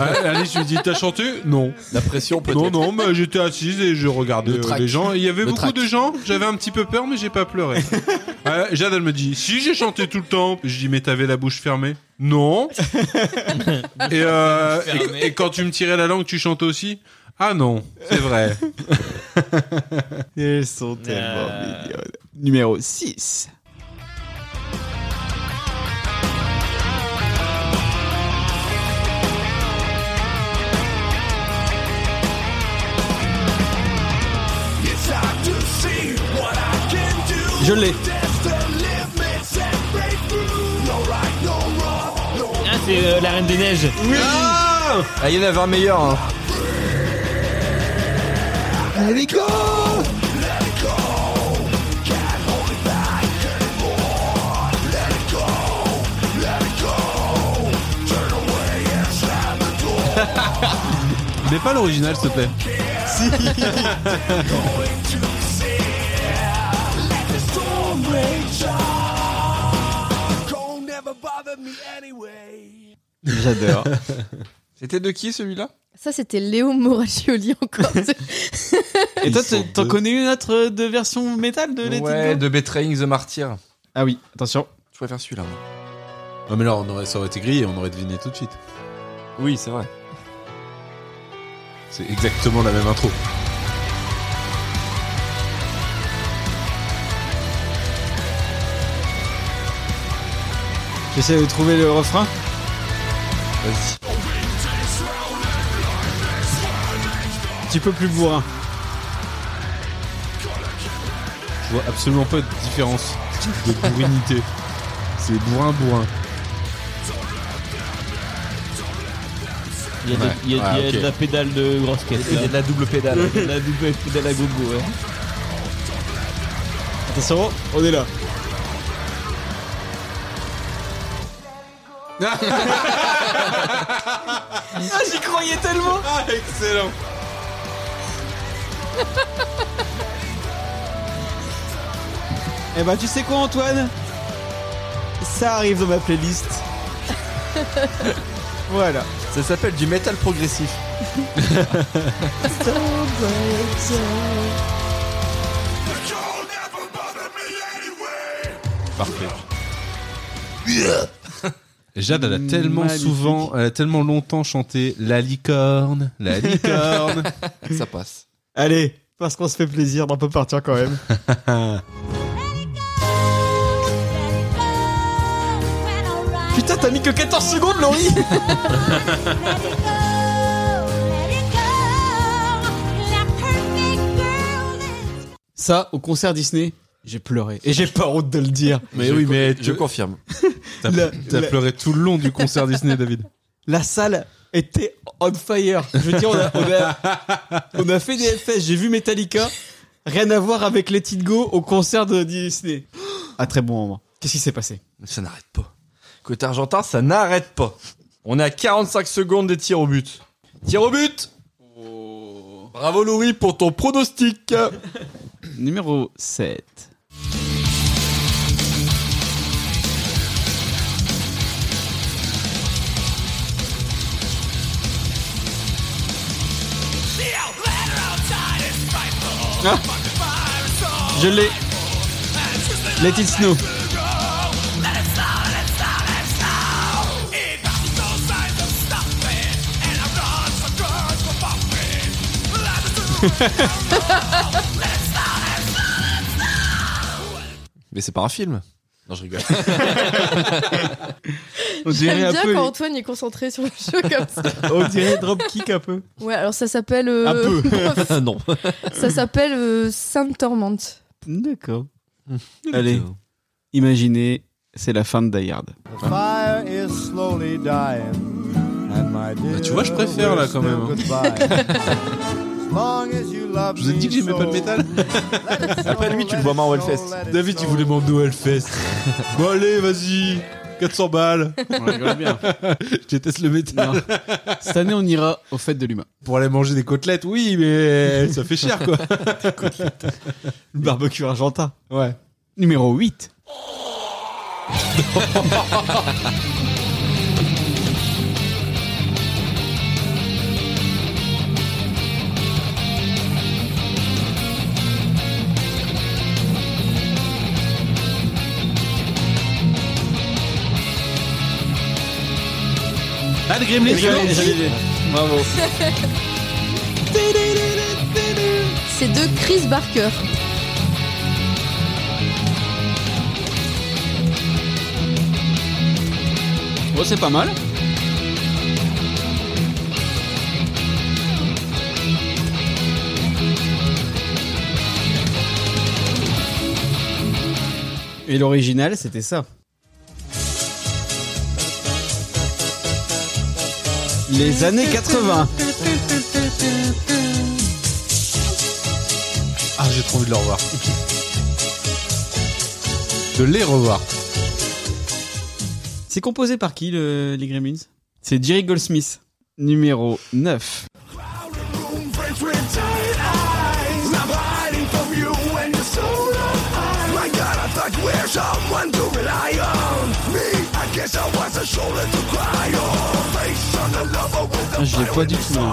S7: Hein, Alice lui dit T'as chanté Non.
S1: La pression peut-être.
S7: Non, non, mais j'étais assise et je regardais
S1: Le
S7: euh,
S1: trac.
S7: les gens. Il y avait
S1: Le
S7: beaucoup
S1: trac.
S7: de gens. J'avais un petit peu peur, mais j'ai pas pleuré. Euh, Jade, elle me dit Si, j'ai chanté tout le temps. Je dis Mais t'avais la bouche fermée Non. et, euh, et-
S6: Fermée.
S7: et quand tu me tirais la langue, tu chantais aussi Ah non, c'est vrai.
S2: Elles sont tellement
S6: Euh.
S2: mignonnes. Numéro 6. Je l'ai.
S6: Ah, c'est euh, la Reine des Neiges.
S3: Ah, il y en avait un meilleur. hein.
S7: Mais pas l'original, s'il te plaît.
S2: J'adore.
S3: C'était de qui celui-là
S5: Ça, c'était Léo Moraccioli encore.
S2: Et toi,
S7: Ils sont
S2: t'en
S7: deux.
S2: connais une autre euh, de version métal de Let It
S3: Ouais,
S2: Go
S3: de Betraying the Martyr.
S2: Ah oui, attention.
S3: Je préfère celui-là. moi.
S7: Non, mais là, on aurait, ça aurait été grillé, on aurait deviné tout de suite.
S3: Oui, c'est vrai.
S7: C'est exactement la même intro.
S2: J'essaie de trouver le refrain.
S3: Vas-y.
S2: Un petit peu plus bourrin.
S7: Je vois absolument pas de différence de bourrinité. C'est bourrin, bourrin.
S6: Il y a, de,
S7: Ouais.
S6: il y a-
S2: Ah,
S7: Ouais,
S6: il y a
S7: ok.
S6: de la pédale de grosse caisse.
S3: Il y a de la double pédale.
S6: là. La double pédale à gogo, ouais.
S2: Attention, on est là. ah, j'y croyais tellement
S7: Ah, excellent
S2: Eh ben, tu sais quoi, Antoine Ça arrive dans ma playlist. voilà.
S3: Ça s'appelle du métal progressif.
S7: Parfait. Jade, elle a tellement
S2: Magnifique.
S7: souvent, elle a tellement longtemps chanté la licorne, la licorne.
S1: Ah,
S3: Ça passe.
S2: Allez, parce qu'on se fait plaisir, on peut partir quand même. Putain, t'as mis que 14 secondes, Laurie Ça, au concert Disney, j'ai pleuré. Et j'ai pas honte de le dire.
S7: mais oui, mais
S3: Je
S7: tu-
S3: confirme.
S7: t'as
S2: La-
S7: t'as
S2: la-
S7: pleuré tout le long du concert Disney, David.
S2: La salle était on fire. Je veux dire, on a, on a- on a fait des FS, j'ai vu Metallica. Rien à voir avec Let It Go au concert de Disney. Ah, très bon moment. Qu'est-ce qui s'est passé
S3: Ça n'arrête pas. Côté argentin, ça n'arrête pas. On est à 45 secondes des tirs au but. Tir au but Bravo Louis pour ton pronostic
S2: Numéro 7. Ah. Je l'ai. Let it snow.
S3: Mais c'est pas un film. Non, je rigole.
S2: On dirait
S5: J'aime
S2: un
S5: bien
S2: peu.
S5: quand Antoine est concentré sur le jeu comme ça.
S2: On dirait Dropkick un peu.
S5: Ouais, alors ça s'appelle. euh,
S3: non.
S5: ça s'appelle euh, Sainte Torment.
S2: D'accord. Allez, imaginez, c'est la fin de Die Hard.
S10: Fire is slowly dying. And my dear,
S7: Bah, tu vois, je préfère, là, quand
S10: we're
S7: même, hein.
S10: still goodbye. As long as you love
S7: Je vous ai dit que j'aimais
S10: me
S7: pas le
S10: so,
S7: métal.
S10: let it
S3: Après,
S10: snow,
S3: lui, tu
S10: let
S3: le vois
S10: it
S3: moins à
S10: snow,
S3: Wellfest.
S10: let it
S7: David, il
S10: snow.
S7: voulait m'emmener au Hellfest. bon, allez, vas-y, 400 balles.
S2: On rigole bien.
S7: Je déteste le métal.
S2: Non. Cette année, on ira aux fêtes de l'humain.
S7: Pour aller manger des côtelettes, oui, mais ça fait cher, quoi.
S2: Le barbecue argentin.
S7: Ouais.
S2: Numéro 8.
S7: Ah, les Gremlins, non
S2: Bravo.
S5: C'est de Chris Barker.
S2: Bon, c'est pas mal. Et l'original, c'était ça. Les années 80.
S7: Ah, j'ai trop envie de le revoir. De les revoir.
S2: C'est composé par qui, le- les Gremlins C'est Jerry Goldsmith, numéro 9.
S4: Ah, Je l'ai pas du tout. hein.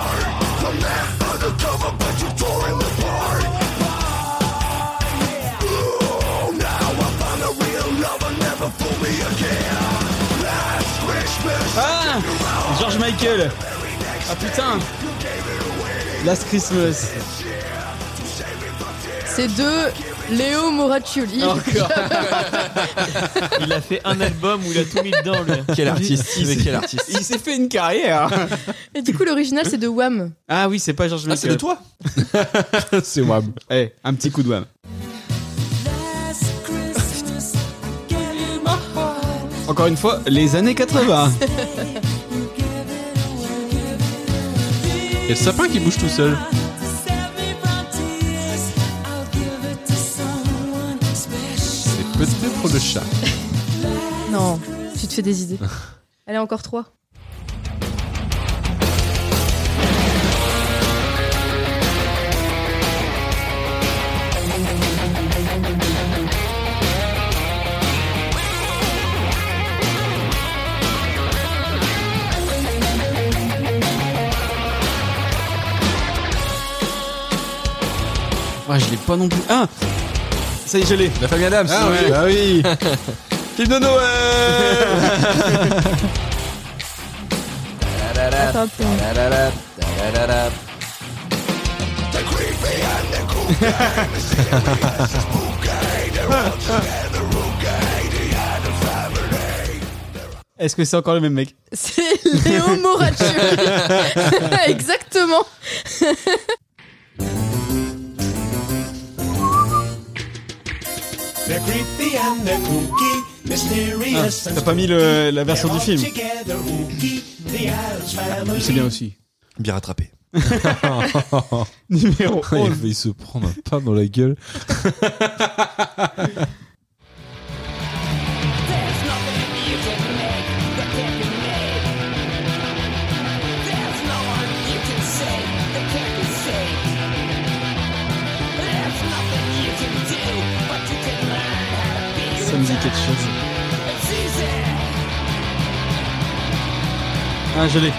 S2: Ah George Michael Ah putain Last Christmas.
S5: C'est de Léo Moraccioli.
S6: Il a fait un album où il a tout mis dedans, lui.
S1: Quel artiste, mais quel artiste.
S2: Il s'est fait une carrière
S5: Et du coup, l'original, c'est de Wham.
S2: Ah oui, c'est pas George Michael.
S1: c'est de toi
S7: C'est Wham.
S2: Eh, un petit coup de wham. Encore une fois, les années 80.
S7: Il y a le sapin qui bouge tout seul. C'est peut-être le chat.
S5: Non, tu te fais des idées. Allez, encore trois.
S2: Ouais, je l'ai pas non plus. Ah Ça y est, je l'ai.
S1: La famille Adams.
S7: Ah oui, ah oui.
S1: Film de Noël
S5: Attends un peu.
S2: Est-ce que c'est encore le même mec
S5: C'est Léo Moraccioli. Exactement.
S2: Ah, T'as pas mis le- la version du film
S4: C'est bien aussi.
S1: Bien rattrapé.
S2: Numéro
S7: Il a
S2: 11.
S7: failli se prendre un pain dans la gueule.
S2: Ça me dit quelque chose. Ah, je l'ai.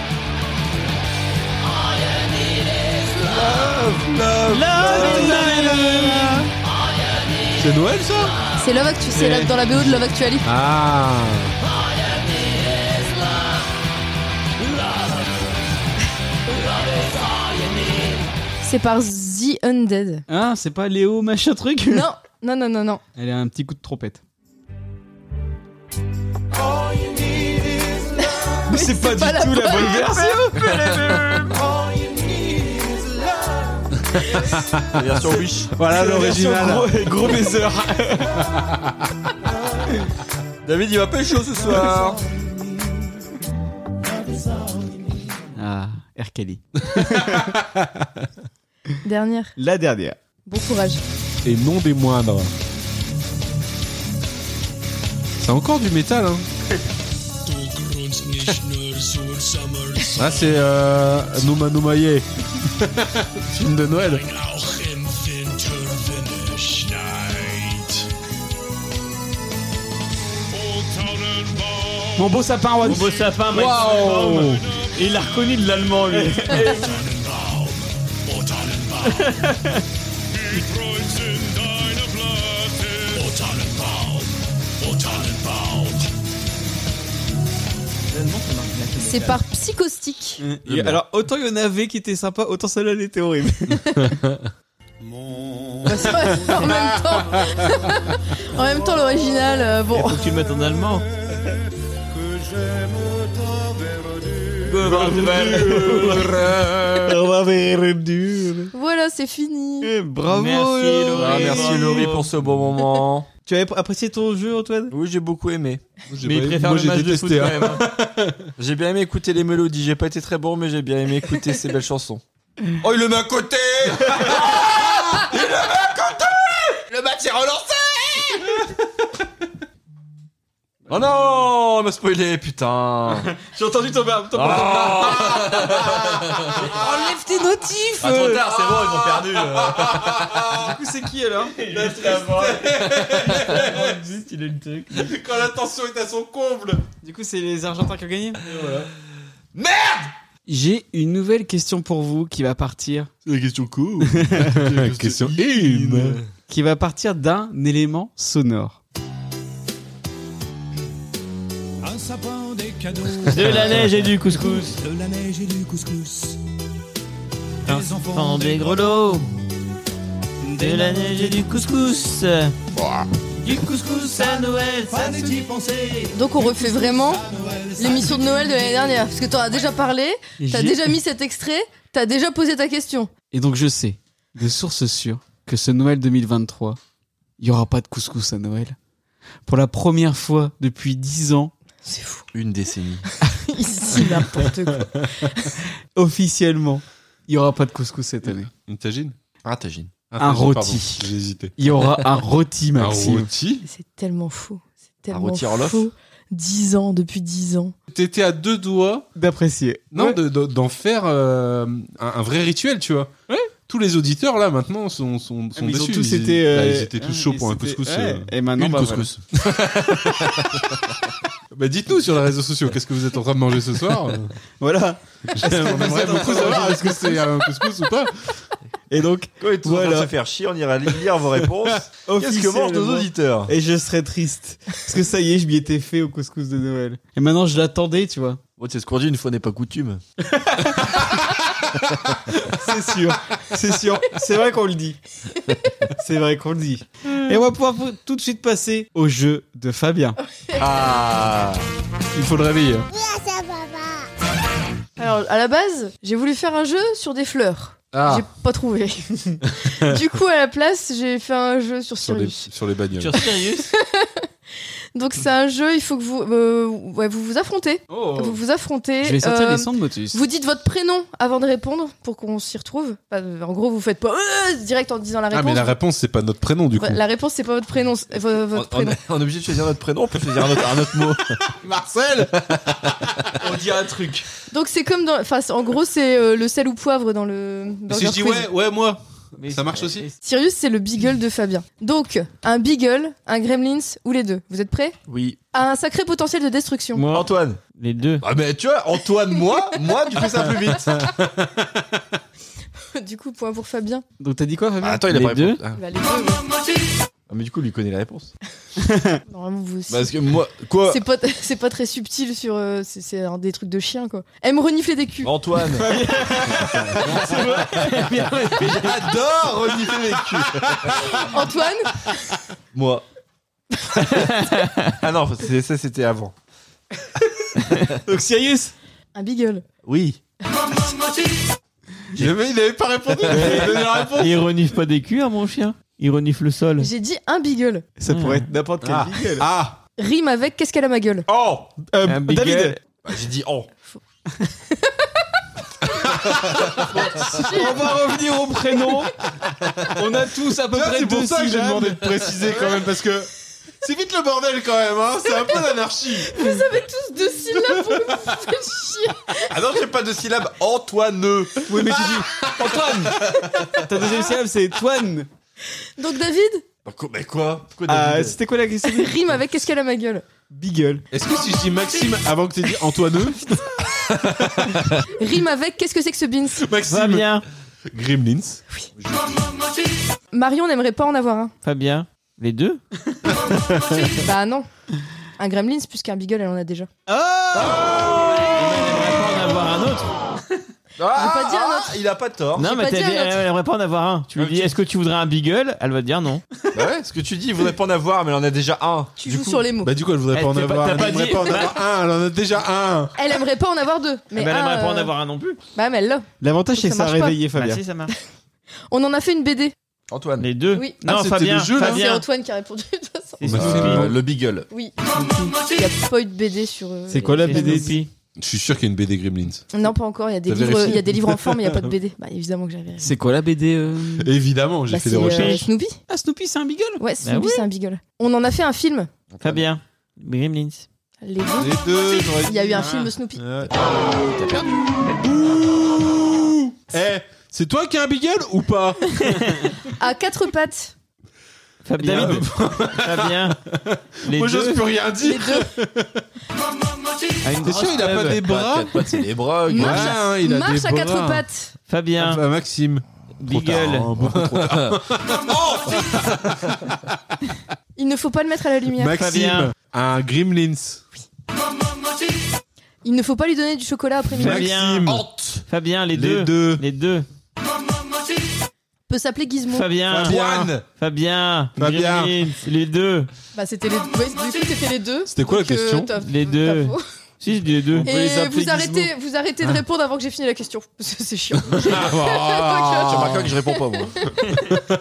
S7: C'est Noël ça
S5: C'est Love Actu- c'est là- dans la BO de Love Actually.
S7: Ah
S5: C'est par The Undead.
S2: Ah, c'est pas Léo machin truc
S5: Non, non, non, non, non.
S2: Elle a un petit coup de trompette. Mais c'est pas,
S5: pas
S2: du
S5: la
S2: tout la
S5: bonne
S2: bonne version
S1: La version Wish. euh,
S7: Voilà l'original.
S2: Gros, gros baiser
S1: David, il va pas chaud ce soir.
S2: Ah, R. Kelly.
S5: Dernière.
S2: La dernière.
S5: Bon courage.
S7: Et non des moindres. C'est encore du métal, hein. Ah, c'est euh, Noma Nomaye. Film de Noël.
S2: Mon beau sapin, Juan.
S6: Mon beau sapin, Max
S7: Waouh
S6: Et il a reconnu de l'allemand, lui.
S5: C'est par Psychostic.
S2: Et Alors, autant il y en avait qui étaient sympas, autant celle-là, elle était horrible.
S5: en même temps. en même temps, l'original, euh, bon.
S6: Faut que tu le mettes en allemand.
S5: Voilà, c'est fini.
S2: Eh, Bravo
S6: Merci, Laurie.
S2: Eh,
S1: Bah, Ah, merci Laurie pour ce bon moment.
S2: Tu avais apprécié ton jeu, Antoine
S1: Oui, j'ai beaucoup aimé.
S6: Mais il préfère le match de foot quand même. hein.
S1: J'ai bien aimé écouter les mélodies. J'ai pas été très bon, mais j'ai bien aimé écouter ces belles chansons. Oh, il le met à côté
S3: Le match est relancé
S1: Oh non, il m'a spoilé, putain
S2: J'ai entendu ton verbe.
S1: Ah.
S5: Ah. Enlève Oh, tes notifs
S3: Pas trop tard, c'est bon, ils ont
S1: Ah
S3: perdu. euh.
S2: Du coup, c'est qui alors
S4: il a le truc.
S7: Quand la tension est à son comble.
S2: Du coup, c'est les Argentins qui ont gagné
S3: Merde
S2: J'ai une nouvelle question pour vous qui va partir
S7: C'est la question cool. question in.
S2: qui va partir d'un élément sonore.
S10: Un sapin, des cadeaux,
S6: De la neige et du couscous.
S10: de la neige et du couscous.
S6: Un
S10: Des
S6: enfant des grelots. De la neige et du couscous. Du couscous à Noël, ça se dit.
S5: Donc on refait vraiment l'émission de Noël de l'année dernière. Parce que t'en as déjà parlé, t'as
S2: J'ai-
S5: déjà mis cet extrait, t'as déjà posé ta question.
S2: Et donc, je sais, de sources sûres, que ce Noël 2023, il n'y aura pas de couscous à Noël. Pour la première fois depuis 10 ans,
S5: C'est fou.
S1: Une décennie.
S5: Ici, n'importe quoi.
S2: officiellement, il n'y aura pas de couscous cette année.
S7: Une tagine
S1: Ah, Tajine.
S7: Ah,
S2: Un
S7: tagine,
S2: rôti.
S7: pardon, J'ai hésité.
S2: Il y aura un rôti,
S7: Un
S2: Maxime.
S7: rôti
S5: Mais C'est tellement fou. C'est tellement
S1: rôti Orloff
S5: fou. 10 ans, depuis 10 ans.
S7: T'étais à deux doigts
S2: D'apprécier.
S7: Non,
S2: Ouais.
S7: de- de- d'en faire euh, un, un vrai rituel, tu vois.
S2: Ouais.
S7: Tous les auditeurs là maintenant sont sont,
S1: Ah,
S7: sont
S2: Ah, Mais ils ont
S7: déçus.
S2: tous
S7: ils,
S2: été.
S7: bah,
S2: euh,
S7: ils étaient tous
S2: ah,
S7: chauds
S2: ils
S7: pour un
S2: étaient-
S7: couscous.
S2: ouais.
S7: euh,
S2: Et maintenant,
S7: une
S2: bah,
S7: couscous. Bah, dites-nous sur les réseaux sociaux, qu'est-ce que vous êtes en train de manger ce soir
S2: Voilà. Voilà.
S7: On aimerait beaucoup savoir est-ce que c'est un couscous ou pas.
S2: Et donc,
S1: Quand ils sont en train de
S2: Voilà.
S1: se faire chier, on ira lire vos réponses. Qu'est-ce que mangent nos
S2: officiellement-
S1: auditeurs
S2: Et je serais triste. Parce que ça y est, je m'y étais fait au couscous de Noël. Et maintenant, je l'attendais, tu vois.
S1: Bon, tu sais ce qu'on dit, une fois n'est pas coutume.
S2: C'est sûr. C'est sûr. C'est vrai qu'on le dit. C'est vrai qu'on le dit. Et on va pouvoir tout de suite passer au jeu de Fabien.
S1: Ah
S7: Il faut le réveiller. hein,
S9: Ah,
S5: Alors, à la base, j'ai voulu faire un jeu sur des fleurs.
S7: Ah,
S5: J'ai pas trouvé. du coup, à la place, j'ai fait un jeu sur
S7: sur les,
S5: Sirius.
S7: sur les bagnoles.
S6: Sur Sirius.
S5: Donc, c'est un jeu, il faut que vous euh, ouais, vous, vous affrontez.
S7: Oh.
S5: Vous vous affrontez.
S2: Je vais sortir
S5: euh,
S2: les sons de Motus.
S5: Vous dites votre prénom avant de répondre pour qu'on s'y retrouve. Enfin, euh, en gros, vous faites pas euh, direct en disant la
S7: Ah,
S5: réponse.
S7: mais la réponse, c'est pas notre prénom du coup.
S5: Ouais, la réponse, c'est pas votre prénom. c'est- vo-
S1: on, on
S5: votre prénom.
S1: est, on est obligé de choisir notre prénom pour choisir un autre, un autre mot.
S2: Marcel On dit un truc.
S5: Donc, c'est comme dans. Enfin, c'est- en gros, c'est euh, le sel ou poivre dans le.
S7: Et si
S5: Burger
S7: je dis
S5: Quiz.
S7: ouais, ouais, moi.
S6: Mais
S7: Ça marche aussi
S5: Sirius, c'est le beagle de Fabien. Donc, un beagle, un gremlins ou les deux. Vous êtes prêts
S1: Oui.
S5: A un sacré potentiel de destruction.
S6: Moi,
S1: Antoine.
S6: les deux.
S1: Ah, mais tu vois, Antoine, moi, moi, tu fais ça plus vite.
S5: du coup, point pour Fabien.
S2: Donc, t'as dit quoi, Fabien
S1: attends, il a
S6: Les
S1: pas répondu. Ah.
S5: Bah, les deux,
S1: Ah, mais du coup, lui connaît la réponse.
S5: normalement, vous aussi.
S1: Bah, Parce que moi, quoi
S5: C'est pas, c'est pas très subtil sur. euh, c'est c'est un des trucs de chien, quoi. Aime renifler des culs.
S1: Antoine.
S6: Bien, ouais.
S1: J'adore renifler les culs.
S5: Antoine,
S1: Moi. ah non, c'est- ça c'était avant.
S2: Donc, Sirius
S5: un beagle.
S1: Oui.
S7: Il avait, il avait pas répondu. Il avait donné la réponse.
S6: Ah, Il renifle pas des culs, hein, mon chien. Il renifle le sol.
S5: J'ai dit un beagle.
S2: Ça
S6: pourrait
S2: pourrait être n'importe quel
S1: Ah. Ah
S5: Rime avec qu'est-ce qu'elle a ma gueule.
S1: Oh
S6: Un big
S2: Euh, David
S6: gueule.
S1: Bah, J'ai dit oh.
S6: Ah.
S2: On va revenir au prénom. On a tous à peu
S7: Là,
S2: près
S7: Ah, C'est pour
S2: deux
S7: ça que j'ai
S2: syllabes.
S7: demandé de préciser quand même parce que c'est vite le bordel quand même. Hein. C'est un peu l'anarchie.
S5: Vous avez tous deux syllabes pour vous faire chier.
S1: Ah non, j'ai pas de syllabe. Antoine.
S2: Oui, mais tu dis Antoine Ta deuxième syllabe, c'est Toine.
S5: Donc, David,
S1: Bah, quoi- mais quoi Pourquoi
S2: Ah,
S7: Euh,
S1: David
S2: C'était quoi la question
S5: rime avec qu'est-ce qu'elle a ma gueule.
S2: Beagle.
S7: Est-ce que si je dis Maxime avant que tu dit Antoineux,
S5: Rime avec qu'est-ce que c'est que ce beans.
S7: Maxime
S6: Fabien.
S7: Gremlins,
S5: Marion n'aimerait pas en avoir un.
S6: Fabien. Les deux
S5: Bah non. Un gremlins, puisqu'un beagle, elle en a déjà.
S6: Elle aimerait pas en avoir un autre.
S5: j'ai pas dit un autre.
S1: Ah, Il a pas tort.
S6: Non, mais
S5: pas
S6: t'as
S5: dit
S6: dit,
S5: un autre.
S6: elle aimerait pas en avoir un.
S2: Ah,
S6: Tu lui dis, est-ce que tu voudrais un beagle Elle va te dire non.
S1: Bah ouais, ce que tu dis, il voudrait pas en avoir, mais il en a déjà un.
S5: Tu joues sur les mots.
S7: Bah du coup elle voudrait
S6: Eh,
S7: pas en
S6: t'es pas-
S7: avoir.
S6: t'as
S7: Elle
S6: pas
S7: voudrait
S6: dit- Bah-
S7: pas en avoir un. Elle en a déjà un.
S5: Elle aimerait pas en avoir deux. Mais
S6: Mais Eh ben, elle
S5: un,
S6: aimerait pas en
S5: euh,
S6: avoir un non plus.
S5: Bah, mais elle l'a.
S2: L'avantage,
S5: Ça
S2: c'est que ça a
S5: marche pas.
S2: réveillé
S6: Bah
S2: Fabien.
S6: si, ça marche.
S5: On en a fait une BD.
S1: Antoine.
S6: Les deux
S5: Oui.
S6: Non,
S7: Ah, c'était
S6: Fabien.
S7: le jeu, là
S5: C'est
S6: Fabien.
S5: Antoine qui a répondu de toute façon.
S6: C'est
S1: Euh,
S2: Bah,
S6: Snoopy.
S1: le Beagle.
S5: Oui. Il y a pas eu de BD sur. euh,
S2: C'est quoi la
S6: C'est
S2: BD
S6: Snoopy.
S7: Je suis sûr qu'il y a une BD Gremlins.
S5: Non, pas encore. Il y a des
S7: T'as
S5: livres,
S7: vérifié
S5: il y a des livres enfants, mais il y a pas de BD. Bah évidemment que j'avais vérifié.
S2: C'est quoi la BD
S7: Évidemment, j'ai
S5: Bah,
S7: fait
S5: c'est
S7: des
S5: euh,
S7: recherches.
S5: Snoopy.
S2: Ah, Snoopy, c'est un beagle
S5: Ouais, Snoopy,
S6: oui.
S5: c'est un beagle. On en a fait un film.
S6: Fabien. Gremlins.
S5: Les deux.
S7: Les deux, j'aurais
S5: Il y a
S7: dit.
S5: eu un film Snoopy.
S7: Ouais. Ouh Eh, c'est toi qui as un beagle ou pas
S5: À quatre pattes.
S6: Fabien.
S7: David.
S6: Fabien. Les
S7: Moi, j'ose
S6: deux.
S7: plus rien
S5: Les
S7: dire.
S5: deux.
S1: Ah,
S6: à une
S7: T'es sûr,
S6: grosse
S7: il a pas
S6: teub.
S7: des bras
S1: Quatre pattes, c'est les bras.
S5: Marche,
S1: gars.
S5: à-
S7: hein, il a
S5: marche
S7: des
S5: à quatre
S7: bras.
S5: pattes.
S6: Fabien.
S7: Enfin, Maxime.
S6: Beagle.
S5: Il ne faut pas le mettre à la lumière.
S7: Maxime.
S6: Fabien.
S7: Un Gremlins.
S5: Il ne faut pas lui donner du chocolat après midi.
S6: Fabien.
S7: Maxime.
S6: Fabien, les,
S7: Les
S6: deux.
S7: deux.
S6: Les deux.
S5: Peut s'appeler Gizmo.
S6: Fabien.
S7: Juan.
S6: Fabien.
S7: Fabien.
S6: Gremlins. Les deux.
S5: Bah c'était les. ouais, du coup c'était les deux.
S7: C'était quoi la
S5: Donc, euh,
S7: question
S5: t'as-
S6: Les
S5: t'as
S6: deux.
S5: faux.
S6: Si, je dis les deux.
S5: Et vous arrêtez, vous arrêtez
S7: Ah.
S5: de répondre avant que j'ai fini la question. Parce que C'est chiant.
S1: Ah, Tu
S5: Donc, euh,
S1: remarqueras que je réponds pas, moi.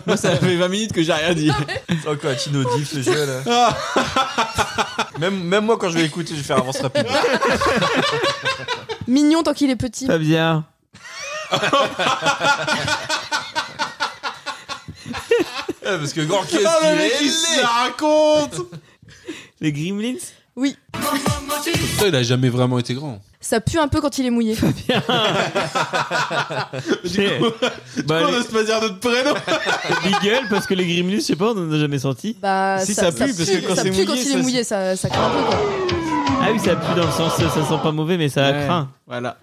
S2: Moi, ça fait 20 minutes que j'ai rien dit.
S1: Oh, quoi, Tino Diff, ce jeu, là. même, même moi, quand je vais écouter, je vais faire avance rapide.
S5: Mignon tant qu'il est petit.
S7: Euh.
S6: Fabien.
S1: Parce que grand
S7: Oh, le mec, il se la raconte
S6: Les Gremlins.
S5: Oui.
S7: Toi, il a jamais vraiment été grand.
S5: Ça pue un peu quand il est mouillé.
S6: Bah,
S7: On
S6: les-
S7: n'ose pas dire notre prénom.
S6: Beagle, parce que les Gremlins, je sais pas, on en a jamais senti.
S5: Bah,
S2: Si, ça pue, parce que quand
S5: ça
S2: c'est
S5: pue
S2: mouillé,
S5: quand il
S2: ça-
S5: est mouillé, ça, ça craint un peu quoi.
S6: Ah oui, ça pue dans le sens, ça sent pas mauvais, mais ça
S2: Ouais.
S6: craint.
S2: Voilà.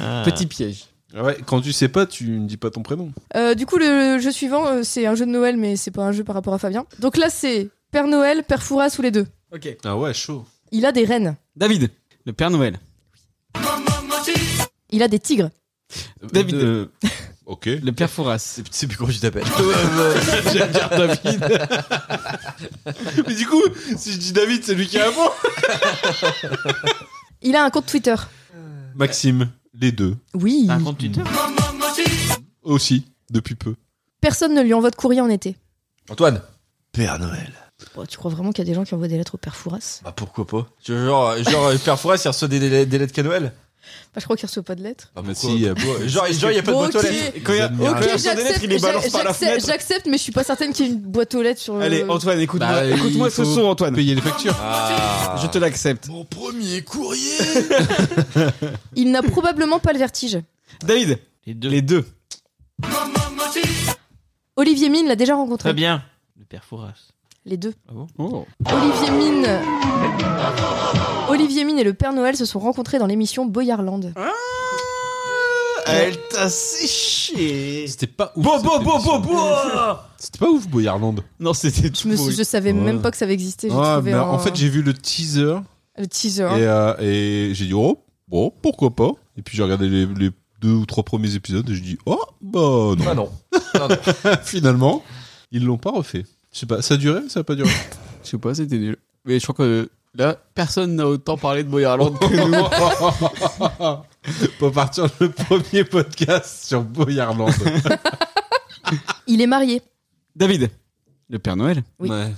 S6: Ah.
S2: Petit piège.
S7: Ouais, quand tu sais pas, tu ne dis pas ton prénom.
S5: Euh, du coup, le jeu suivant, euh, c'est un jeu de Noël, mais c'est pas un jeu par rapport à Fabien. Donc là, c'est Père Noël, Père Fouras ou les deux.
S2: Ok.
S7: Ah ouais, chaud.
S5: Il a des rennes.
S2: David, le Père Noël.
S5: Il a des tigres.
S2: David.
S7: Euh, Ok.
S2: Le Père Fouras.
S1: C'est plus comment tu t'appelles.
S7: J'aime bien David. Mais du coup, si je dis David, c'est lui qui répond.
S5: Il a un compte Twitter.
S7: Maxime, les deux.
S5: Oui.
S6: Un compte Twitter.
S7: Aussi, depuis peu.
S5: Personne ne lui envoie de courrier en été.
S1: Antoine. Père Noël.
S5: Bon, tu crois vraiment qu'il y a des gens qui envoient des lettres au Père Fouras
S1: Bah, pourquoi pas Tu veux, Genre, genre euh, Père Fouras, il reçoit des, des, des lettres qu'à Noël
S5: Bah, je crois qu'il reçoit pas de lettres.
S1: Bah,
S7: Mais
S1: pourquoi
S7: si, euh,
S1: pas Genre, il genre, il y a pas de
S5: Bon,
S1: boîte aux
S5: ok.
S1: lettres.
S2: Quand il y a-
S1: Les
S5: Ok,
S1: admirables.
S2: reçoit des lettres, il les balance par la
S5: j'accepte,
S2: fenêtre.
S5: j'accepte, mais je suis pas certaine qu'il y ait une boîte aux lettres sur le.
S2: Allez, Antoine, écoute-moi
S7: Bah, il
S2: écoute-moi ce
S7: faut-
S2: son, Antoine.
S7: Payer les factures.
S1: Ah.
S2: Je te l'accepte.
S1: Mon premier courrier
S5: Il n'a probablement pas le vertige.
S2: David,
S6: Les deux.
S2: les deux.
S5: Olivier Mine l'a déjà rencontré.
S6: Très bien. Le père Fouras.
S5: Les deux.
S2: Oh.
S5: Olivier Mine. Olivier Mine et le Père Noël se sont rencontrés dans l'émission Boyarland.
S2: Elle t'a séché.
S7: C'était pas ouf.
S2: Bon,
S7: cette
S2: bon, bon,
S7: émission.
S2: bon, bon.
S7: C'était pas ouf, Boyarland.
S2: Non, c'était
S5: Je,
S2: tout.
S5: me,
S2: pourri.
S5: je savais
S7: Ouais.
S5: même pas que ça avait existé. J'ai
S7: Ah,
S5: trouvé
S7: mais
S5: un-
S7: En fait, j'ai vu le teaser
S5: le teaser.
S7: et, euh, et j'ai dit, oh, bon, pourquoi pas. Et puis j'ai regardé les, les deux ou trois premiers épisodes et j'ai dit, oh, bah non.
S1: Bah non.
S7: Finalement, ils l'ont pas refait. Je sais pas, ça a duré ou ça a pas duré
S2: Je sais pas, c'était nul. Mais je crois que là, personne n'a autant parlé de Boyarland que nous.
S7: Pour partir le premier podcast sur Boyarland.
S5: Il est marié.
S2: David, le Père Noël.
S5: Oui.
S7: Ouais.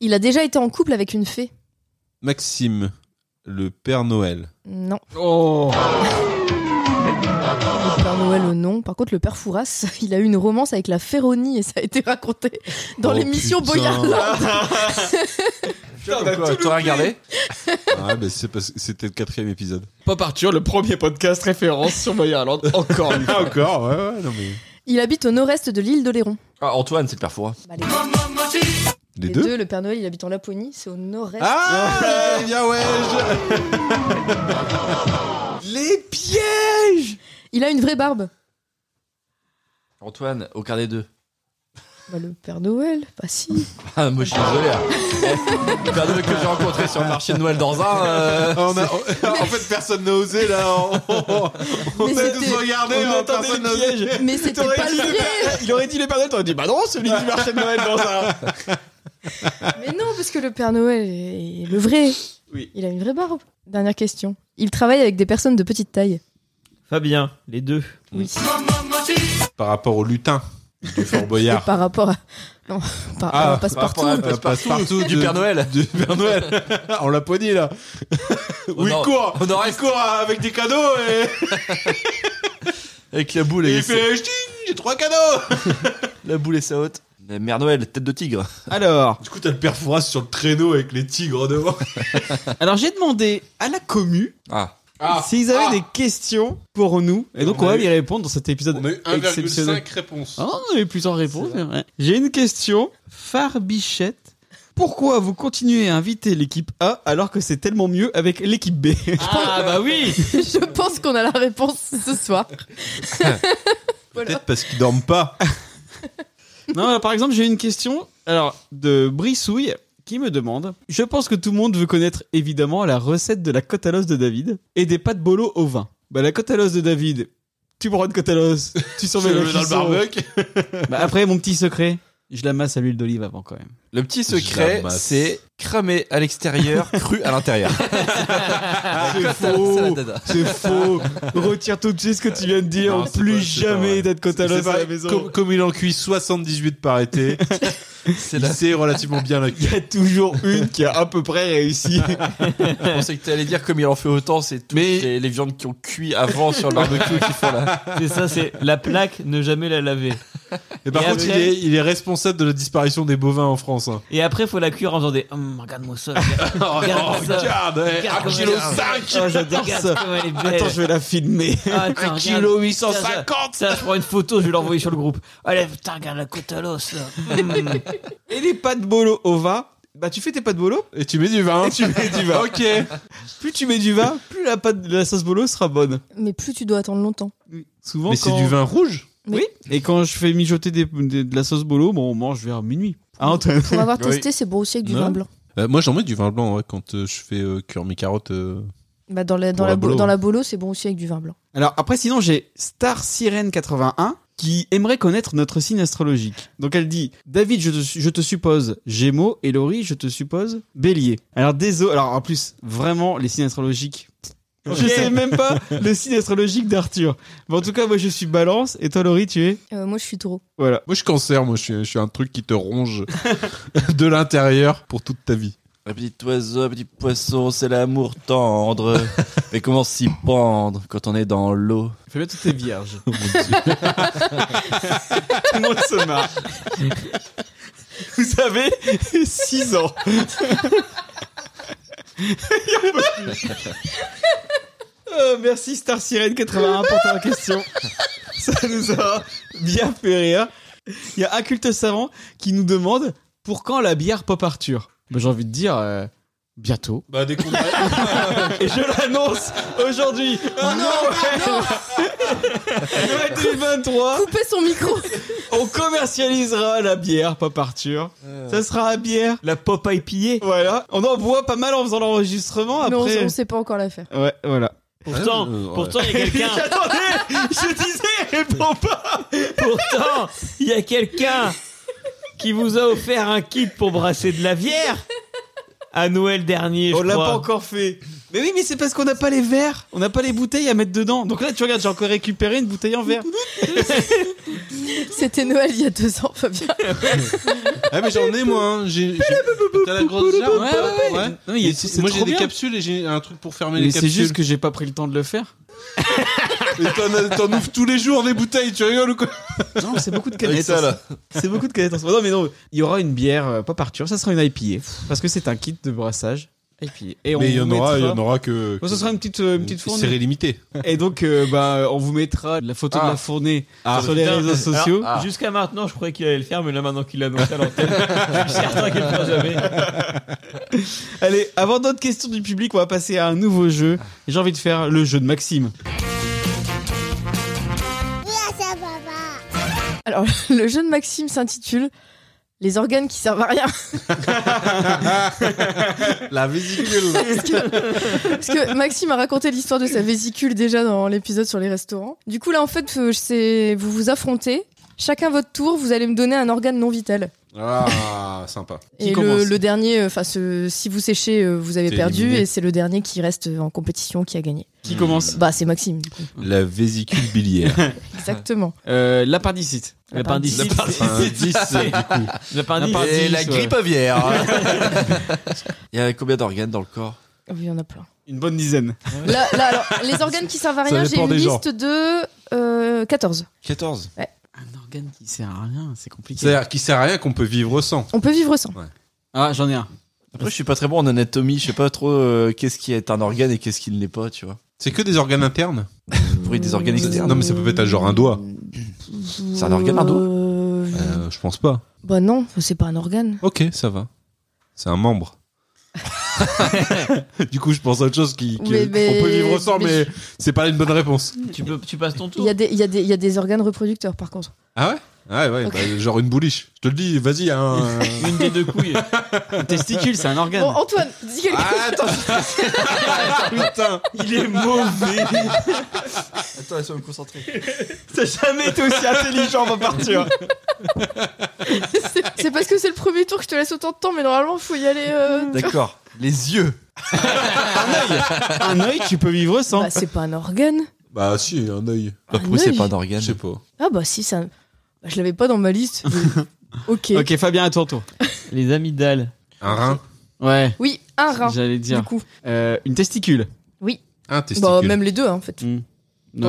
S5: Il a déjà été en couple avec une fée.
S7: Maxime, le Père Noël.
S5: Non.
S2: Oh.
S5: Le Père Noël, euh, non. Par contre, le Père Fouras, il a eu une romance avec la Féronie et ça a été raconté dans
S7: Oh,
S5: l'émission
S7: putain.
S5: Boyarland.
S1: Quoi, T'aurais regardé
S7: Ah, bah, c'est parce que c'était le quatrième épisode.
S2: Pop Arthur, le premier podcast référence sur Boyarland. Encore une fois.
S7: Ah, encore Ouais, ouais, non mais.
S5: Il habite au nord-est de l'île d'Oléron.
S1: Ah, Antoine, c'est le Père Fouras.
S5: Bah, les,
S7: Les,
S5: les
S7: deux,
S5: le Père Noël, il habite en Laponie, c'est au nord-est.
S7: Ah eh Bien ouais je-
S2: Les pièges
S5: Il a une vraie barbe.
S1: Antoine, au quart des deux.
S5: Bah, le Père Noël, bah si.
S1: Ah, moi, je suis désolé. hein. Eh, le Père Noël que j'ai rencontré sur le marché de Noël dans un. euh,
S7: Ah, on a- En fait, personne n'a osé là. On, on- on
S5: Mais
S7: a
S5: c'était-
S7: tous regardé,
S2: On
S7: hein,
S2: entendait
S7: personne
S2: les
S7: n'a osé.
S2: pièges.
S5: Mais c'était
S2: T'aurais
S5: pas
S2: dit
S5: le
S2: le
S5: vrai.
S2: Père- Il aurait dit le Père Noël, t'aurais dit bah non, celui du marché de Noël dans un.
S5: Mais non, parce que le Père Noël est le vrai.
S2: Oui.
S5: Il a une vraie barbe. Dernière question. Il travaille avec des personnes de petite taille.
S6: Fabien. Les deux.
S5: Oui.
S7: Par rapport au lutin. du Fort Boyard.
S5: Par rapport à. Non, par rapport à Passepartout.
S7: euh, Passepartout
S1: Du Père Noël.
S7: Du Père Noël. On l'a poigné là.
S1: On
S7: oui,
S1: en-
S7: quoi
S1: on en reste.
S7: Quoi avec des cadeaux et,
S1: Avec la boule
S7: et
S1: et,
S7: il fait Ch'ting, j'ai trois cadeaux.
S1: la boule et sa haute. La Mère Noël, tête de tigre.
S2: Alors,
S7: Du coup, t'as le Père Fouras sur le traîneau avec les tigres devant.
S2: alors j'ai demandé à la commu
S1: Ah.
S2: s'ils avaient des questions pour nous. Et donc,
S7: On
S2: on,
S7: a
S2: va
S7: eu-
S2: y répondre dans cet épisode
S7: On a eu
S2: exceptionnel.
S7: 1,5 réponses.
S2: Ah, on a eu plusieurs réponses. mais ouais. J'ai une question. Farbichette. Pourquoi vous continuez à inviter l'équipe A alors que c'est tellement mieux avec l'équipe B
S6: Ah bah oui
S5: Je pense qu'on a la réponse ce soir. Voilà.
S7: Peut-être parce qu'ils dorment pas.
S2: Non, alors, par exemple, j'ai une question alors, de Brissouille qui me demande Je pense que tout le monde veut connaître évidemment la recette de la côte à l'os de David et des pâtes bolo au vin. Bah, la côte à l'os de David, tu prends une côte à l'os, tu
S7: Je
S2: surveilles
S7: le
S2: le
S7: mets dans le
S2: cuisson.
S7: barbecue.
S2: Bah, après, mon petit secret, je la masse à l'huile d'olive avant quand même.
S1: Le petit secret,
S7: J'amasse.
S1: c'est cramer à l'extérieur, cru à l'intérieur.
S2: C'est
S1: C'est la
S2: faux
S1: dada.
S2: C'est faux Retire tout de suite ce que tu viens de dire,
S7: Non, c'est
S2: plus
S7: pas- c'est pas
S2: jamais
S7: vrai.
S2: d'être côte à
S7: C'est
S2: l'os à la
S7: pareil,
S2: maison.
S7: comme, comme il en cuit 78 par été,
S1: C'est
S7: il
S1: la
S7: sait relativement bien la
S2: Il y a toujours une qui a à peu près réussi.
S1: Je pensais que t'allais dire comme il en fait autant, c'est toutes
S7: Mais-
S1: les, les viandes qui ont cuit avant sur le barbecue qui font la.
S6: C'est ça, c'est la plaque, ne jamais la laver.
S7: Et par
S6: Et
S7: contre,
S6: après-
S7: il, est, il est responsable de la disparition des bovins en France. hein.
S6: Et après, faut la cuire en faisant des. Hum, regarde-moi ça. Regarde, regarde ça.
S7: Regarde, eh,
S6: Regarde
S7: Oh, un
S6: comment
S7: kilo
S6: elle est.
S7: 5
S2: Oh, j'adore
S6: Regarde
S2: ça.
S6: comme elle est belle.
S2: Attends, je vais la filmer.
S6: Attends, regarde.
S7: 850
S6: Ça, je prends une photo, je vais l'envoyer sur le groupe. Allez, putain, regarde la côte à l'os. là. Hum.
S2: Et les pâtes bolo au vin, bah tu fais tes pâtes bolo,
S7: Et tu mets du vin. tu mets du vin. ok.
S2: plus tu mets du vin, plus la pâte la sauce bolo sera bonne.
S5: Mais plus tu dois attendre longtemps.
S2: Souvent
S7: Mais c'est
S2: quand-
S7: du vin rouge
S2: Oui. Et quand je fais mijoter des- des- de la sauce bolo, bon, on mange vers minuit. Ah Antoine
S5: Pour avoir
S7: Oui.
S5: testé, c'est bon aussi avec du
S7: Non.
S5: vin blanc.
S7: Euh, Moi, j'en mets du vin blanc quand euh, je fais cuire mes carottes. euh.
S5: Bah dans la, dans
S7: Pour
S5: la,
S7: la
S5: bo-
S7: bolo.
S5: dans la bolo, c'est bon aussi avec du vin blanc.
S2: Alors après sinon j'ai Star Sirène 81 qui aimerait connaître notre signe astrologique. Donc elle dit David je te, su- je te suppose Gémeaux et Laurie je te suppose Bélier. Alors désolé alors en plus vraiment les signes astrologiques je sais même pas le signe astrologique d'Arthur. Mais en tout cas moi je suis Balance et toi Laurie tu es
S5: Euh, moi, je suis taureau.
S2: voilà.
S7: Moi, je suis cancer. Moi, je suis, je suis un truc qui te ronge de l'intérieur pour toute ta vie.
S1: Un petit oiseau, un petit poisson, c'est l'amour tendre. Mais comment s'y pendre quand on est dans l'eau
S2: Fais bien toutes tes vierges. tout le monde se marre. Vous avez 6 ans. Euh, merci Star Sirène 81 pour ta question. Ça nous a bien fait rire. Il y a un culte savant qui nous demande pour quand la bière Pop Arthur. Bah, J'ai envie de dire euh, bientôt.
S7: Bah, dès qu'on
S2: Et je l'annonce aujourd'hui.
S6: Oh
S2: non, Noël 2023,
S5: Coupez son micro
S2: on commercialisera la bière Pop Arthur. Ça sera la bière.
S6: Euh. La pop IPA.
S2: Voilà. On en boit pas mal en faisant l'enregistrement
S5: Mais on,
S2: après.
S5: on sait pas encore la faire.
S2: Ouais, voilà.
S6: Pourtant,
S7: Euh, ouais.
S6: pourtant, il y a quelqu'un.
S2: Attendez, je disais, réponds pas.
S6: Pourtant, il y a quelqu'un qui vous a offert un kit pour brasser de la bière à Noël dernier, je
S2: On l'a
S6: crois.
S2: pas Oh, encore fait. Mais oui, mais c'est parce qu'on n'a pas les verres, on n'a pas les bouteilles à mettre dedans. Donc là, tu regardes, j'ai encore récupéré une bouteille en verre.
S5: C'était Noël il y a deux ans, Fabien.
S7: Ah, mais j'en ai, moi. hein. J'ai- j'ai- T'as la grosse jarre
S2: Ouais, ouais, ouais. Non, il y a-
S7: Et
S2: c'est-
S7: si-
S2: c'est
S7: Moi,
S2: trop
S7: j'ai des
S2: bien.
S7: capsules et j'ai un truc pour fermer
S2: Mais
S7: les
S2: c'est
S7: capsules.
S2: juste que j'ai pas pris le temps de le faire.
S7: Et t'en as- t'en ouvres tous les jours des bouteilles. Tu rigoles ou quoi
S2: Non, mais c'est beaucoup de
S7: Avec
S2: canettes.
S7: ça, là.
S2: C'est beaucoup de canettes en ce moment. Non, mais non, il y aura une bière euh, pas Arthur, ça sera une IPA. Parce que c'est un kit de brassage IPA. Et on
S7: Mais il y en
S2: vous
S7: aura, il y
S2: mettra-
S7: en aura que.
S2: Bon, ça sera une petite, euh, une petite
S7: série
S2: fournée.
S7: limitée.
S2: Et donc, euh, bah, on vous mettra la photo de
S7: Ah.
S2: la fournée
S7: Ah,
S2: sur les
S6: putain.
S2: réseaux sociaux.
S6: Alors, Jusqu'à maintenant, je croyais qu'il allait le faire, mais là maintenant qu'il l'a annoncé à l'antenne, je suis certain qu'il le fera jamais.
S2: Allez, avant d'autres questions du public, on va passer à un nouveau jeu. Et J'ai envie de faire le jeu de Maxime.
S9: Ah,
S5: Alors, le jeu de Maxime s'intitule Les organes qui servent à rien.
S7: La vésicule.
S5: Parce que Maxime a raconté l'histoire de sa vésicule déjà dans l'épisode sur les restaurants. Du coup, là, en fait, euh, c'est vous vous affrontez. Chacun votre tour, vous allez me donner un organe non vital.
S7: Ah, sympa.
S2: Qui
S5: et le,
S2: commence
S5: le dernier, euh, enfin, ce- si vous séchez, euh, vous avez
S7: T'es
S5: perdu,
S7: éliminé.
S5: et c'est le dernier qui reste euh, en compétition qui a gagné.
S2: Qui commence
S5: Bah, c'est Maxime, du coup.
S7: La vésicule biliaire.
S5: Exactement.
S2: Euh, L'appendicite.
S6: L'appendicite.
S7: L'appendicite,
S6: c'est-
S7: du coup.
S6: L'appendicite.
S1: Et la
S2: ouais.
S1: grippe aviaire. Il y a combien d'organes dans le corps
S5: Ah Oui, il y en a plein.
S2: Une bonne dizaine.
S5: Là, là, alors, les organes qui servent à rien, j'ai
S2: dépend des
S5: une liste de euh, 14.
S1: 14.
S2: Un organe qui sert à rien, c'est compliqué.
S7: C'est-à-dire qui sert à rien qu'on peut vivre sans.
S5: On peut vivre sans.
S2: Ah, j'en ai un.
S1: Après, je suis pas très bon en anatomie. Je sais pas trop euh, qu'est-ce qui est un organe et qu'est-ce qui ne l'est pas, tu vois.
S7: C'est que des organes internes.
S1: Pour des organes externes.
S7: Non, mais ça peut être genre un doigt.
S1: C'est un organe, un doigt
S5: Euh,
S7: Euh, je pense pas.
S5: Bah non, c'est pas un organe.
S7: Ok, ça va. C'est un membre. du coup, je pense à autre chose qui, qui-
S5: Mais- mais-
S7: on peut vivre sans, mais,
S5: mais
S7: c'est pas une bonne réponse.
S6: Tu, peux, tu passes ton
S5: Il
S6: tour.
S5: y, a des- il y a des- il y a des organes reproducteurs, par contre.
S7: Ah ouais Ah ouais, ouais, bah, genre une bouliche. Je te le dis, vas-y. Un...
S6: Une des deux couilles.
S2: Un testicule, c'est un organe.
S5: Bon, Antoine, dis quelque chose.
S7: ah, attends, putain.
S2: il est mauvais.
S1: Attends, laisse-moi me concentrer.
S2: T'as jamais été aussi intelligent, va partir.
S5: C'est- C'est parce que c'est le premier tour que je te laisse autant de temps, mais normalement, faut y aller. euh,
S1: D'accord. Les yeux.
S2: Un œil, tu peux vivre sans.
S5: Bah, c'est pas un organe.
S7: Bah si, un œil.
S5: Un
S1: Pourquoi c'est
S5: œil.
S1: pas un organe
S7: Je sais pas.
S5: Ah bah si, ça. Bah, je l'avais pas dans ma liste. mais- ok.
S2: ok, Fabien, à ton tour.
S6: Les amygdales.
S7: Un rein.
S2: Ouais,
S5: Oui, un rein.
S2: j'allais
S5: Ah, Du
S2: dire.
S5: coup.
S2: Euh, une testicule.
S7: Un testicule.
S5: Bah, même les deux, hein, en fait. Dans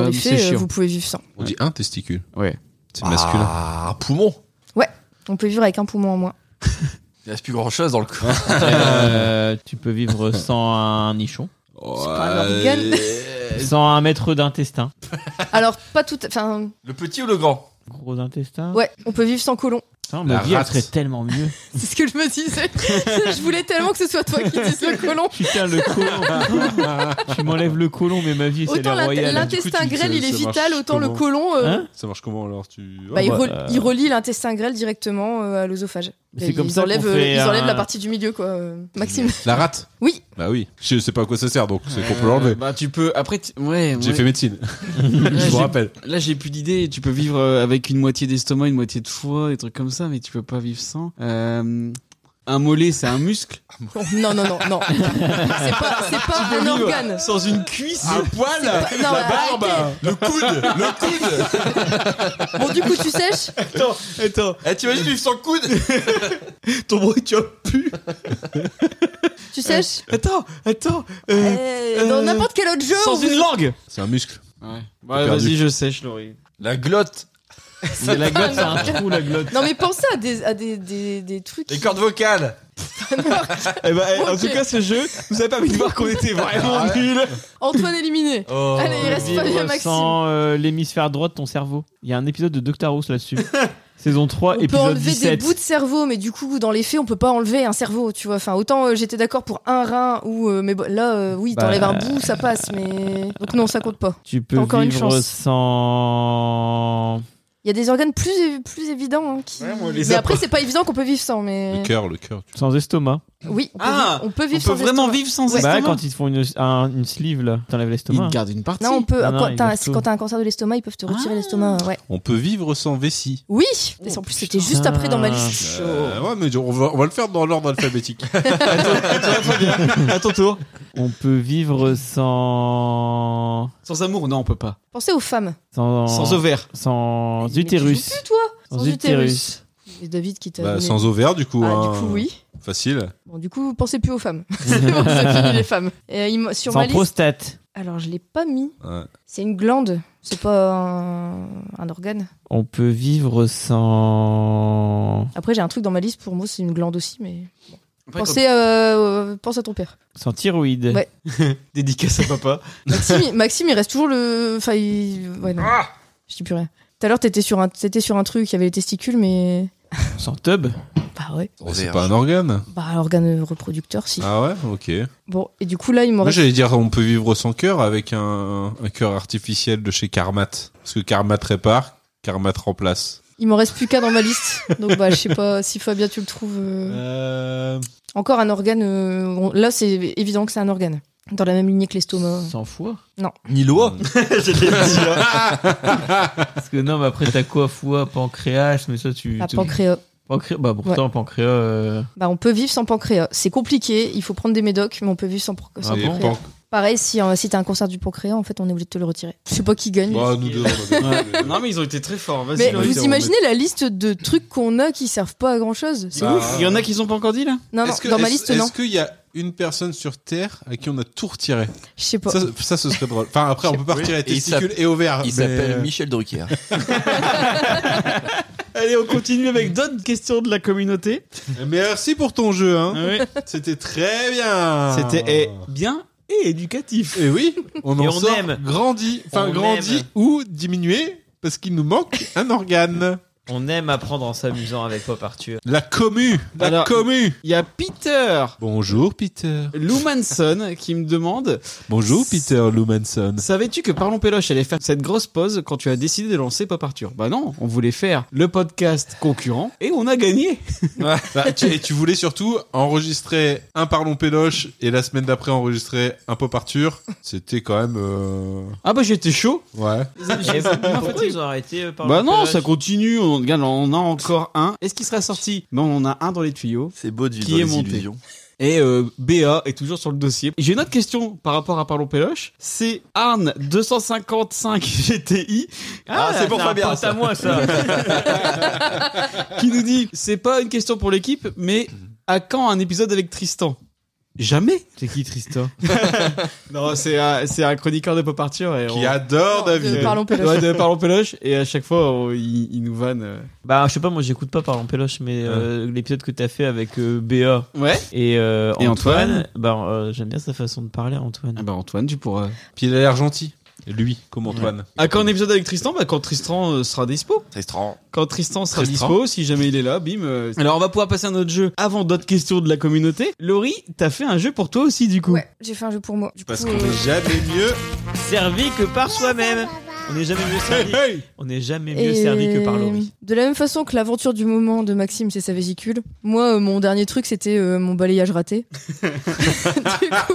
S2: Non,
S5: les
S2: mais c'est
S5: faits, euh,
S2: chiant.
S5: vous pouvez vivre sans.
S7: On dit un testicule.
S2: Ouais.
S7: C'est masculin.
S1: Ah, un poumon.
S5: On peut vivre avec un poumon en moins.
S1: Il reste plus grand chose dans le corps.
S6: Euh, tu peux vivre sans un nichon.
S5: C'est pas un organe.
S6: Sans un mètre d'intestin.
S5: Alors, pas tout. Enfin,
S1: Le petit ou le grand
S6: Gros intestin.
S5: ouais, on peut vivre sans colon.
S6: Putain,
S7: La
S6: ma vie, elle
S7: rate.
S6: serait tellement mieux.
S5: C'est ce que je me disais. je voulais tellement que ce soit toi qui dises le colon.
S6: Putain, le colon. tu m'enlèves le colon, mais ma vie, c'est
S5: Autant
S6: la
S5: l'int-
S6: royale.
S5: l'intestin
S7: Du coup, tu-
S5: grêle, il est
S7: ça marche
S5: vital, autant le
S7: comment
S5: colon. euh,
S6: Hein
S7: Ça marche comment alors tu...
S5: bah, il,
S6: bah,
S5: re-
S6: euh,
S5: il relie l'intestin grêle directement euh, à l'œsophage.
S6: C'est
S5: Et
S6: comme
S5: ils
S6: ça qu'on
S5: enlèvent, euh,
S6: fait
S5: ils enlèvent
S6: un-
S5: la partie du milieu, quoi. euh, Maxime.
S7: La rate
S5: Oui. Euh,
S7: Bah oui. Je sais pas à quoi ça sert, donc c'est qu'on peut l'enlever.
S2: Bah, tu peux. Après, tu- ouais.
S7: J'ai
S2: ouais.
S7: fait médecine.
S2: Là,
S7: Je vous
S2: j'ai-
S7: rappelle.
S2: Là, j'ai plus d'idées. Tu peux vivre euh, avec une moitié d'estomac, une moitié de foie, des trucs comme ça, mais tu peux pas vivre sans. Euh, un mollet, c'est un muscle.
S5: Non, non, non, non. C'est pas, c'est pas un
S2: vivre
S5: organe.
S2: Sans une cuisse.
S7: poil
S5: Ah, Pas- non, arrêtez.
S7: Le coude Le coude
S5: Bon, du coup, tu sèches
S2: Attends, attends.
S1: Eh, t'imagines vivre sans coude
S2: Ton bruit, tu as pu.
S5: Tu sèches
S2: Attends, attends. euh,
S5: Euh, Dans n'importe quel autre jeu.
S2: sans
S5: on vous-
S2: une langue.
S7: C'est un muscle.
S2: Ouais.
S7: perdu.
S2: vas-y, je sèche, Laurie.
S1: La glotte.
S6: C'est la glotte, c'est un trou, la glotte.
S5: Non, mais pensez à des, à des, des, des trucs.
S1: Les cordes vocales.
S2: Eh ben, eh, En
S5: Ok.
S2: tout cas, ce jeu nous a permis de voir qu'on était vraiment Ah, nuls.
S5: Antoine éliminé.
S1: Oh.
S5: Allez, il reste Fabien
S6: Vivre
S5: Maxime.
S6: sans euh, l'hémisphère droit de ton cerveau. Il y a un épisode de Doctor House là-dessus. Saison 3,
S5: On peut
S6: Oh, épisode
S5: enlever des
S6: 17.
S5: bouts de cerveau, mais du coup, dans les faits, on peut pas enlever un cerveau, tu vois. Enfin, autant euh, j'étais d'accord pour un rein ou. euh, mais bon, là, euh, oui,
S6: Bah,
S5: t'enlèves un bout, ça passe, mais. Donc, non, ça compte pas.
S6: Tu peux
S5: T'as encore une
S6: vivre
S5: chance.
S6: sans.
S5: Il y a des organes plus, évi- plus évidents. hein, qui... mais après, c'est pas évident qu'on peut vivre sans, mais.
S7: Le cœur, le cœur.
S6: sans estomac.
S5: Oui, on peut
S2: Ah,
S5: vivre- on peut
S2: On
S5: vivre
S2: peut
S5: sans
S2: vraiment
S5: estomac.
S2: vivre sans
S5: Ouais.
S6: Bah,
S2: estomac.
S6: quand ils te font une, un- une sleeve là, t'enlèves
S2: Il
S6: l'estomac.
S2: garde une partie.
S5: Non, on peut.
S6: Non, Ah non,
S5: quand t'as un-
S6: exactement.
S5: quand t'as un cancer de l'estomac, ils peuvent te retirer
S2: Ah.
S5: l'estomac, ouais.
S7: On peut vivre sans vessie.
S5: Oui mais En plus, c'était juste
S6: putain.
S5: après dans ma liste.
S7: Euh, ouais, mais on va, on va le faire dans l'ordre alphabétique.
S2: À ton tour.
S6: On peut vivre sans.
S2: Sans amour, non, on peut pas.
S5: Pensez aux femmes.
S6: Sans.
S2: Sans ovaire.
S6: sans
S5: Mais tu
S6: utérus.
S5: joues plus, toi
S6: Sans
S5: Sans
S6: utérus.
S5: utérus. Et David qui t'a.
S7: Bah,
S5: donné-
S7: sans ovaire, du coup.
S5: Ah,
S7: hein.
S5: du coup, oui.
S7: Facile.
S5: Bon, du coup, pensez plus aux femmes. c'est bon, ça finit les femmes. Et euh, il m'a- sur ma
S6: Sans
S5: liste.
S6: prostate.
S5: Alors, je l'ai pas mis.
S7: Ouais.
S5: C'est une glande. C'est pas un, un organe.
S6: On peut vivre sans.
S5: Après, j'ai un truc dans ma liste. Pour moi, c'est une glande aussi, mais.
S2: Après,
S5: Pensez, euh, euh, pense à ton père.
S6: Sans thyroïde.
S5: Ouais.
S2: quand- Dédicace à papa.
S5: Maxime, il- Maxime, il reste toujours le. Enfin, il... ouais, non. Je dis plus rien. Tout à l'heure, t'étais sur un, t'étais sur un truc. Il y avait les testicules, mais.
S6: Sans tub.
S5: Bah ouais.
S7: Bah, c'est pas un organe.
S5: Bah, organe reproducteur, si.
S7: Ah ouais, ok.
S5: Bon, et du coup, là, il m'en
S7: Moi,
S5: reste.
S7: j'allais dire, on peut vivre sans cœur avec un, un cœur artificiel de chez Karmat. Parce que Karmat répare, Karmat remplace.
S5: Il m'en reste plus qu'un dans ma liste. Donc, bah, je sais pas si Fabien, tu le trouves. euh,
S2: Euh,
S5: Encore un organe. euh, on- Là, c'est évident que c'est un organe. Dans la même lignée que l'estomac.
S6: Sans foie.
S1: Ni l'oie.
S6: Parce que non, mais après, t'as quoi Foie, pancréas, mais ça, tu.
S5: Ah,
S6: tu-
S5: pancréas.
S6: pancré- Bah, pourtant, pancréas. euh,
S5: Bah, on peut vivre sans pancréas. C'est compliqué. Il faut prendre des médocs, mais on peut vivre sans, pan- sans
S6: Ah
S7: Et
S6: bon
S5: pancréas.
S7: pan-
S5: Pareil, si, euh, si t'as un concert du Procréant, en fait, on est obligé de te le retirer. Je sais pas qui gagne.
S7: Bah, nous deux, on a
S2: Ouais. Non, mais ils ont été très forts. Vas-y,
S5: mais
S2: Loïc.
S5: vous imaginez la liste de trucs qu'on a qui servent pas à grand chose C'est
S7: Bah,
S5: ouf.
S2: Il y en a qui sont pas encore dit là
S5: Non, non,
S7: Est-ce que-
S5: dans ma
S7: est-ce-
S5: liste, non.
S7: Est-ce qu'il y a une personne sur Terre à qui on a tout retiré
S5: Je sais pas.
S7: ça, ça, ce serait drôle. Enfin, après, on peut partir à
S1: Et il
S7: testicules et ovaires.
S1: Il
S7: mais- euh,
S1: s'appelle Michel Drucker.
S2: Allez, on continue avec d'autres questions de la communauté.
S7: Merci pour ton jeu, hein.
S2: Ah oui.
S7: C'était très bien.
S2: C'était
S6: Ah.
S2: eh, bien et éducatif.
S7: Et oui, on en
S6: Et on
S7: sort
S6: aime.
S7: grandi, enfin
S6: On
S7: grandi
S6: aime.
S7: ou diminué parce qu'il nous manque un organe.
S6: On aime apprendre en s'amusant avec Pop Arthur.
S7: La commu, la
S2: Alors-
S7: commu.
S2: Il y a Peter
S7: Bonjour Peter.
S2: Lumanson qui me demande
S7: Bonjour Peter Lumanson.
S2: Savais-tu que Parlons Péloche allait faire cette grosse pause quand tu as décidé de lancer Pop Arthur Bah non, on voulait faire le podcast concurrent et on a gagné
S7: Bah, tu- et tu voulais surtout enregistrer un parlon péloche et la semaine d'après enregistrer un pop Arthur. C'était quand même euh,
S2: Ah bah j'étais chaud
S7: ouais.
S6: Et pourquoi ils ont arrêté euh, par
S2: Bah
S6: le
S2: non,
S6: Péloche
S2: ça continue, on, regarde, on en a encore un. Est-ce qu'il sera sorti Bah on en a un dans les tuyaux.
S1: C'est beau de vivre
S2: Qui
S1: dans
S2: est
S1: les
S2: monté
S1: illusions.
S2: Et euh, BA est toujours sur le dossier. J'ai une autre question par rapport à Parlons Péloche. C'est Arne 255 GTI
S1: Ah, c'est pour
S6: un
S1: Fabien,
S6: pote
S1: ça.
S6: à moi ça.
S2: qui nous dit c'est pas une question pour l'équipe, mais à quand un épisode avec Tristan Jamais. C'est qui Tristan Non, c'est un, c'est un chroniqueur de Pop Arthur et on-
S7: Qui adore
S5: Non,
S7: David.
S5: de- Euh, Parlons Péloche.
S2: Ouais, de Parlons Péloche et à chaque fois on- il, il nous vanne. euh.
S6: bah je sais pas, moi j'écoute pas Parlons Péloche, mais euh, l'épisode que t'as fait avec euh, BA
S2: Ouais.
S6: et, euh,
S2: Et
S6: Antoine, bah euh, j'aime bien sa façon de parler Antoine.
S2: Ah bah Antoine, tu pourras.
S7: Puis il a l'air gentil. Lui, comme Antoine.
S2: À quand un épisode avec Tristan Bah quand Tristan euh, sera dispo.
S1: Tristan.
S2: Quand Tristan sera
S7: Tristan.
S2: dispo, si jamais il est là, bim. euh. Alors on va pouvoir passer à notre jeu avant d'autres questions de la communauté. Laurie, t'as fait un jeu pour toi aussi du coup.
S5: Ouais, j'ai fait un jeu pour moi. Du
S7: Parce
S5: coup,
S7: qu'on
S5: euh,
S7: est jamais mieux.
S6: Servi que par soi-même. On n'est jamais mieux servi.
S7: Hey
S6: On n'est jamais mieux
S5: Et
S6: servi que par Laurie.
S5: De la même façon que l'aventure du moment de Maxime, c'est sa vésicule. Moi, euh, mon dernier truc, c'était euh, mon balayage raté. du coup,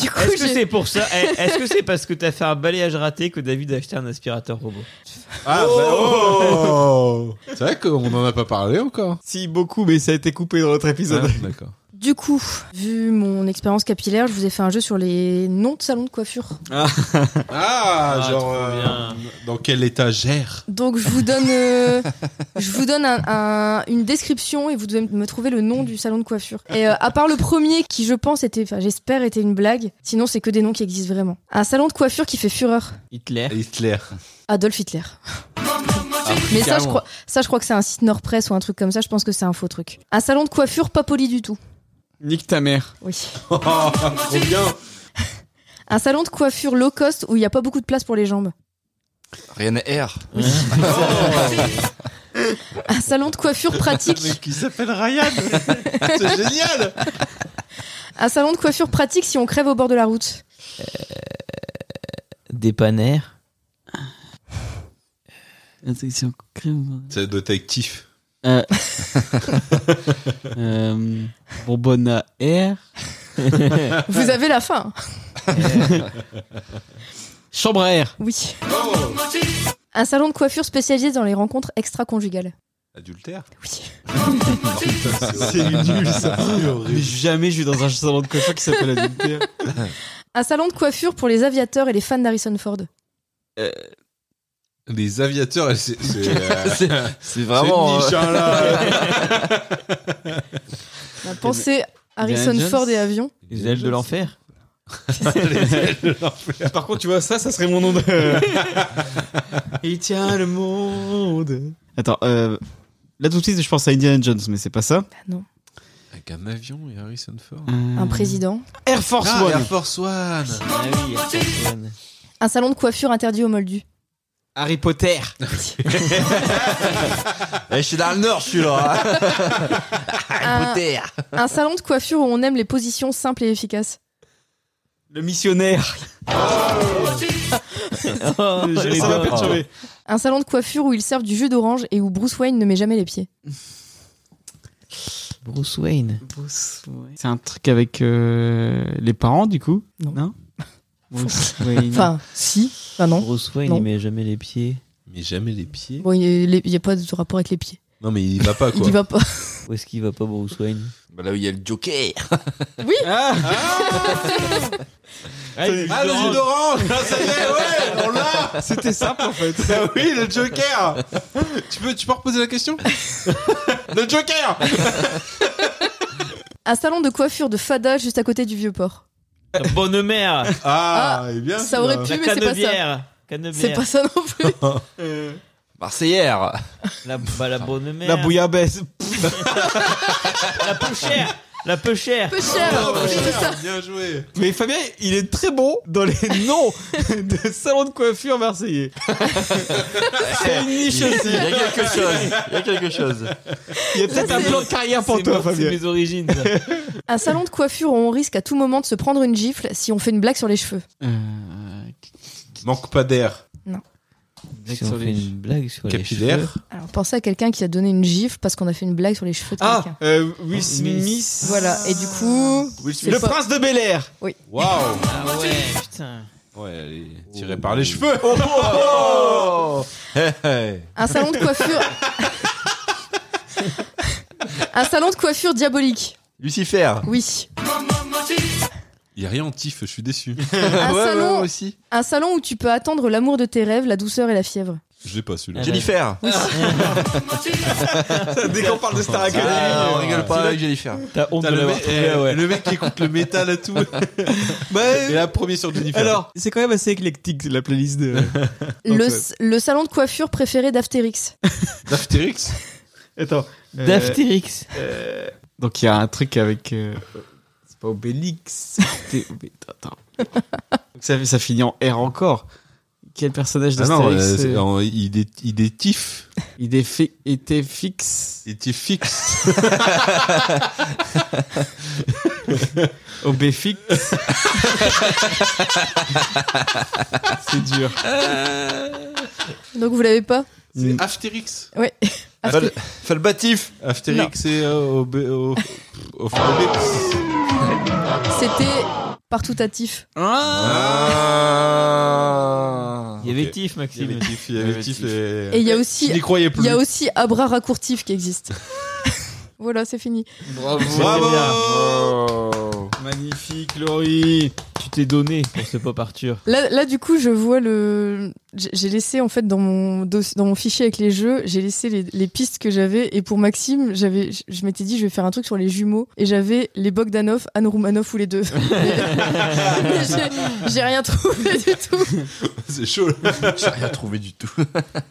S5: du coup,
S6: Est-ce que
S5: j'ai-
S6: c'est pour ça Eh, Est-ce que c'est parce que t'as fait un balayage raté que David a acheté un aspirateur robot
S7: Ah bah, oh C'est vrai qu'on n'en a pas parlé encore.
S2: Si beaucoup, mais ça a été coupé dans l'autre épisode.
S6: Hein
S7: Ah, D'accord.
S5: du coup, vu mon expérience capillaire, je vous ai fait un jeu sur les noms de salons de coiffure.
S7: Ah,
S6: Ah,
S7: genre
S6: trop
S7: euh,
S6: bien.
S7: dans quel étagère
S5: Donc je vous donne, euh, je vous donne un- un- une description et vous devez me trouver le nom du salon de coiffure. Et euh, à part le premier qui je pense était, enfin j'espère était une blague, sinon c'est que des noms qui existent vraiment. Un salon de coiffure qui fait fureur.
S6: Hitler.
S7: Hitler.
S5: Adolf Hitler. Mais ça je, crois, ça, je crois que c'est un site Nord-Presse ou un truc comme ça. Je pense que c'est un faux truc. Un salon de coiffure pas poli du tout.
S2: Nique ta mère.
S5: Oui.
S7: Oh, Trop bien.
S5: Un salon de coiffure low cost où il n'y a pas beaucoup de place pour les jambes.
S1: Rien à R.
S5: Un salon de coiffure pratique.
S7: Qui s'appelle Ryan. C'est génial.
S5: Un salon de coiffure pratique si on crève au bord de la route.
S6: Des panaires.
S7: C'est détective.
S2: Euh... euh... Bourbonna Air.
S5: Vous avez la fin.
S2: Chambre à air.
S5: Oui. Un salon de coiffure spécialisé dans les rencontres extra-conjugales.
S7: Adultère.
S5: Oui.
S2: C'est nul ça. Mais jamais je vais dans un salon de coiffure qui s'appelle Adultère.
S5: Un salon de coiffure pour les aviateurs et les fans d'Harrison Ford.
S7: Les aviateurs, c'est c'est, euh,
S1: C'est- C'est
S7: c'est
S1: vraiment. euh,
S7: une niche, hein, là.
S5: On a pensé Harrison
S2: Indiana Jones.
S5: Ford et avion.
S6: Les ailes de l'enfer.
S7: euh,
S2: Par contre, tu vois, ça, ça serait mon nom de. Il tient le monde. Attends, euh... là tout de suite, je pense à Indiana Jones, mais c'est pas ça.
S7: Avec un avion et Harrison Ford.
S2: Mmh.
S5: Un président.
S2: Air Force
S7: Ah,
S2: One.
S7: Air Force One.
S6: Ah oui, Antoine.
S5: Un salon de coiffure interdit aux moldus.
S2: Harry Potter.
S1: Eh, je suis dans le Nord, je suis là. hein.
S5: Un, un salon de coiffure où on aime les positions simples et efficaces.
S2: Le missionnaire.
S6: Oh,
S2: Ça
S6: les
S2: m'a
S6: dents.
S2: perturbé.
S5: Un salon de coiffure où ils servent du jus d'orange et où Bruce Wayne ne met jamais les pieds.
S6: Bruce Wayne.
S2: C'est un truc avec euh, les parents, du coup
S5: Non.
S2: Bruce Wayne.
S5: Enfin, si. Enfin, non.
S6: Bruce Wayne,
S5: Non.
S6: il met jamais les pieds.
S7: Mais jamais les pieds.
S5: Bon, il n'y a pas de rapport avec les pieds.
S7: Non, mais il va pas
S5: Il
S7: quoi.
S5: y va pas.
S6: Où est-ce qu'il va pas, Bruce Wayne
S1: Bah, là où il y a le Joker.
S2: Ah
S7: Ah, le jus d'orange Ah, Ça y est, ouais, on l'a
S2: C'était simple en fait.
S7: Bah oui, le Joker Tu peux, tu peux reposer la question Le Joker
S5: Un salon de coiffure de Fada juste à côté du vieux port.
S6: La Bonne mère
S7: Ah,
S5: Ah,
S7: eh bien
S5: ça aurait
S7: celui-là.
S5: pu,
S6: La
S5: mais c'est pas ça.
S6: canebière
S5: C'est
S6: Canebière
S5: pas ça non plus.
S1: Marseillère.
S6: La, bah, la bonne mère
S2: La bouillabaisse.
S6: La peu chère La peu chère
S5: Peu cher.
S7: Oh,
S5: oui, c'est ça.
S7: Bien joué
S2: Mais Fabien, il est très bon dans les noms de salons de coiffure marseillais. C'est une niche
S1: Il
S2: aussi.
S1: y a quelque chose. Il y a quelque chose.
S2: Il y a peut-être
S5: Ça,
S2: un
S5: c'est-
S2: plan de carrière pour
S6: C'est
S2: toi,
S6: mon-
S2: Fabien.
S6: C'est mes origines. ça.
S5: Un salon de coiffure où on risque à tout moment de se prendre une gifle si on fait une blague sur les cheveux.
S2: Euh,
S7: Manque pas d'air.
S6: Si on fait une blague sur les cheveux.
S7: Capillaire.
S5: Alors pensez à quelqu'un qui a donné une gifle parce qu'on a fait une blague sur les cheveux de
S2: Ah,
S5: quelqu'un.
S2: euh, Will Smith.
S5: Voilà, et du coup, c'est
S2: Le
S5: pas-
S2: prince de Bel Air.
S7: Waouh Oh.
S6: Ah ouais, putain.
S7: Ouais, elle est tirée par les cheveux Oh.
S5: un salon de coiffure. un salon de coiffure diabolique.
S1: Lucifer.
S5: Oui.
S7: Il y a rien en tif, je suis déçu.
S5: Un
S1: ouais, ouais,
S5: salon,
S1: aussi.
S5: un salon où tu peux attendre l'amour de tes rêves, la douceur et la fièvre.
S7: Je l'ai pas celui-là.
S6: Ah,
S1: Jennifer.
S2: Dès qu'on parle de Star Academy.
S1: Ah, on
S7: ouais.
S1: rigole pas avec Jennifer.
S6: T'as honte de
S7: Putain, le,
S6: l'avoir
S7: mec,
S6: trouvé,
S7: eh,
S6: ouais.
S7: le mec qui écoute le métal à tout.
S2: Euh, Bah,
S7: Et là, premier sur Jennifer.
S2: alors, c'est quand même assez éclectique la playlist de.
S5: Le,
S2: ouais.
S5: le salon de coiffure préféré d'Aftérix.
S7: D'Aftérix
S2: Attends. euh,
S6: D'Aftérix.
S2: euh, Donc il y a un truc avec. euh, C'est pas Obélix. C'était Obé- Attends. Donc, ça, ça finit en R encore. Quel personnage
S7: Ah non,
S2: d'Astérix
S7: euh, c'est-
S2: euh,
S7: en- il est, il est tif.
S2: Il est fi- était fixe.
S7: Il était fixe.
S2: Obéfixe. c'est dur.
S5: Donc vous l'avez pas Ah,
S2: Mm.
S7: Aftérix.
S5: Ouais.
S1: Fal- Falbatif.
S7: Aftérix, c'est euh, au, B- au, au- au-
S5: C'était partoutatif.
S1: Ah.
S6: Il y avait
S7: ok.
S6: Tiff,
S7: Il y
S6: Maxime.
S7: avait tif, il y avait tif.
S5: Et il y a
S7: Je n'y
S5: aussi,
S7: croyais
S5: il
S7: plus.
S5: y a aussi Abra raccourtif qui existe. voilà, c'est fini.
S7: Bravo
S2: Magnifique, Laurie.
S6: Tu t'es donné pour ce pop Arthur.
S5: Là, là, du coup, je vois le. J'ai j'ai laissé, en fait, dans mon, dossi- dans mon fichier avec les jeux, j'ai laissé les, les pistes que j'avais. Et pour Maxime, j'avais, je- je m'étais dit, je vais faire un truc sur les jumeaux. Et j'avais les Bogdanov, Anne Roumanoff ou les deux. Mais j'ai- j'ai rien trouvé du tout.
S7: C'est chaud. là.
S1: J'ai rien trouvé du tout.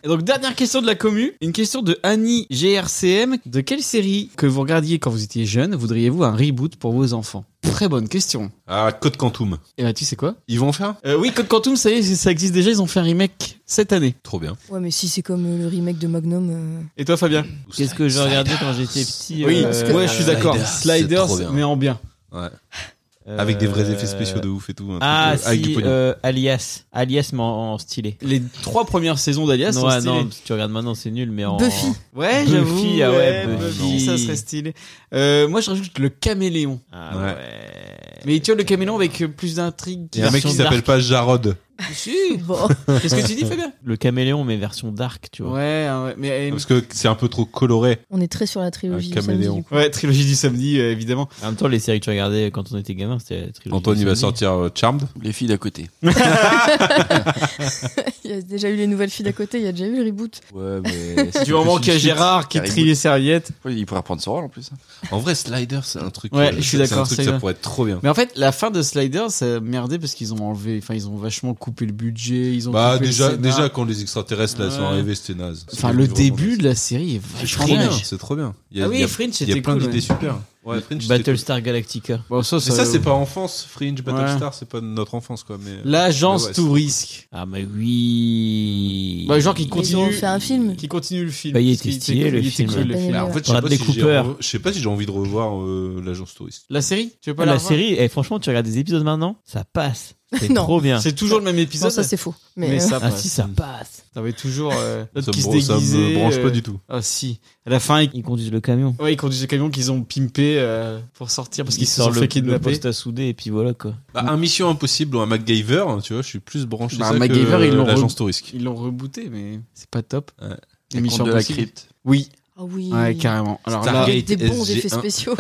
S2: Et donc, dernière question de la commu. Une question de Annie GRCM. De quelle série que vous regardiez quand vous étiez jeune voudriez-vous un reboot pour vos enfants Très bonne question.
S7: Ah, Code Quantum.
S2: Et bah, tu sais quoi
S7: Ils vont faire
S2: Euh, Oui, Code Quantum, ça y est, ça existe déjà. Ils ont fait un remake cette année.
S7: Trop bien.
S5: Ouais, mais si c'est comme euh, le remake de Magnum. euh.
S2: Et toi, Fabien
S6: Qu'est-ce que je regardais quand j'étais petit
S2: Oui,
S6: euh,
S2: ouais, je suis d'accord.
S7: Sliders,
S2: Sliders,
S7: c'est trop bien.
S2: mais en bien.
S6: euh,
S7: Avec des vrais effets spéciaux de ouf et tout. un truc,
S6: Ah,
S7: euh, avec du
S6: si,
S7: pognon.
S6: euh, Alias. Alias, mais en, en stylé.
S2: Les trois premières saisons d'Alias sont
S6: non, ah,
S2: stylées.
S6: non, si tu regardes maintenant, c'est nul, mais en.
S5: Buffy.
S2: Ouais,
S6: Buffy,
S2: j'avoue.
S6: ah ouais, Buffy.
S2: ça serait stylé. Euh, moi, je rajoute le caméléon.
S6: Ah
S7: Ouais.
S6: ouais.
S2: Mais tu vois, le caméléon avec euh, plus d'intrigue.
S7: Il y a un mec qui
S2: version
S7: s'appelle pas Jarod.
S2: dark. Si.
S5: Bon.
S2: Qu'est-ce que tu dis, Fabien
S6: Le caméléon, mais version dark, tu vois.
S2: Ouais, hein, ouais, mais. euh,
S7: Parce que c'est un peu trop coloré.
S5: On est très sur la trilogie.
S7: Un
S5: du samedi,
S7: caméléon.
S5: du coup.
S2: Ouais, trilogie du samedi, euh, évidemment.
S6: En même temps, les séries que tu regardais quand on était gamin, c'était la trilogie.
S7: Antoine,
S6: du
S7: il va
S6: samedi.
S7: sortir euh, Charmed.
S1: Les filles d'à côté.
S5: Il y a déjà eu les nouvelles filles d'à côté, il y a déjà eu le reboot.
S1: Ouais, mais. c'est
S2: Du moment
S1: juste
S2: qu'il y a
S1: une suite.
S2: Gérard qui
S1: Harry
S2: trie les serviettes.
S1: Potter. Il pourrait prendre son rôle en plus. hein
S7: En vrai, Slider, c'est un truc.
S2: Ouais,
S7: euh,
S2: je suis
S7: c'est- c'est
S2: d'accord,
S7: un truc,
S2: c'est
S7: Ça
S2: vrai.
S7: pourrait être trop bien.
S2: Mais en fait, la fin de Sliders, ça merdait parce qu'ils ont enlevé. Enfin, ils ont vachement coupé le budget. Ils ont
S7: Bah,
S2: coupé le
S7: déjà,
S2: scénar.
S7: déjà, quand les extraterrestres là sont
S2: Ouais.
S7: arrivés, c'était naze.
S2: Enfin,
S7: C'est
S2: le
S7: vraiment
S2: début
S7: naze.
S2: de la série est
S7: C'est
S2: vachement
S7: trop bien,
S2: bien.
S7: c'est trop bien. Il y a,
S2: Ah
S7: il y
S2: oui,
S7: a-
S2: Fringe,
S7: il y a
S2: c'était
S7: plein
S2: cool,
S7: d'idées
S2: ouais.
S7: super. Ouais, Fringe, c'était cool.
S6: Battlestar Galactica.
S2: Bon, ça,
S7: Mais ça, c'est
S2: euh,
S7: pas enfance. Fringe, Battlestar,
S2: Ouais.
S7: c'est pas de notre enfance, quoi. Mais...
S2: L'agence
S7: Mais ouais,
S2: tout risque.
S6: Ah, mais oui.
S2: Bah, genre qui
S5: Ils ont
S2: continue.
S5: fait un film.
S2: Qui continue le film.
S6: Bah, il
S2: parce
S6: était
S2: qu'il
S6: stylé,
S2: cool,
S6: le
S2: il
S6: film.
S2: cool,
S5: Bah, il
S2: film.
S5: y a-
S7: Mais en fait, je sais, pas
S6: Bradley
S7: si j'ai
S6: Cooper.
S7: re- je sais pas si j'ai envie de revoir euh, l'agence touriste.
S2: La série Tu veux pas
S6: Ah, la
S2: revoir
S6: série, et franchement, tu regardes des épisodes maintenant, ça passe. C'est
S5: Non.
S6: trop bien.
S2: C'est toujours le même
S5: Non,
S2: épisode.
S5: ça c'est faux. Mais,
S2: mais
S5: euh,
S2: ça
S6: hein. Ah
S2: passe.
S6: si, ça passe.
S2: T'avais toujours euh, l'autre
S7: Ça me
S2: qui se
S7: bran- ça me
S2: déguisait,
S7: branche
S2: euh,
S7: pas du tout.
S2: Ah si. À la fin, ils,
S6: Ils conduisent le camion.
S2: ouais, ils conduisent le camion qu'ils ont pimpé euh, pour sortir parce qu'ils se
S6: sortent
S2: sont
S6: le,
S2: fait
S6: le
S2: kidnapper.
S6: poste à souder et puis voilà quoi.
S7: Bah, un Mission Impossible ou un MacGyver, hein, tu vois, je suis plus branché
S2: Bah,
S7: ça
S2: MacGyver,
S7: que
S2: ils l'ont
S7: euh, l'agence touriste.
S2: Ils l'ont rebooté, mais c'est pas top.
S7: Ouais.
S2: Les Missions
S1: Contre de la
S2: Impossible.
S1: crypte.
S2: Oui,
S5: Ah oui.
S2: ouais, carrément. Alors là,
S7: Stargate.
S5: Des bons
S7: SG1.
S5: effets spéciaux.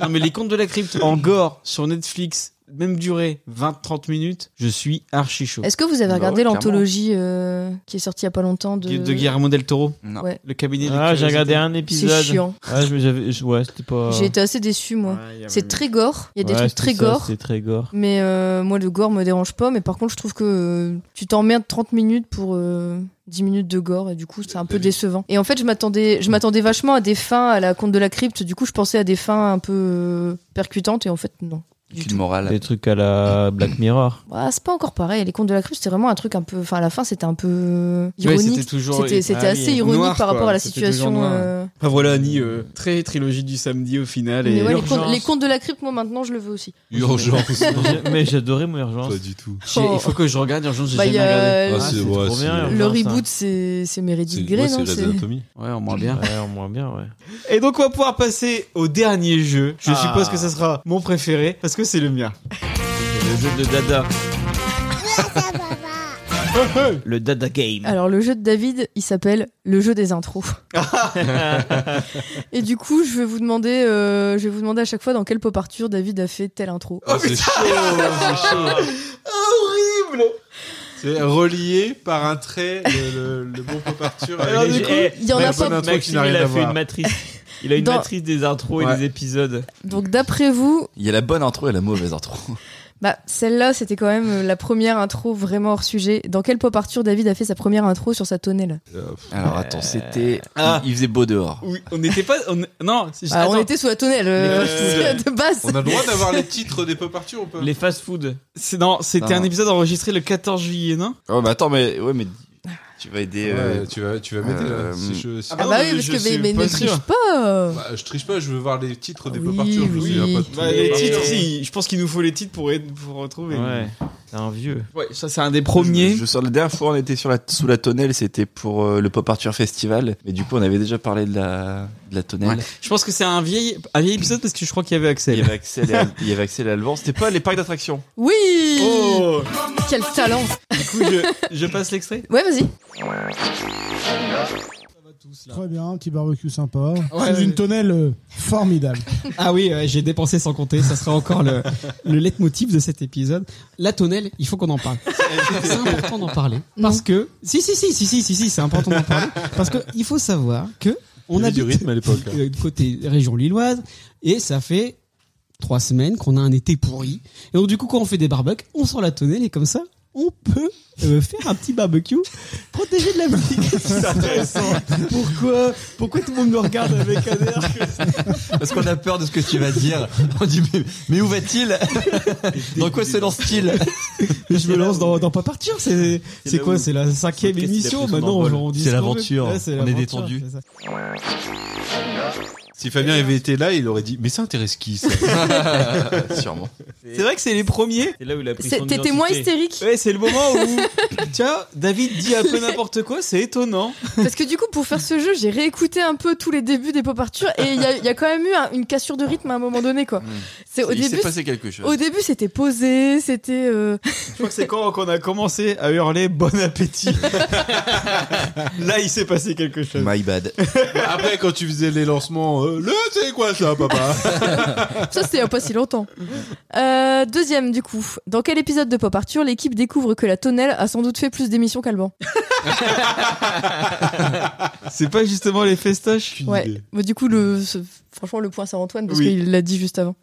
S2: non mais les contes de la crypte en gore sur Netflix. même durée, 20-30 minutes, je suis archi chaud.
S5: Est-ce que vous avez
S2: Bah
S5: regardé
S2: ouais, clairement.
S5: l'anthologie euh, qui est sortie il y a pas longtemps de.
S2: De Guillermo del Toro
S5: Non. Ouais.
S2: Le cabinet des
S6: Ah,
S2: curiosités.
S6: j'ai regardé un épisode.
S5: chiant.
S6: Ah, je- j'avais- je- ouais, c'était pas.
S5: J'ai été assez déçu, moi.
S6: y avait-
S5: c'est très gore. Il y a des
S6: Ouais,
S5: trucs
S6: c'est
S5: très
S6: ça,
S5: gore.
S6: C'est très gore.
S5: Mais euh, moi, le gore me dérange pas. Mais par contre, je trouve que euh, tu t'emmerdes 30 minutes pour euh, 10 minutes de gore. Et du coup, c'est un peu décevant. Et en fait, je m'attendais, je m'attendais vachement à des fins à la Conte de la Crypte. Du coup, je pensais à des fins un peu euh, percutantes. Et en fait, non.
S6: Aucune morale. Des trucs à la Black Mirror.
S5: Bah, c'est pas encore pareil. Les Contes de la Crypte, c'était vraiment un truc un peu. Enfin, à la fin, c'était un peu euh,
S2: Ouais,
S5: ironique.
S2: c'était toujours-
S5: C'était- c'était
S2: Ah oui.
S5: assez ironique
S2: Noir,
S5: par
S2: quoi.
S5: rapport à la
S2: C'était toujours
S5: situation.
S2: noir.
S5: euh,
S2: Après, voilà, Annie, euh, très trilogie du samedi au final. Et
S5: mais ouais, les,
S2: Urgence.
S5: contes, les Contes de la Crypte, moi, maintenant, je le veux aussi.
S7: Urgence.
S6: mais j'adorais mon urgence. Pas du
S7: tout.
S2: J'ai- Il faut que je regarde Urgence, j'ai
S5: Bah, il y
S2: jamais
S7: Ah,
S5: a
S2: regardé.
S6: Ah,
S5: le- Oh,
S7: hein.
S5: le reboot, c'est c'est Meredith Grey, non hein, c'est-
S2: Ouais, au moins bien.
S6: Ouais, au moins bien, ouais.
S2: Et donc, on va pouvoir passer au dernier jeu. Je
S6: Ah.
S2: suppose que ce sera mon préféré parce que c'est le mien.
S6: Le jeu de Dada. le Dada Game.
S5: Alors, le jeu de David, il s'appelle le jeu des intros. Et du coup, je vais vous demander, euh, je vais vous demander à chaque fois dans quelle pop Arthur David a fait telle intro.
S7: Oh, c'est chaud, c'est chaud.
S2: Horrible
S7: C'est relié par un trait le, le, le bon pop Arthur. avec
S6: Alors,
S7: les-
S6: du coup, Eh,
S5: il y en a
S7: la bonne
S5: pas-
S7: intro qui
S6: Maxime,
S7: n'a
S6: il
S7: rien à
S6: a fait
S7: voir.
S6: une matrice. Il a une
S5: Dans-
S6: matrice des intros et
S1: Ouais.
S6: des épisodes.
S5: Donc, d'après vous,
S1: Il y a la bonne intro et la mauvaise intro.
S5: bah, celle-là, c'était quand même euh, la première intro vraiment hors sujet. Dans quelle pop Arthur David a fait sa première intro sur sa tonnelle
S7: euh,
S1: Alors attends, c'était.
S2: Ah.
S1: Il, il faisait beau dehors.
S2: Oui, on n'était pas. on- Non, c'est-
S5: Bah, On
S2: attends.
S5: était sous la tonnelle euh,
S2: Euh,
S5: de base.
S7: On a le droit d'avoir les titres des pop Arthur ou pas
S6: Les fast food.
S2: C'est non, c'était
S1: Non.
S2: un épisode enregistré le 14 juillet, non
S1: Oh, mais attends, mais. Ouais, mais. Tu vas aider. euh,
S7: Ouais, tu vas, tu vas m'aider
S1: euh,
S7: là. Si je, si-
S5: Ah bah oui, parce
S2: je
S5: que
S2: suis
S5: mais, mais
S2: pas
S5: ne
S2: sûr.
S5: triche pas.
S7: Bah, je triche pas, je veux voir les titres des
S5: Oui,
S7: pop Arthur. je me
S5: oui.
S7: souviens pas de
S2: Bah,
S7: tout.
S2: les
S7: Ah,
S2: titres,
S7: ouais.
S2: si, je pense qu'il nous faut les titres pour, être- pour retrouver.
S6: Ouais. C'est un vieux.
S2: Ouais, ça c'est un des premiers.
S1: Je, je sors la dernière fois, on était sur la, sous la tonnelle, c'était pour euh, le Pop Arthur Festival. Mais du coup, on avait déjà parlé de la, de la tonnelle.
S2: Je pense que c'est un vieil, un vieil épisode parce que je crois qu'il y
S1: Il,
S2: avait
S1: y
S2: Axel.
S1: avait Axel et, Al- il y avait Axel et Alban. C'était pas les parcs d'attractions.
S5: Oui
S2: Oh
S5: Quel talent
S2: Du coup, je, je passe l'extrait.
S5: Ouais, vas-y.
S4: Très bien, un petit barbecue sympa.
S2: Ouais,
S4: Sous
S2: ouais.
S4: une tonnelle euh, formidable.
S2: Ah oui, ouais, j'ai dépensé sans compter. Ça sera encore le, le leitmotiv de cet épisode. La tonnelle, il faut qu'on en parle. C'est important d'en parler parce que si si si si si si si, c'est important d'en parler parce que il faut savoir que on
S7: Il y
S2: a
S7: avait du rythme à l'époque. hein.
S2: euh, du côté région lilloise et ça fait trois semaines qu'on a un été pourri et donc du coup quand on fait des barbecues on sort la tonnelle et comme ça on peut euh, faire un petit barbecue protégé de la pluie c'est intéressant pourquoi pourquoi tout le monde me regarde avec un air que-
S3: Parce qu'on a peur de ce que tu vas dire. On dit, mais, mais où va-t-il Dans quoi se lance-t-il
S2: Mais je me lance dans, dans pas partir c'est c'est
S1: là
S2: quoi
S1: où-
S2: c'est la cinquième
S1: podcast, il a
S2: émission
S1: pris son
S2: maintenant
S1: envol.
S2: genre, on dit
S3: C'est
S2: ce qu'on veut.
S3: l'aventure.
S2: c'est
S3: On est
S2: l'aventure,
S3: détendu.
S2: c'est ça.
S7: Si Fabien avait été là, il aurait dit Mais ça intéresse qui ça
S1: Sûrement.
S2: c'est vrai que c'est les premiers
S6: C'est là où il a pris
S5: C'est-
S6: son
S5: T'étais moins
S6: identité.
S5: hystérique.
S2: ouais c'est le moment où tiens David dit un peu n'importe quoi c'est étonnant
S5: Parce que du coup, pour faire ce jeu, j'ai réécouté un peu tous les débuts des Pop Arthur et il y a, il y a quand même eu un- une cassure de rythme à un moment donné, quoi. C'est au
S1: il s'est
S5: début.
S1: passé quelque chose.
S5: Au début, c'était posé, c'était. euh,
S2: Je crois que c'est quand qu'on a commencé à hurler bon appétit. Là, il s'est passé quelque chose.
S1: My bad.
S7: Après, quand tu faisais les lancements, euh, le c'est quoi ça, papa
S5: Ça, c'était il y a pas si longtemps. Euh, deuxième, du coup. Dans quel épisode de Pop Arthur l'équipe découvre que la tonnelle a sans doute fait plus d'émissions qu'Alban
S2: C'est pas justement les festoches
S5: Ouais. Mais du coup, le, ce- franchement, le point, c'est Antoine parce
S2: Oui.
S5: qu'il l'a dit juste avant.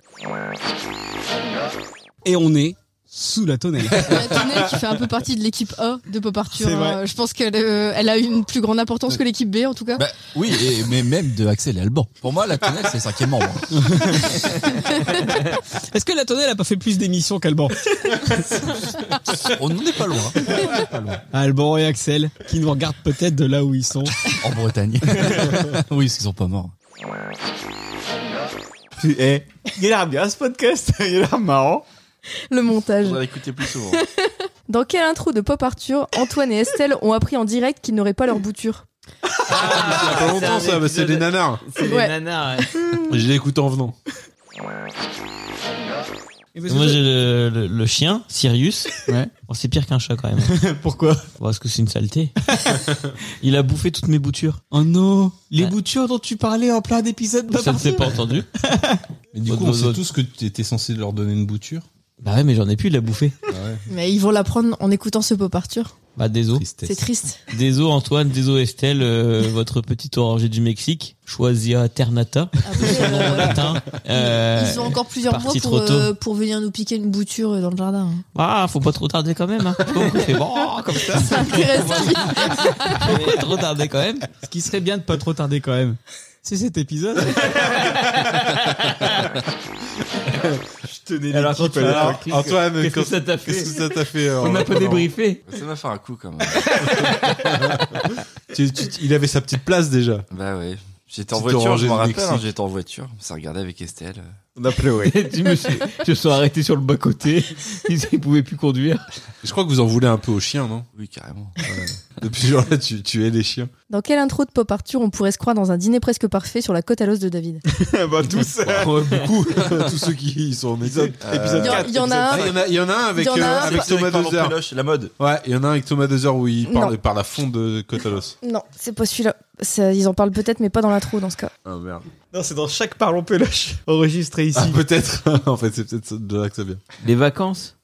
S2: Et on est sous la tonnelle.
S11: La tonnelle qui fait un peu partie de l'équipe A de Pop Arthur.
S2: C'est vrai.
S11: hein. Je pense qu'elle euh, elle a une plus grande importance que l'équipe B en tout cas.
S3: Bah oui, et- mais même de Axel et Alban. Pour moi, la tonnelle, c'est cinquième membre.
S2: Est-ce que la tonnelle a pas fait plus d'émissions qu'Alban
S3: On n'en est pas loin.
S2: Alban et Axel, qui nous regardent peut-être de là où ils sont.
S3: En Bretagne. oui, parce qu'ils sont pas morts.
S2: Eh, il a l'air bien ce podcast, il a l'air marrant.
S5: Le montage.
S1: On va l'écouter plus souvent.
S5: Dans quelle intro de Pop Arthur, Antoine et Estelle ont appris en direct qu'ils n'auraient pas leur bouture
S7: Il y a pas longtemps,
S6: C'est un
S7: ça, bah, c'est des
S6: épisode-
S7: nanars.
S6: C'est des
S5: Ouais.
S6: nanas, ouais.
S7: Je l'écoute en venant.
S6: Moi j'ai le, le- le chien, Sirius.
S2: Ouais.
S6: Bon, c'est pire qu'un chat quand même.
S2: Pourquoi
S6: Parce que c'est une saleté. Il a bouffé toutes mes boutures.
S2: Oh non, les
S6: Ouais.
S2: boutures dont tu parlais en plein d'épisodes.
S6: Ça ne s'est pas entendu.
S7: Mais du
S6: Votre-
S7: coup, on sait
S6: votre-
S7: tous que tu étais censé leur donner une bouture.
S6: Bah ouais, mais j'en ai plus de la bouffée.
S12: Mais ils vont l'apprendre en écoutant ce pop Arthur.
S6: Bah désolé.
S12: C'est triste.
S6: Désolé Antoine, désolé Estelle, euh, votre petite orangée du Mexique, choisia Ternata, de son nom en latin. Euh,
S12: ils ont encore plusieurs mois
S6: parti
S12: pour,
S6: trop tôt.
S12: euh, pour venir nous piquer une bouture euh, dans le jardin. hein.
S6: Ah, faut pas trop tarder quand même. Hein. Pourquoi on fait bon comme ça
S12: C'est intéressant.
S6: Faut pas trop tarder quand même.
S13: Ce qui serait bien de pas trop tarder quand même. C'est cet épisode.
S7: Je tenais
S13: Alors,
S7: l'équipe
S13: Antoine,
S7: à
S13: alors,
S7: l'époque.
S13: Antoine,
S7: qu'est-ce que
S13: quand-
S7: ça t'a fait
S6: qu'est-ce
S7: que ça t'a fait euh,
S6: On a pas débriefé.
S3: Ça va faire un coup quand même.
S7: Tu- tu- Il avait sa petite place déjà.
S3: bah ouais. J'étais en
S7: Petite
S3: voiture,
S7: orangée
S3: je m'en
S7: du
S3: rappelle, hein,
S7: Mexique.
S3: j'étais en voiture. On s'est regardé avec Estelle.
S7: On a pleuré.
S6: Je me suis, je me suis arrêté sur le bas côté. Ils, ils pouvaient plus conduire.
S7: Je crois que vous en voulez un peu aux chiens, non
S3: Oui, carrément.
S7: Depuis ce jour-là, tu, tu es les chiens.
S5: Dans quelle intro de Pop Arthur on pourrait se croire dans un dîner presque parfait sur la côte à l'os de David
S13: bah tous.
S7: beaucoup. Tous ceux qui sont en épisode.
S5: Il y, en- il y en a
S7: Ah,
S5: un.
S7: Euh, Il y en a- il y, en a un avec,
S5: Il y en a
S7: euh,
S5: un
S7: avec Thomas Dezer.
S3: la mode.
S7: Ouais, il y en a un avec Thomas Dezer où il
S5: Non.
S7: parle par la fonte de Cotalos.
S5: Non, c'est pas celui-là. Ça, Ils en parlent peut-être, mais pas dans l'intro dans ce cas.
S6: Oh,
S7: Ah merde.
S13: Non, c'est dans chaque parlon peloche enregistré ici.
S7: Ah, peut-être. en fait, c'est peut-être de là que ça vient.
S6: Les vacances.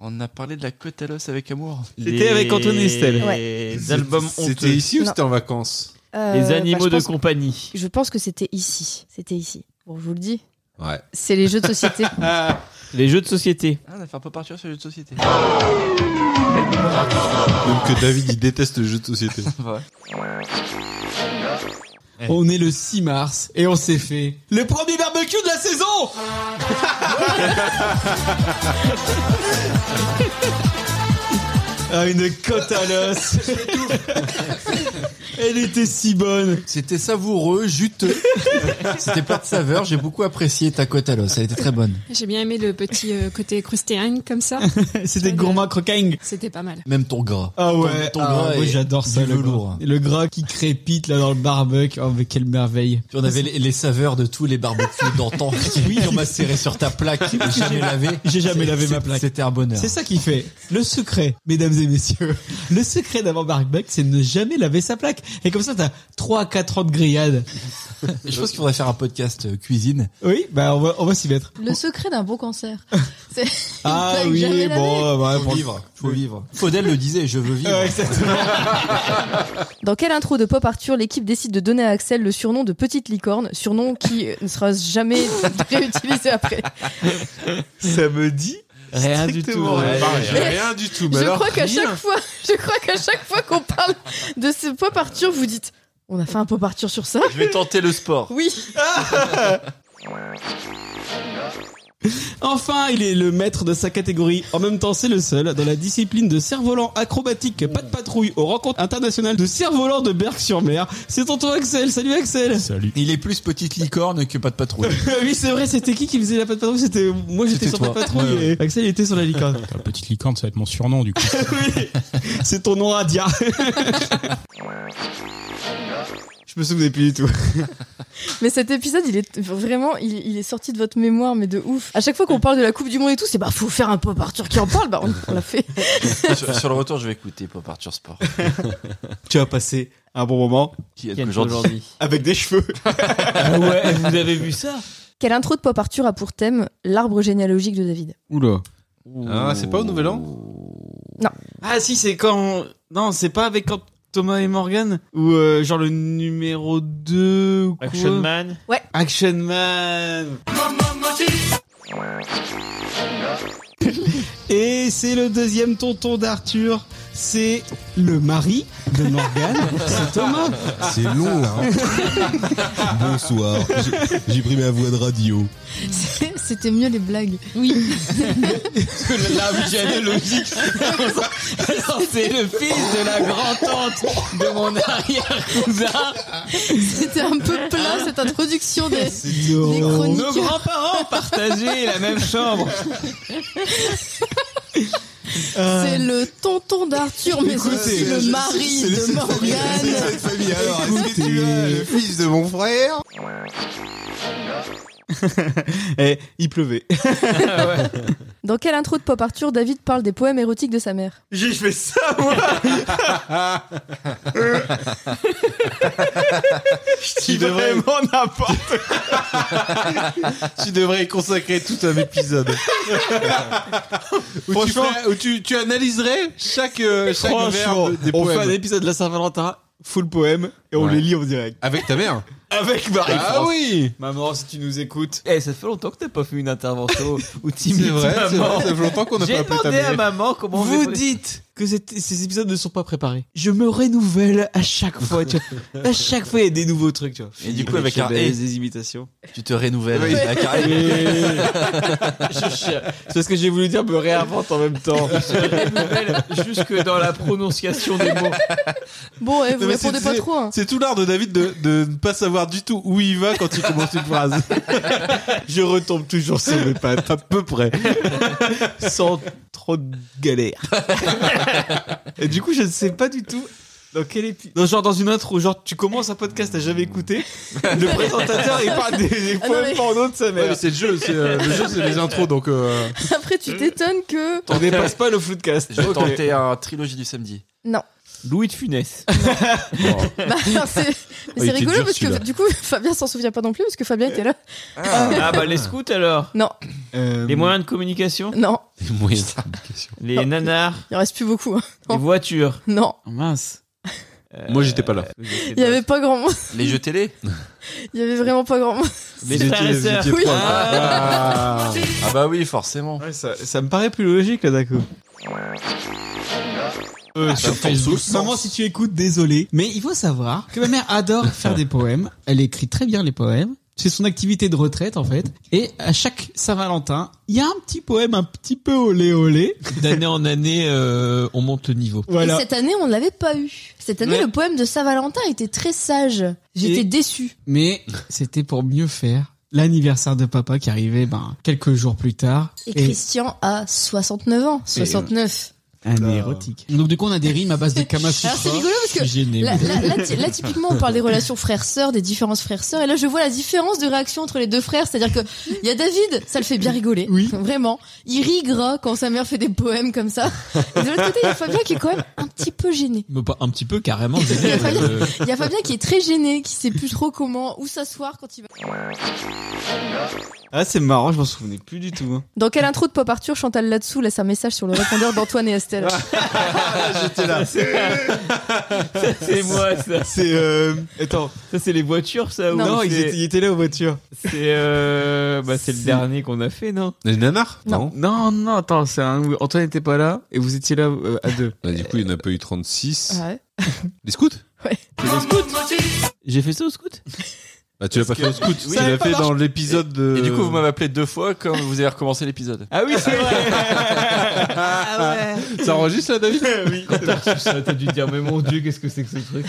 S3: On a parlé de la côte à l'os avec amour.
S13: C'était avec Antoine et Estelle.
S6: Les albums
S7: C'était- C'était
S6: honteux.
S7: ici ou
S5: Non.
S7: c'était en vacances
S5: Euh,
S6: Les
S5: bah,
S6: animaux
S5: je
S6: de
S5: pense-
S6: compagnie.
S5: Je pense que c'était ici. C'était ici. Bon, je vous le dis.
S7: Ouais.
S5: C'est les jeux de société.
S6: Les jeux de société.
S3: Ah, on a fait un peu partir sur les jeux de société.
S7: Même que David, il déteste le jeu de société.
S13: On est le 6 mars et on s'est fait le premier barbecue de la saison Ah, une cote à l'os Elle était si bonne
S10: C'était savoureux, juteux. C'était plein de saveurs. J'ai beaucoup apprécié ta côte à l'os. Elle était très bonne.
S14: J'ai bien aimé le petit euh, côté crustéen comme ça.
S13: C'était gourmand croquing
S14: C'était pas mal.
S10: Même ton gras.
S13: Ah ouais,
S10: Ton- ton
S13: ah
S10: gras et
S13: ouais, j'adore ça,
S10: du
S13: le
S10: velours.
S13: gras. Et Le gras qui crépite là dans le barbecue, oh mais quelle merveille
S10: Puis on avait les, les saveurs de tous les barbecues d'antan qui, qui ont macéré sur ta plaque et jamais lavé.
S13: J'ai jamais lavé
S10: C'est-
S13: ma plaque.
S10: C'était un bonheur.
S13: C'est ça qui fait le secret, mesdames et messieurs. Le secret d'avoir barbecue, c'est de ne jamais laver sa plaque. Et comme ça, t'as 3 à 4 ans de grillade.
S10: Je pense qu'il faudrait faire un podcast euh, cuisine.
S13: Oui, bah on va, on va s'y mettre.
S12: Le secret d'un bon cancer.
S13: Ah
S12: plaque
S13: oui,
S12: jamais
S13: bon, bah,
S10: Faut
S13: pour-
S10: vivre. Faut vivre. Faudel le disait, je veux vivre.
S13: Ouais, exactement.
S5: Dans quelle intro de Pop Arthur l'équipe décide de donner à Axel le surnom de Petite Licorne, surnom qui euh, ne sera jamais réutilisé après
S13: Ça me dit.
S6: Rien du tout.
S13: Strictement rien.
S6: Ouais.
S7: Pareil,
S5: Mais-
S7: rien du tout. Mais
S5: Je
S7: alors,
S5: crois qu'à
S7: rien.
S5: chaque fois, je crois qu'à chaque fois qu'on parle de ce Pop Arthur, vous dites on a fait un Pop Arthur sur ça
S3: Je vais tenter le sport.
S5: Oui.
S13: Enfin, il est le maître de sa catégorie. En même temps, c'est le seul dans la discipline de cerf-volant acrobatique, pas de patrouille, aux rencontres internationales de cerf-volant de Berck-sur-Mer. C'est tonton Axel. Salut Axel. Salut.
S10: Il est plus petite licorne que pas de patrouille.
S13: oui, c'est vrai, c'était qui qui faisait la pas de patrouille C'était moi, j'étais
S10: C'était
S13: sur pas de
S10: toi.
S13: patrouille
S10: Ouais,
S13: et Axel il était sur la licorne.
S15: La petite licorne, ça va être mon surnom du coup.
S13: Oui, c'est ton nom Radia. Je me souvenais plus du tout.
S5: Mais cet épisode, il est vraiment, il, il est sorti de votre mémoire, mais de ouf. À chaque fois qu'on parle de la Coupe du Monde et tout, c'est bah faut faire un Pop Arthur qui en parle. Bah on, on l'a fait.
S3: sur, sur le retour, je vais écouter Pop Arthur Sport.
S13: Tu as passé un bon moment
S3: Qui est
S6: Quel
S3: aujourd'hui
S6: aujourd'hui.
S13: avec des cheveux.
S6: Ah ouais, vous avez vu ça
S5: Quelle intro de Pop Arthur a pour thème l'arbre généalogique de David
S13: Oula.
S7: Ah, c'est pas au Nouvel An
S13: Ah si, c'est quand non, c'est pas avec quand Thomas et Morgan ou euh, genre le numéro 2 ou quoi
S6: Action Man.
S13: Action Man. Et c'est le deuxième tonton d'Arthur, c'est le mari de Morgan, c'est Thomas.
S7: Ah.
S16: C'est long là.
S7: hein.
S16: Bonsoir. J'ai pris ma voix de radio.
S12: C'était mieux les blagues.
S14: Oui.
S6: L'arbre généalogique. Alors, c'est le fils de la grand-tante de mon arrière-cousin.
S12: C'était un peu plein cette introduction des, des
S6: Nos
S12: chroniques.
S6: grands-parents partageaient la même chambre.
S12: C'est le tonton d'Arthur, mais
S16: Écoutez,
S12: aussi le
S16: je-
S12: mari
S16: c'est-
S12: de
S16: c'est-
S12: Morgane.
S16: Cette famille, alors, est-ce que tu as le fils de mon frère
S13: Eh, il pleuvait.
S5: Dans quelle intro de Pop Arthur David parle des poèmes érotiques de sa mère
S3: J'ai fait ça, moi
S13: Je dis vraiment n'importe
S7: tu devrais y consacrer tout un épisode. où, tu
S13: Franchement-
S7: ferais- où tu, tu analyserais chaque, euh, chaque
S2: Oh,
S13: Franchement,
S7: verbe des
S13: on
S7: poèmes.
S13: fait un épisode de la Saint-Valentin, full poème, et on les lit en direct.
S7: Avec ta mère
S13: Avec Marie.
S7: Ah oui
S13: Maman, si tu nous écoutes.
S2: Eh, ça fait longtemps que t'as pas fait une intervention ou timide.
S13: C'est vrai, c'est
S2: maman.
S13: vrai, ça fait longtemps qu'on n'a
S2: J'ai
S13: pas appelé ta
S2: demandé à
S13: mère.
S2: maman comment on
S13: Vous
S2: fait-
S13: dites que c'était- ces épisodes ne sont pas préparés. Je me renouvelle à chaque fois. tu vois. à chaque fois, il y a des nouveaux trucs. Tu vois.
S3: Et du coup, avec
S13: Je
S3: un E,
S13: fais
S3: et.
S13: des imitations.
S3: Tu te renouvelles
S13: Oui.
S3: avec un et.
S13: Je chie. C'est ce que j'ai voulu dire, me réinvente en même temps.
S2: Jusque dans la prononciation des mots.
S5: Bon, et vous
S7: Non, mais
S5: répondez
S7: c'est-
S5: pas
S7: c'est-
S5: trop. hein.
S7: C'est tout l'art de David de, de ne pas savoir du tout où il va quand il commence une phrase.
S13: Je retombe toujours sur mes pattes, à peu près. Sans trop de galère. Et du coup, je ne sais pas du tout dans quel épisode. Non, genre dans une intro, genre tu commences un podcast, t'as jamais écouté. Le présentateur, il parle des, des
S5: Ah non,
S13: poèmes
S5: mais-
S13: porno de sa mère.
S7: Ouais, mais c'est le jeu, c'est euh, le jeu, c'est les intros, donc euh,
S5: Après, tu t'étonnes que.
S13: On dépasse pas le flou de cast.
S3: J'ai tenté un trilogie du samedi.
S5: Non.
S2: Louis de Funès.
S13: Ah.
S5: Bah, alors, c'est
S2: il
S5: c'est
S2: était
S5: rigolo
S2: dur,
S5: parce que
S2: celui-là.
S5: du coup, Fabien s'en souvient pas non plus parce que Fabien était là.
S2: Ah bah les scouts alors
S5: Non.
S13: Euh,
S2: Les moyens de communication
S5: Non.
S2: Les moyens de communication. Les nanars
S5: Il en reste plus beaucoup. hein.
S2: Les voitures
S5: Non.
S2: mince.
S7: moi j'étais pas là.
S5: Il y
S6: bah,
S5: avait pas grand monde.
S3: Les jeux télé
S5: Il y avait vraiment pas grand monde.
S2: Les frères et sœurs.
S5: Oui.
S3: Ah. Ah bah oui, forcément.
S13: ça, me paraît plus logique là d'un coup. Euh, sur Facebook. Maman, si tu écoutes, désolé. Mais il faut savoir que ma mère adore faire des poèmes. Elle écrit très bien les poèmes. C'est son activité de retraite en fait. Et à chaque Saint-Valentin, il y a un petit poème un petit peu olé olé.
S10: D'année en année, euh, on monte le niveau.
S5: Et cette année, on ne l'avait pas eu. Cette année,
S10: Ouais.
S5: le poème de Saint-Valentin était très sage. J'étais
S13: Et-
S5: déçue.
S13: Mais c'était pour mieux faire l'anniversaire de papa qui arrivait ben, quelques jours plus tard.
S5: Et, Christian a 69 ans. 69.
S13: Année érotique. Donc du coup, on a des rimes à base de Kama Sutra.
S5: Alors c'est rigolo parce
S13: Je suis
S5: que
S13: gêné,
S5: là,
S13: moi.
S5: là- là, ty- là, typiquement on parle des relations frères-sœurs, des différences frères-sœurs, et là je vois la différence de réaction entre les deux frères, c'est-à-dire que il y a David, ça le fait bien rigoler, vraiment, il rigre quand sa mère fait des poèmes comme ça, et de l'autre côté il y a Fabien qui est quand même un petit peu gêné.
S10: Mais pas un petit peu carrément.
S5: Il y, a
S10: désolé,
S5: Fabien,
S10: euh,
S5: il y a Fabien qui est très gêné, qui sait plus trop comment, où s'asseoir quand il va.
S13: Ah, c'est marrant, je m'en souvenais plus du tout. hein.
S5: Dans quelle intro de Pop Arthur, Chantal là-dessous laisse un message sur le répondeur d'Antoine et Estelle
S13: Ah, J'étais là.
S2: C'est moi ça.
S13: C'est euh... Attends.
S2: Ça c'est les voitures ça ou
S13: Non,
S2: c'est-
S13: il, était, il était là aux voitures.
S2: C'est euh... Bah c'est le dernier qu'on a fait non
S7: Les nanars
S13: Non. non, non, attends, c'est un... Antoine n'était pas là et vous étiez là euh, à deux.
S7: Bah, du coup, il n'y en a pas eu 36.
S5: Ouais.
S7: Les scouts
S2: J'ai fait ça au scout
S7: Bah, tu l'as pas fait au scout, tu l'as fait dans l'épisode de.
S3: Et du coup, vous m'avez appelé deux fois quand vous avez recommencé l'épisode.
S2: Ah oui, c'est vrai
S7: Ça enregistre là, David
S2: Oui. Quand t'as reçu ça, t'as dû dire mais mon dieu qu'est-ce que c'est que ce truc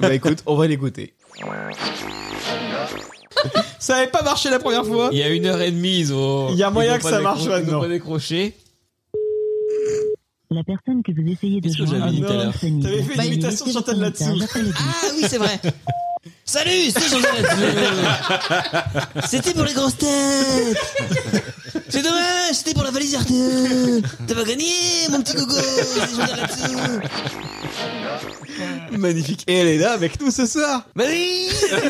S13: bah écoute, on va l'écouter. Ça avait pas marché la première fois.
S10: Il y a une heure et demie, ils ont.
S13: Il y a moyen
S10: ils ont
S13: que
S10: pas
S13: ça
S10: décro-
S13: marche
S10: Ils
S13: maintenant.
S10: ont pas décroché.
S6: La personne que vous essayez de
S10: Qu'est-ce que
S6: joindre
S10: j'avais dit tout à l'heure
S6: est disponible.
S13: T'avais fait une
S6: Veuillez
S13: imitation de
S6: laisser
S13: Chantal
S6: votre message
S13: là-dessous.
S6: après le bip.
S10: Ah oui, c'est vrai.
S6: Salut, c'est Chantal
S10: là-dessous.
S6: C'était pour les grosses têtes. C'est dommage, c'était pour la valise RTE. T'as pas gagné, mon petit gogo. C'est Chantal là-dessous.
S13: Magnifique. Et elle est là avec nous ce soir.
S6: Bah oui, c'est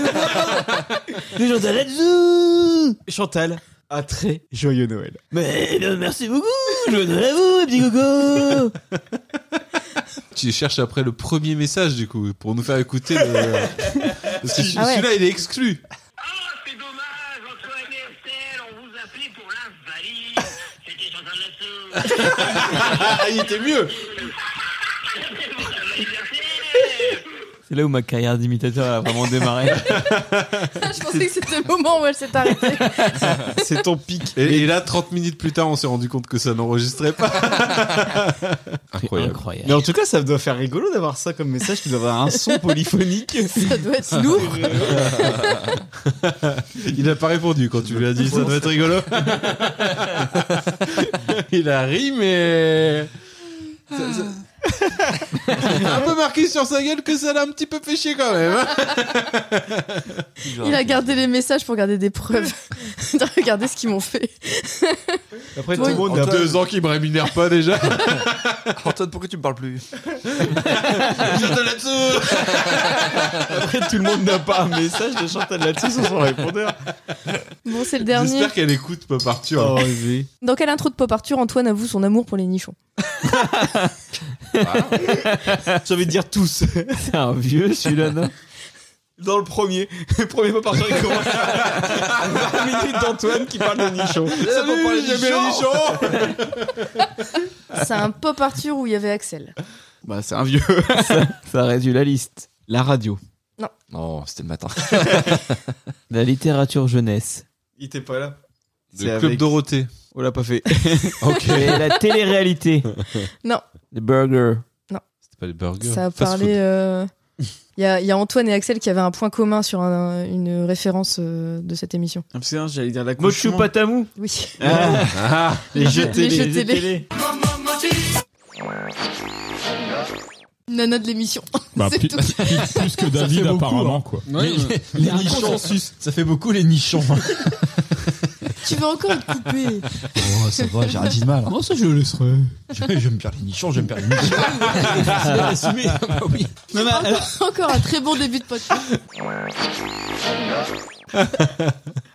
S6: Chantal là-dessous.
S13: Chantal, un très joyeux Noël.
S6: Mais non, merci beaucoup. Je vous donne à vous, mes petits gogo.
S7: Tu cherches après le premier message, du coup, pour nous faire écouter le. Parce que celui-
S6: Ah ouais.
S7: celui-là, il est exclu.
S6: Il était mieux.
S2: C'est là où ma carrière d'imitateur a vraiment démarré.
S5: Ah, Je pensais que c'était le moment où elle s'est arrêtée.
S7: C'est ton pic. Et, et là, 30 minutes plus tard, on s'est rendu compte que ça n'enregistrait pas. incroyable.
S13: Mais en tout cas, ça doit faire rigolo d'avoir ça comme message, qui doit avoir un son polyphonique.
S5: Ça doit être lourd.
S7: Il n'a pas répondu quand tu lui as dit ça doit être rigolo. Il a ri, mais. Ça- ça- un peu marqué sur sa gueule que ça l'a un petit peu fait chier quand même. hein.
S5: Il a gardé les messages pour garder des preuves. Regardez ce qu'ils m'ont fait.
S1: Après,
S5: tout le monde a deux
S1: ans qui me rémunère pas déjà. Antoine, pourquoi tu me parles plus
S7: Chantal là-dessous
S2: Après, tout le monde n'a pas un message de Chantal là-dessus sur son répondeur.
S5: Bon, c'est le dernier.
S7: J'espère qu'elle écoute Pop Arthur.
S5: Dans quelle intro de Pop Arthur Antoine avoue son amour pour les nichons
S2: J'ai envie de dire tous. C'est un vieux celui-là, non Dans le premier, le premier pas par il commence à 20 minutes d'Antoine qui parle de nichon.
S7: Ça pour parler
S2: j'aime bien les nichons
S5: C'est un Pop Arthur où il y avait Axel.
S2: Bah, c'est un vieux. ça, ça réduit la liste. La radio.
S5: Non.
S1: Non, c'était le matin.
S6: La littérature jeunesse.
S2: Il était pas là.
S6: Le Club
S7: Dorothée.
S2: On l'a pas fait.
S6: Ok. Et la télé-réalité.
S5: Non.
S6: Les burgers.
S7: C'est pas les burgers.
S5: Ça a parlé. euh, Il y, a- il y a Antoine et Axel qui avaient un point commun sur un- une référence euh, de cette émission.
S2: Ah, parce que, hein, j'allais dire la
S6: Mochu Patamou.
S5: Oui.
S2: Ah.
S7: Ah.
S2: les jeux télé.
S5: Les jeux
S2: les jeux télé.
S5: télé. Nana de l'émission.
S17: Bah,
S5: C'est
S17: plus,
S5: tout.
S17: plus- plus que David,
S7: hein.
S17: apparemment, quoi.
S13: Ouais, ouais.
S17: Les
S13: Un
S17: nichons.
S13: consensus. Ça fait beaucoup les nichons.
S5: Tu vas encore te couper.
S13: Oh, ça va, j'ai rien dit de mal.
S17: Non, ça, je le laisserai.
S13: Je, je me perds les nichons, je me perds les nichons. C'est bien assumé. Bah oui.
S2: Non, mais alors-
S5: Encore un très bon début de podcast.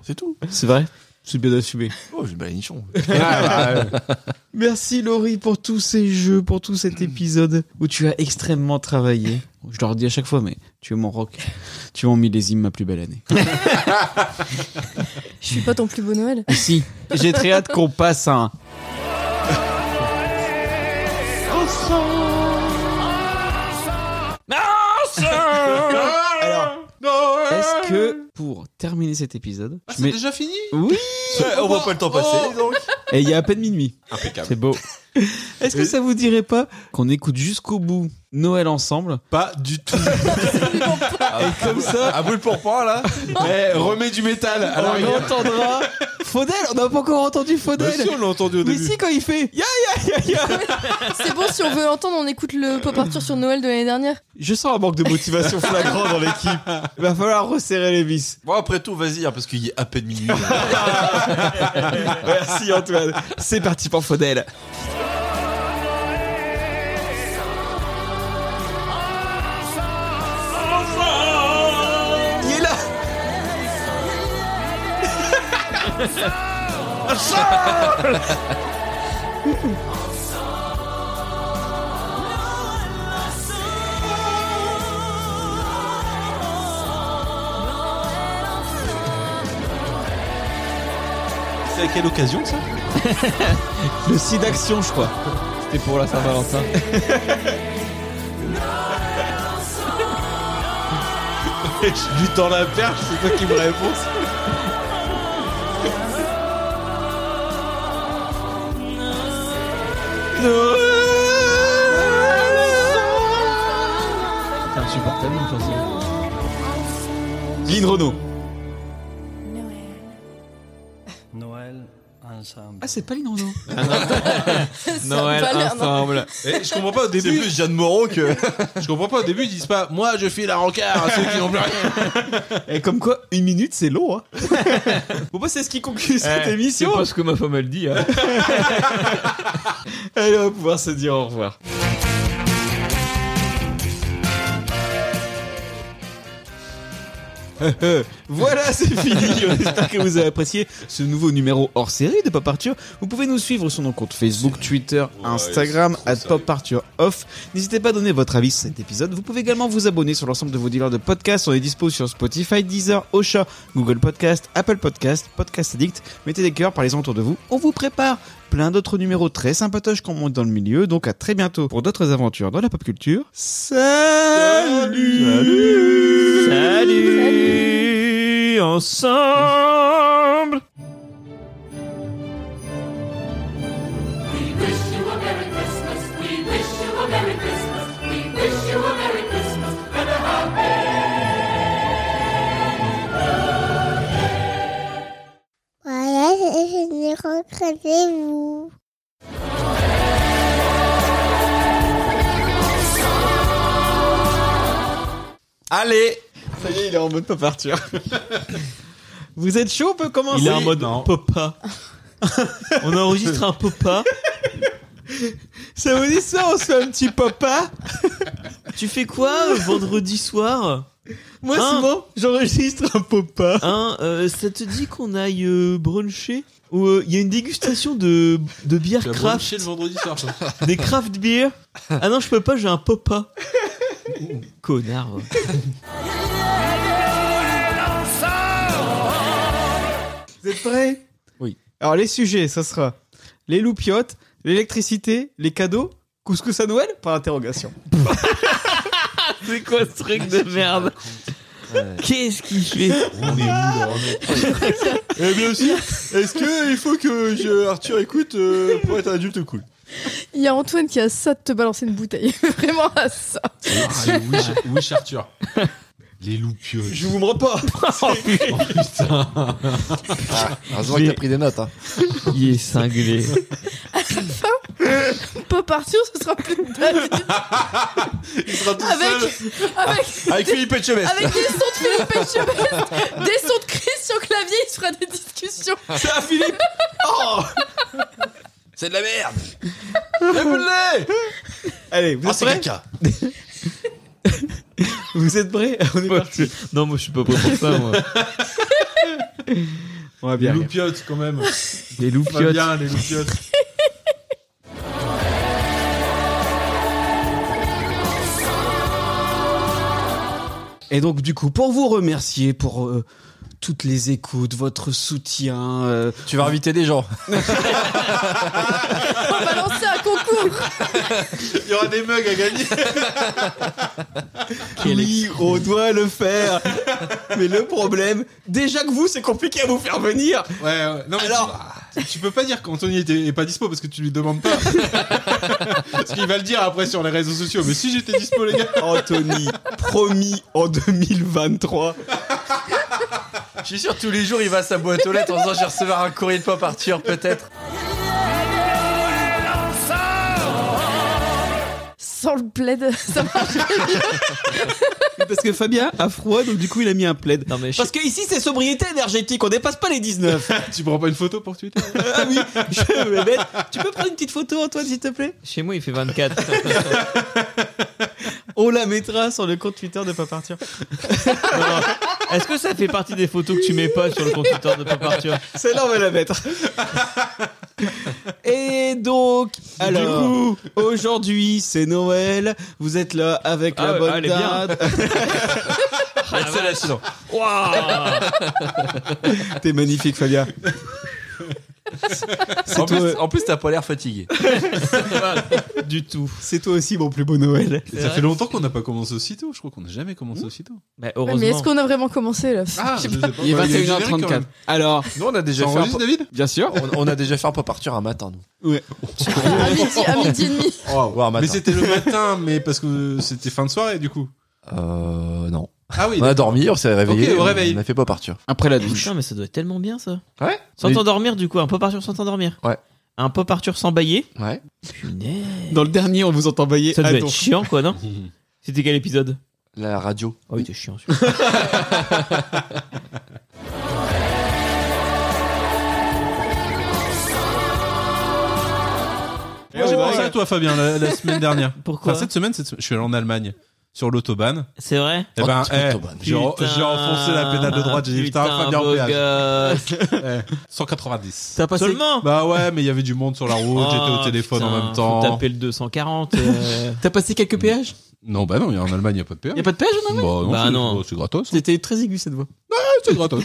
S2: C'est tout. C'est vrai. C'est bien assumé.
S1: Oh, j'ai les nichons.
S2: Merci Laurie pour tous ces jeux, pour tout cet épisode Hmm. où tu as extrêmement travaillé. Je leur dis à chaque fois, mais tu es mon rock. Tu es mon millésime, ma plus belle année.
S5: Je suis pas ton plus beau Noël.
S2: Ici, j'ai très hâte qu'on passe à un.
S7: Ah,
S2: Alors, est-ce que pour terminer cet épisode,
S7: Ah,
S2: je
S7: c'est
S2: mets-
S7: déjà fini
S2: Oui
S7: on voit pas le temps passer,
S2: Oh,
S7: dis donc.
S2: Et il y a à peine minuit.
S7: Impeccable.
S2: C'est beau. Est-ce que ça vous dirait pas qu'on écoute jusqu'au bout Noël ensemble
S7: Pas du tout.
S2: Et comme ça,
S1: À brûle pour point là
S7: Eh, remets du métal. Alors,
S2: on entendra Faudel. On n'a pas encore entendu Faudel.
S7: si, on l'a entendu au
S2: Mais
S7: début.
S2: si, quand il fait ya ya ya ya,
S5: C'est bon, si on veut l'entendre, on écoute le Pop Arthur sur Noël de l'année dernière.
S2: Je sens un manque de motivation flagrant dans l'équipe. Il va falloir resserrer les vis.
S1: Bon, après tout, vas-y, hein, parce qu'il est à peine minuit. hein.
S2: Merci Antoine. C'est parti pour Faudel. Il est là
S7: C'est à quelle occasion ça
S2: Le site d'action, je crois. C'était pour la Saint-Valentin.
S7: Je lui tends la perche, c'est toi qui me réponds.
S2: C'est insupportable, de toute Lynn Renault.
S18: Noël ensemble.
S2: Ah, c'est pas Lynn Renault.
S6: Noël ensemble.
S7: Eh, je comprends pas au début.
S1: plus Jeanne Moreau que.
S7: Je comprends pas au début, ils disent pas Moi je file la rencard à ceux qui ont plus rien.
S2: Et Eh, comme quoi, une minute, c'est long. Hein. bon, bah, c'est ce qui conclut cette
S6: Eh,
S2: émission.
S6: C'est pas ce que ma femme elle dit. Hein.
S2: Allez, on va pouvoir se dire au revoir. voilà, c'est fini. On espère que vous avez apprécié ce nouveau numéro hors série de Pop Arthur. Vous pouvez nous suivre sur nos comptes Facebook, Twitter, Instagram, at Pop Arthur Off. N'hésitez pas à donner votre avis sur cet épisode. Vous pouvez également vous abonner sur l'ensemble de vos dealers de podcasts. On est dispo sur Spotify, Deezer, Ocha, Google Podcast, Apple Podcast, Podcast Addict. Mettez des cœurs par les autour de vous. On vous prépare plein d'autres numéros très sympatoches qu'on monte dans le milieu. Donc à très bientôt pour d'autres aventures dans la pop culture. Salut Salut
S6: Salut ensemble.
S9: Voilà, je vais rencontrer vous.
S1: Allez
S2: Ça y est, il est en mode pas partir. Vous êtes chaud, on peut commencer
S6: Il est en mode
S2: popa.
S6: On enregistre un popa.
S2: Ça vous dit ça, on se fait un petit popa
S6: Tu fais quoi euh, vendredi soir
S2: Moi, souvent, j'enregistre un popa.
S6: Hein, euh, ça te dit qu'on aille euh, bruncher Ou euh, il y a une dégustation de, de bière
S7: Tu vas
S6: craft
S7: bruncher le vendredi soir, toi.
S6: Des craft beer Ah non, je peux pas, j'ai un popa. Connard. ouais.
S2: Vous êtes prêts
S1: Oui.
S2: Alors les sujets, ça sera les loupiottes, l'électricité, les cadeaux, couscous à Noël Par interrogation.
S6: C'est quoi ce truc de merde Qu'est-ce qu'il fait
S1: Et bien sûr, est-ce que il faut que je- Arthur écoute euh, pour être adulte cool
S5: Il y a Antoine qui a ça de te balancer une bouteille. Vraiment à ça.
S7: Wish, Wish Arthur. Les loupiots.
S2: Je vous mens pas.
S1: heureusement que t'as pris des notes.
S3: hein.
S6: Il est cinglé.
S5: Pop partir, ce sera plus de David.
S1: Il sera tout Ah,
S5: Avec, avec,
S1: Avec Philippe Etchebest.
S5: Avec des sons de Philippe Etchebest, des sons de Christian Clavier, il se fera des discussions.
S2: Ça, Philippe Oh
S1: C'est de la merde
S2: Allez, Eh,
S3: Ah,
S7: Ah,
S2: vous êtes prêts Vous êtes prêts On est parti.
S6: Non, moi je suis pas prêt pour ça, moi.
S2: On va
S7: Les
S2: bien.
S7: loupiotes, quand même.
S6: Les
S7: On va bien, les loupiotes.
S2: Et donc, du coup, pour vous remercier pour euh, toutes les écoutes, votre soutien. euh,
S1: Tu vas inviter des gens.
S5: On va lancer un concours.
S7: Il y aura des mugs à gagner.
S2: oui, on doit le faire. mais le problème, déjà que vous, c'est compliqué à vous faire venir.
S7: Ouais, ouais. Non, mais Alors... tu, tu peux pas dire qu'Anthony était- est pas dispo parce que tu lui demandes pas. parce qu'il va le dire après sur les réseaux sociaux. Mais si j'étais dispo, les gars.
S2: Anthony, promis en 2023.
S1: Je suis sûr, tous les jours, il va à sa boîte aux lettres en disant Je vais recevoir un courrier de pop Arthur, peut-être.
S5: Sans le plaid, ça marche.
S2: Parce que Fabien a froid, donc du coup, il a mis un plaid.
S6: Non, mais je-
S2: Parce que ici, c'est sobriété énergétique, on dépasse pas les 19.
S7: tu prends pas une photo pour Twitter
S2: ah oui, je vais mettre- Tu peux prendre une petite photo, Antoine, s'il te plaît
S6: Chez moi, il fait 24.
S2: On la mettra sur le compte Twitter de Pas Partir.
S6: Est-ce que ça fait partie des photos que tu mets pas sur le compte Twitter de Pop Arthur
S2: Celle-là, on va la mettre. Et donc, alors, aujourd'hui, c'est Noël. Vous êtes là avec
S6: Ah
S2: la
S6: ouais,
S2: bonne
S6: ah, elle est bien.
S2: date.
S1: c'est la saison.
S2: T'es magnifique, Fabien.
S1: En
S2: toi,
S1: plus,
S2: euh.
S1: en plus, t'as pas l'air fatigué.
S6: Du tout.
S2: C'est toi aussi mon plus beau Noël.
S7: Ça fait longtemps qu'on n'a pas commencé aussitôt. Je crois qu'on n'a jamais commencé aussitôt.
S6: Bah,
S5: Mais est-ce qu'on a vraiment commencé là Je sais pas.
S2: Il est
S7: Bah, le
S2: 21h34.
S7: générique,
S2: Alors,
S1: Nous, on a déjà fait un
S7: T'enregistres,
S1: pop-
S7: David
S2: bien sûr.
S1: on, on a déjà fait un pop Arthur un matin, nous.
S2: Ouais.
S5: Ah, À midi, à midi et demi.
S1: Ouais, un matin.
S7: Oh, Mais c'était le matin, mais parce que c'était fin de soirée, du coup.
S1: Euh, non.
S7: Ah oui.
S1: On a dormi, on s'est réveillé.
S7: au
S1: on-
S7: réveil.
S1: On a fait pop Arthur.
S2: Après la douche.
S6: Putain, mais ça doit être tellement bien ça.
S1: Ouais.
S6: Sans t'endormir, du coup, un Pop Arthur sans t'endormir.
S1: Ouais.
S6: Un Pop Arthur sans bailler.
S1: Ouais.
S6: Punaise.
S2: Dans le dernier, on vous entend bailler.
S6: Ça devait
S2: Attends.
S6: être chiant, quoi, non C'était quel épisode
S1: La radio.
S6: Oh, il était chiant.
S7: Moi, j'ai pensé à toi, Fabien, la, la semaine dernière.
S6: Pourquoi
S7: Enfin, Bah, cette semaine, cette semaine, je suis allé en Allemagne sur l'autobahn.
S6: C'est vrai
S7: Eh ben,
S1: Oh,
S7: eh,
S1: autobahn.
S7: j'ai re- j'ai enfoncé la pédale de droite. J'ai dit putain, Fabien en péage. Eh, 190.
S2: T'as passé.
S6: Seulement Oh,
S7: Bah ouais, mais il y avait du monde sur la route. Oh, J'étais au téléphone en même temps.
S6: Taper le 240. euh,
S2: T'as passé quelques péages
S7: Non, bah non, il y a- en Allemagne, il n'y a pas de péage.
S2: Y'a pas de péage en
S7: Bah non,
S6: Bah
S7: c'est-
S6: non.
S7: c'est gratos. hein.
S2: C'était très aigu cette voix.
S7: C'est gratos.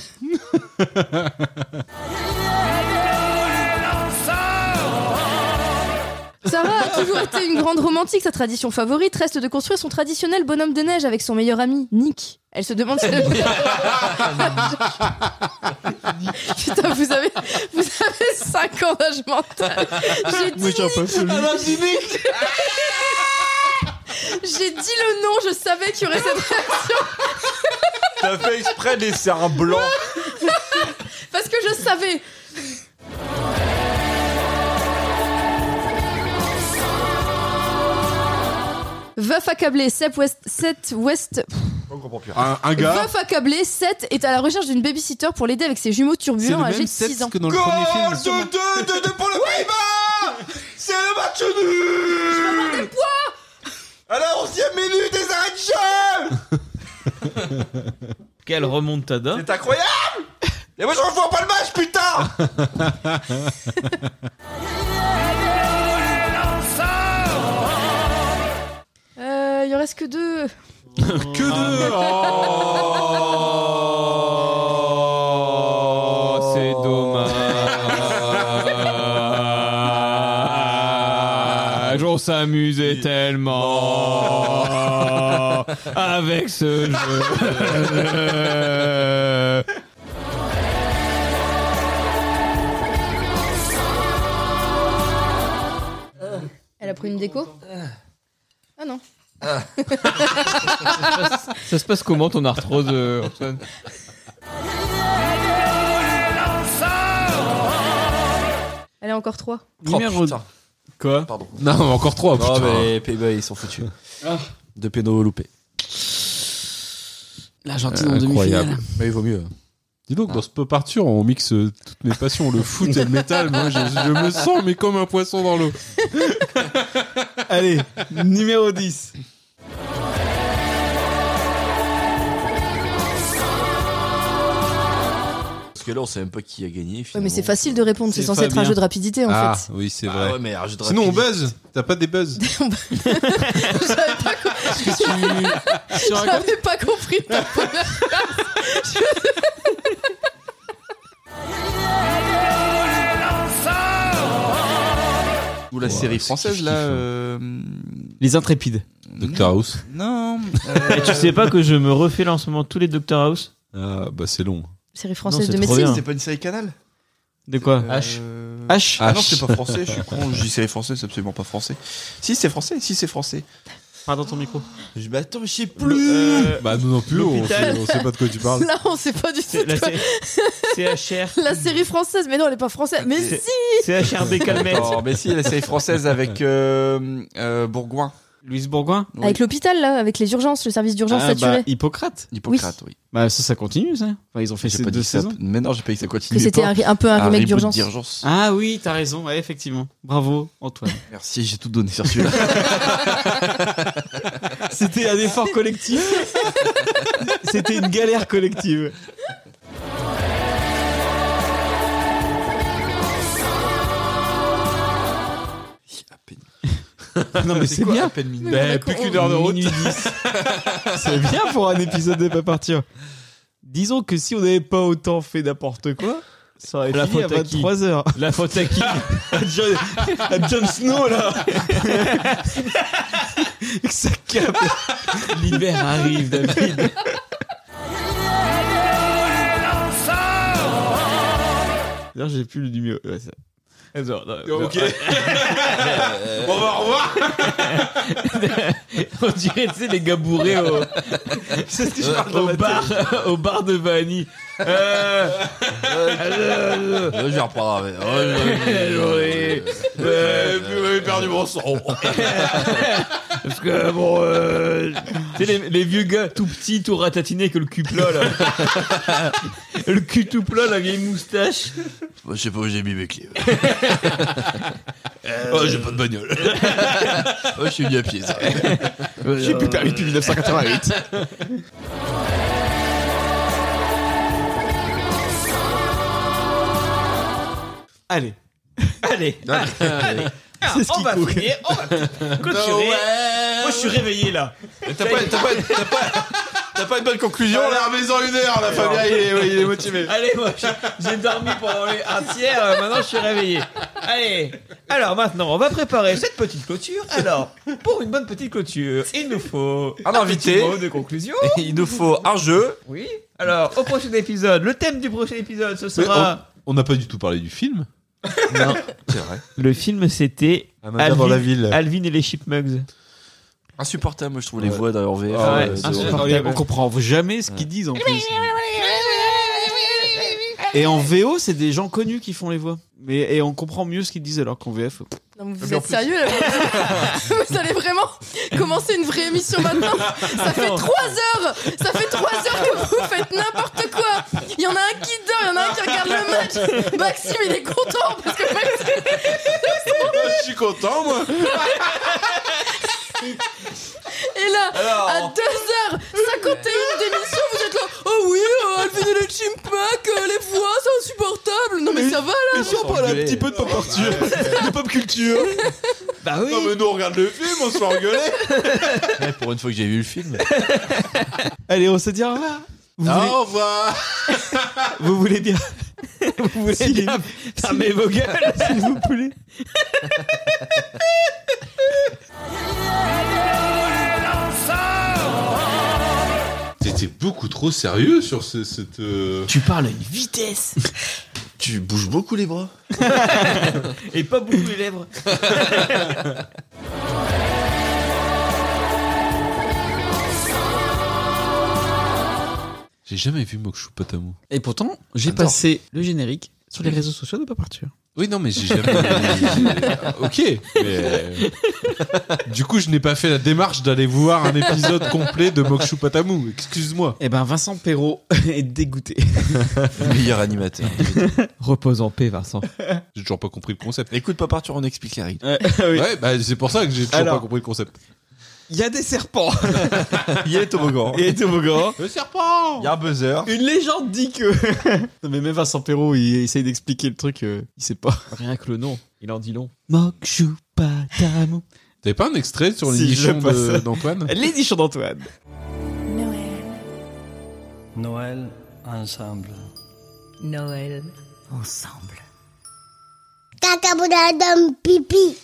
S5: Sarah a toujours été une grande romantique. Sa tradition favorite reste de construire son traditionnel bonhomme de neige avec son meilleur ami, Nick. Elle se demande si. Putain, vous avez, vous avez 5 ans d'âge mental. J'ai dit, j'ai dit le nom, je savais qu'il y aurait cette réaction.
S1: T'as fait exprès de laisser un blanc.
S5: Parce que je savais. Veuf accablé, 7 West. 7 West.
S19: On comprend plus.
S7: Un, un gars.
S5: Veuf accablé, 7 est à la recherche d'une babysitter pour l'aider avec ses jumeaux turbulents âgés de 6 ans.
S7: que dans le premier film.
S20: Goal de 2 de 2 pour le Pays-Bas C'est le match nul Je des points À la 11ème minute des arrêts de jeu
S6: Quelle remontada.
S20: C'est incroyable Et moi je revois pas le match, putain
S5: Euh, il en reste que deux.
S7: Que deux Oh, c'est
S6: dommage. On s'amusait tellement avec ce jeu.
S5: Elle a pris une déco Ah non.
S6: Ça se passe comment ton arthrose, euh, Antoine
S5: Elle a encore 3.
S2: Oh,
S3: Numéro
S6: Quoi
S3: Oh, Pardon.
S7: Non, encore trois,
S3: Non,
S7: putain. Ah.
S3: mais les Pays-Bas, ils sont foutus. De pénaux loupés.
S19: L'Argentine en
S7: Incroyable.
S19: demi-finale.
S3: Mais il vaut mieux.
S7: Dis donc, dans ce peu parture, on mixe euh, toutes mes passions, le foot et le métal. Moi, je, je me sens, mais comme un poisson dans l'eau.
S2: Allez, numéro 10.
S3: Parce que là, on sait même pas qui a gagné.
S5: Ouais, mais c'est facile de répondre, c'est censé être un jeu de rapidité en
S7: ah,
S5: fait.
S7: oui, c'est
S3: Ah
S7: vrai.
S3: ouais, mais alors, je te
S7: Sinon, on
S3: rapide.
S7: buzz. T'as pas des buzz
S5: J'avais pas compris ta première phrase.
S3: Ou la série française, là. euh,
S2: Les intrépides.
S7: Docteur House.
S3: Non.
S6: Et tu sais pas que je me refais là en ce moment tous les Doctor House
S7: Ah, bah c'est long.
S5: Série
S6: Non,
S5: française
S6: c'est
S5: de
S6: trop
S5: médecine.
S6: bien.
S5: c'est
S3: pas une série canal
S6: De quoi
S3: Hein. Euh,
S2: H.
S3: H. Ah non, c'est pas français, je suis con. Je dis série française, c'est absolument pas français. Si, c'est français, si, c'est français.
S6: Pardon ton micro.
S3: Je bah, attends, mais je sais
S7: Le-
S3: plus.
S7: euh, bah, nous non plus, on sait,
S6: l'hôpital.
S7: on sait pas de quoi tu parles.
S5: Là, on sait pas du tout.
S6: la
S5: quoi.
S6: sé- CHR.
S5: La série française, mais non, elle est pas française. Mais
S3: C'est-
S5: si
S6: CHRB Calmette.
S3: Oh, mais si, la série française avec euh, euh, Bourgoin.
S2: Louise Bourgoin
S5: Avec l'hôpital, là, avec les urgences, le service d'urgence
S2: Ah, bah,
S5: saturé.
S2: Hippocrate.
S3: Hippocrate, oui.
S2: Bah, ça, ça continue, ça. Enfin, ils ont fait
S3: J'ai
S2: ces
S3: pas
S2: deux
S3: dit ça.
S2: saisons.
S3: Mais non, j'ai pas dit que ça
S5: Que
S3: continuait.
S5: c'était
S3: pas.
S5: un, ri- un peu un, remake
S3: reboot
S5: d'urgence.
S2: Ah oui, t'as raison, ouais, effectivement. Bravo, Antoine.
S3: Merci, j'ai tout donné sur celui-là.
S2: C'était un effort collectif. C'était une galère collective. non mais c'est bien. Bah,
S7: minuit. Mais on a
S2: plus
S7: con-
S2: qu'une heure de route.
S7: Minuit
S2: c'est bien pour un épisode de Pas partir. Disons que si on n'avait pas autant fait n'importe quoi, ça aurait
S6: La
S2: fini à
S6: faute à qui
S2: 23h.
S6: La faute à qui
S2: à, John, à Jon Snow là. Avec sa cape.
S6: L'hiver arrive, David.
S2: D'ailleurs, j'ai plus le numéro. Ouais, ça. Attends, non, non,
S7: Ok.
S2: ouais.
S7: On va au revoir.
S6: On dirait, tu sais, les gars bourrés au,
S2: C'est ce que je parle dans ma
S6: au,
S2: tête.
S6: bar, au bar de Vanny. Euh, euh,
S3: Je vais reprendre avec. Oh,
S6: euh,
S3: Euh, vous avez perdu mon son.
S6: Parce que bon, euh, tu sais, les, les vieux gars tout petits, tout ratatinés que le cul plat là. le cul tout plat, la vieille moustache.
S3: Moi, Bah, je sais pas où j'ai mis mes clés.
S6: Euh,
S3: Oh, j'ai pas de bagnole. oh, je suis venu à pied, ça.
S2: J'ai
S6: euh,
S2: plus permis depuis 1988. Allez. Allez.
S6: Allez.
S2: C'est ce
S6: on
S2: qui
S6: va
S2: coûte.
S6: finir, on va clôturer. Moi, je suis réveillé là.
S7: T'as pas, t'as pas, t'as pas, t'as pas une bonne conclusion
S6: Allez,
S7: là maison une heure, Ah, la famille, il est, ouais, il est motivé.
S6: Allez, moi, j'ai- j'ai dormi pendant les- un tiers, euh, maintenant je suis réveillé. Allez, alors maintenant, on va préparer cette petite clôture. Alors, pour une bonne petite clôture, il nous faut
S3: Un invité.
S6: petit mot de conclusion.
S3: Et Il nous faut un jeu.
S6: Oui. Alors, au prochain épisode, le thème du prochain épisode, ce sera.
S7: On n'a pas du tout parlé du film.
S6: Non.
S3: C'est vrai.
S6: Le film, c'était
S3: Ah,
S7: Amanda dans la ville.
S6: Alvin et les Chipmugs.
S2: Ah,
S3: Insupportable, moi, je trouve les voix dans leur VF.
S6: Ah ouais,
S3: euh, de-
S6: insupportable.
S2: On comprend jamais ce qu'ils disent en plus. Et en VO, c'est des gens connus qui font les voix. Mais, et on comprend mieux ce qu'ils disent alors qu'en VF. pff,
S5: Non, mais
S1: Mais
S5: vous
S1: en
S5: êtes
S1: plus-
S5: sérieux là vous- Vous allez vraiment commencer une vraie émission maintenant Ça fait
S1: Non.
S5: trois heures Ça fait trois heures que vous faites n'importe quoi Il y en a un qui dort, il y en a un qui regarde le match Maxime il est content parce que Maxime...
S7: Ah, Je suis content, moi
S5: Et là,
S3: Alors.
S5: à 2h51 d'émission, vous êtes là Oh oui, euh, Alvin et les Chimpak, euh, les voix, c'est insupportable Non mais ça va là
S3: Ils sont pas là un petit peu de pop culture De pop culture
S6: Bah oui
S3: Non mais nous on regarde le film, on se fait engueuler
S1: Pour une fois que j'ai vu le film.
S2: Allez, on se dit au revoir. Vous
S3: Ah,
S2: voulez-
S3: Au revoir
S2: Vous voulez bien Vous voulez bien fermer vos gueules, s'il vous plaît
S7: T'étais beaucoup trop sérieux sur ce- cette. euh,
S6: Tu parles à une vitesse
S1: Tu bouges beaucoup les bras.
S6: Et pas beaucoup les lèvres.
S7: J'ai jamais vu Mokshupatamu.
S13: Et pourtant, j'ai passé le générique sur les réseaux sociaux de Pas Partir.
S7: Oui, non, mais j'ai jamais. ok, mais. euh, Du coup, je n'ai pas fait la démarche d'aller voir un épisode complet de Mokshupatamu. Excuse-moi.
S13: Eh ben, Vincent Perrault est dégoûté.
S1: Meilleur animateur.
S13: Repose en paix, Vincent.
S7: J'ai toujours pas compris le concept.
S1: Écoute, pas partir, on explique la règle.
S7: Ouais, bah, c'est pour ça que j'ai toujours
S1: Alors.
S7: pas compris le concept.
S13: Il y a des serpents.
S1: Il y a les toboggans.
S2: Et toboggan.
S7: Le serpent
S1: Il y a un buzzer.
S2: Une légende dit que. non, mais même Vincent Perrault, il essaye d'expliquer le truc, euh, il sait pas.
S13: Rien que le nom, il en dit long.
S2: Mokshupatamu.
S7: T'avais pas un extrait sur les
S2: Si, je
S7: nichons
S2: passe.
S7: de- d'Antoine
S2: Les nichons d'Antoine.
S18: Noël ensemble.
S21: Noël ensemble.
S9: Caca, bonadam, pipi.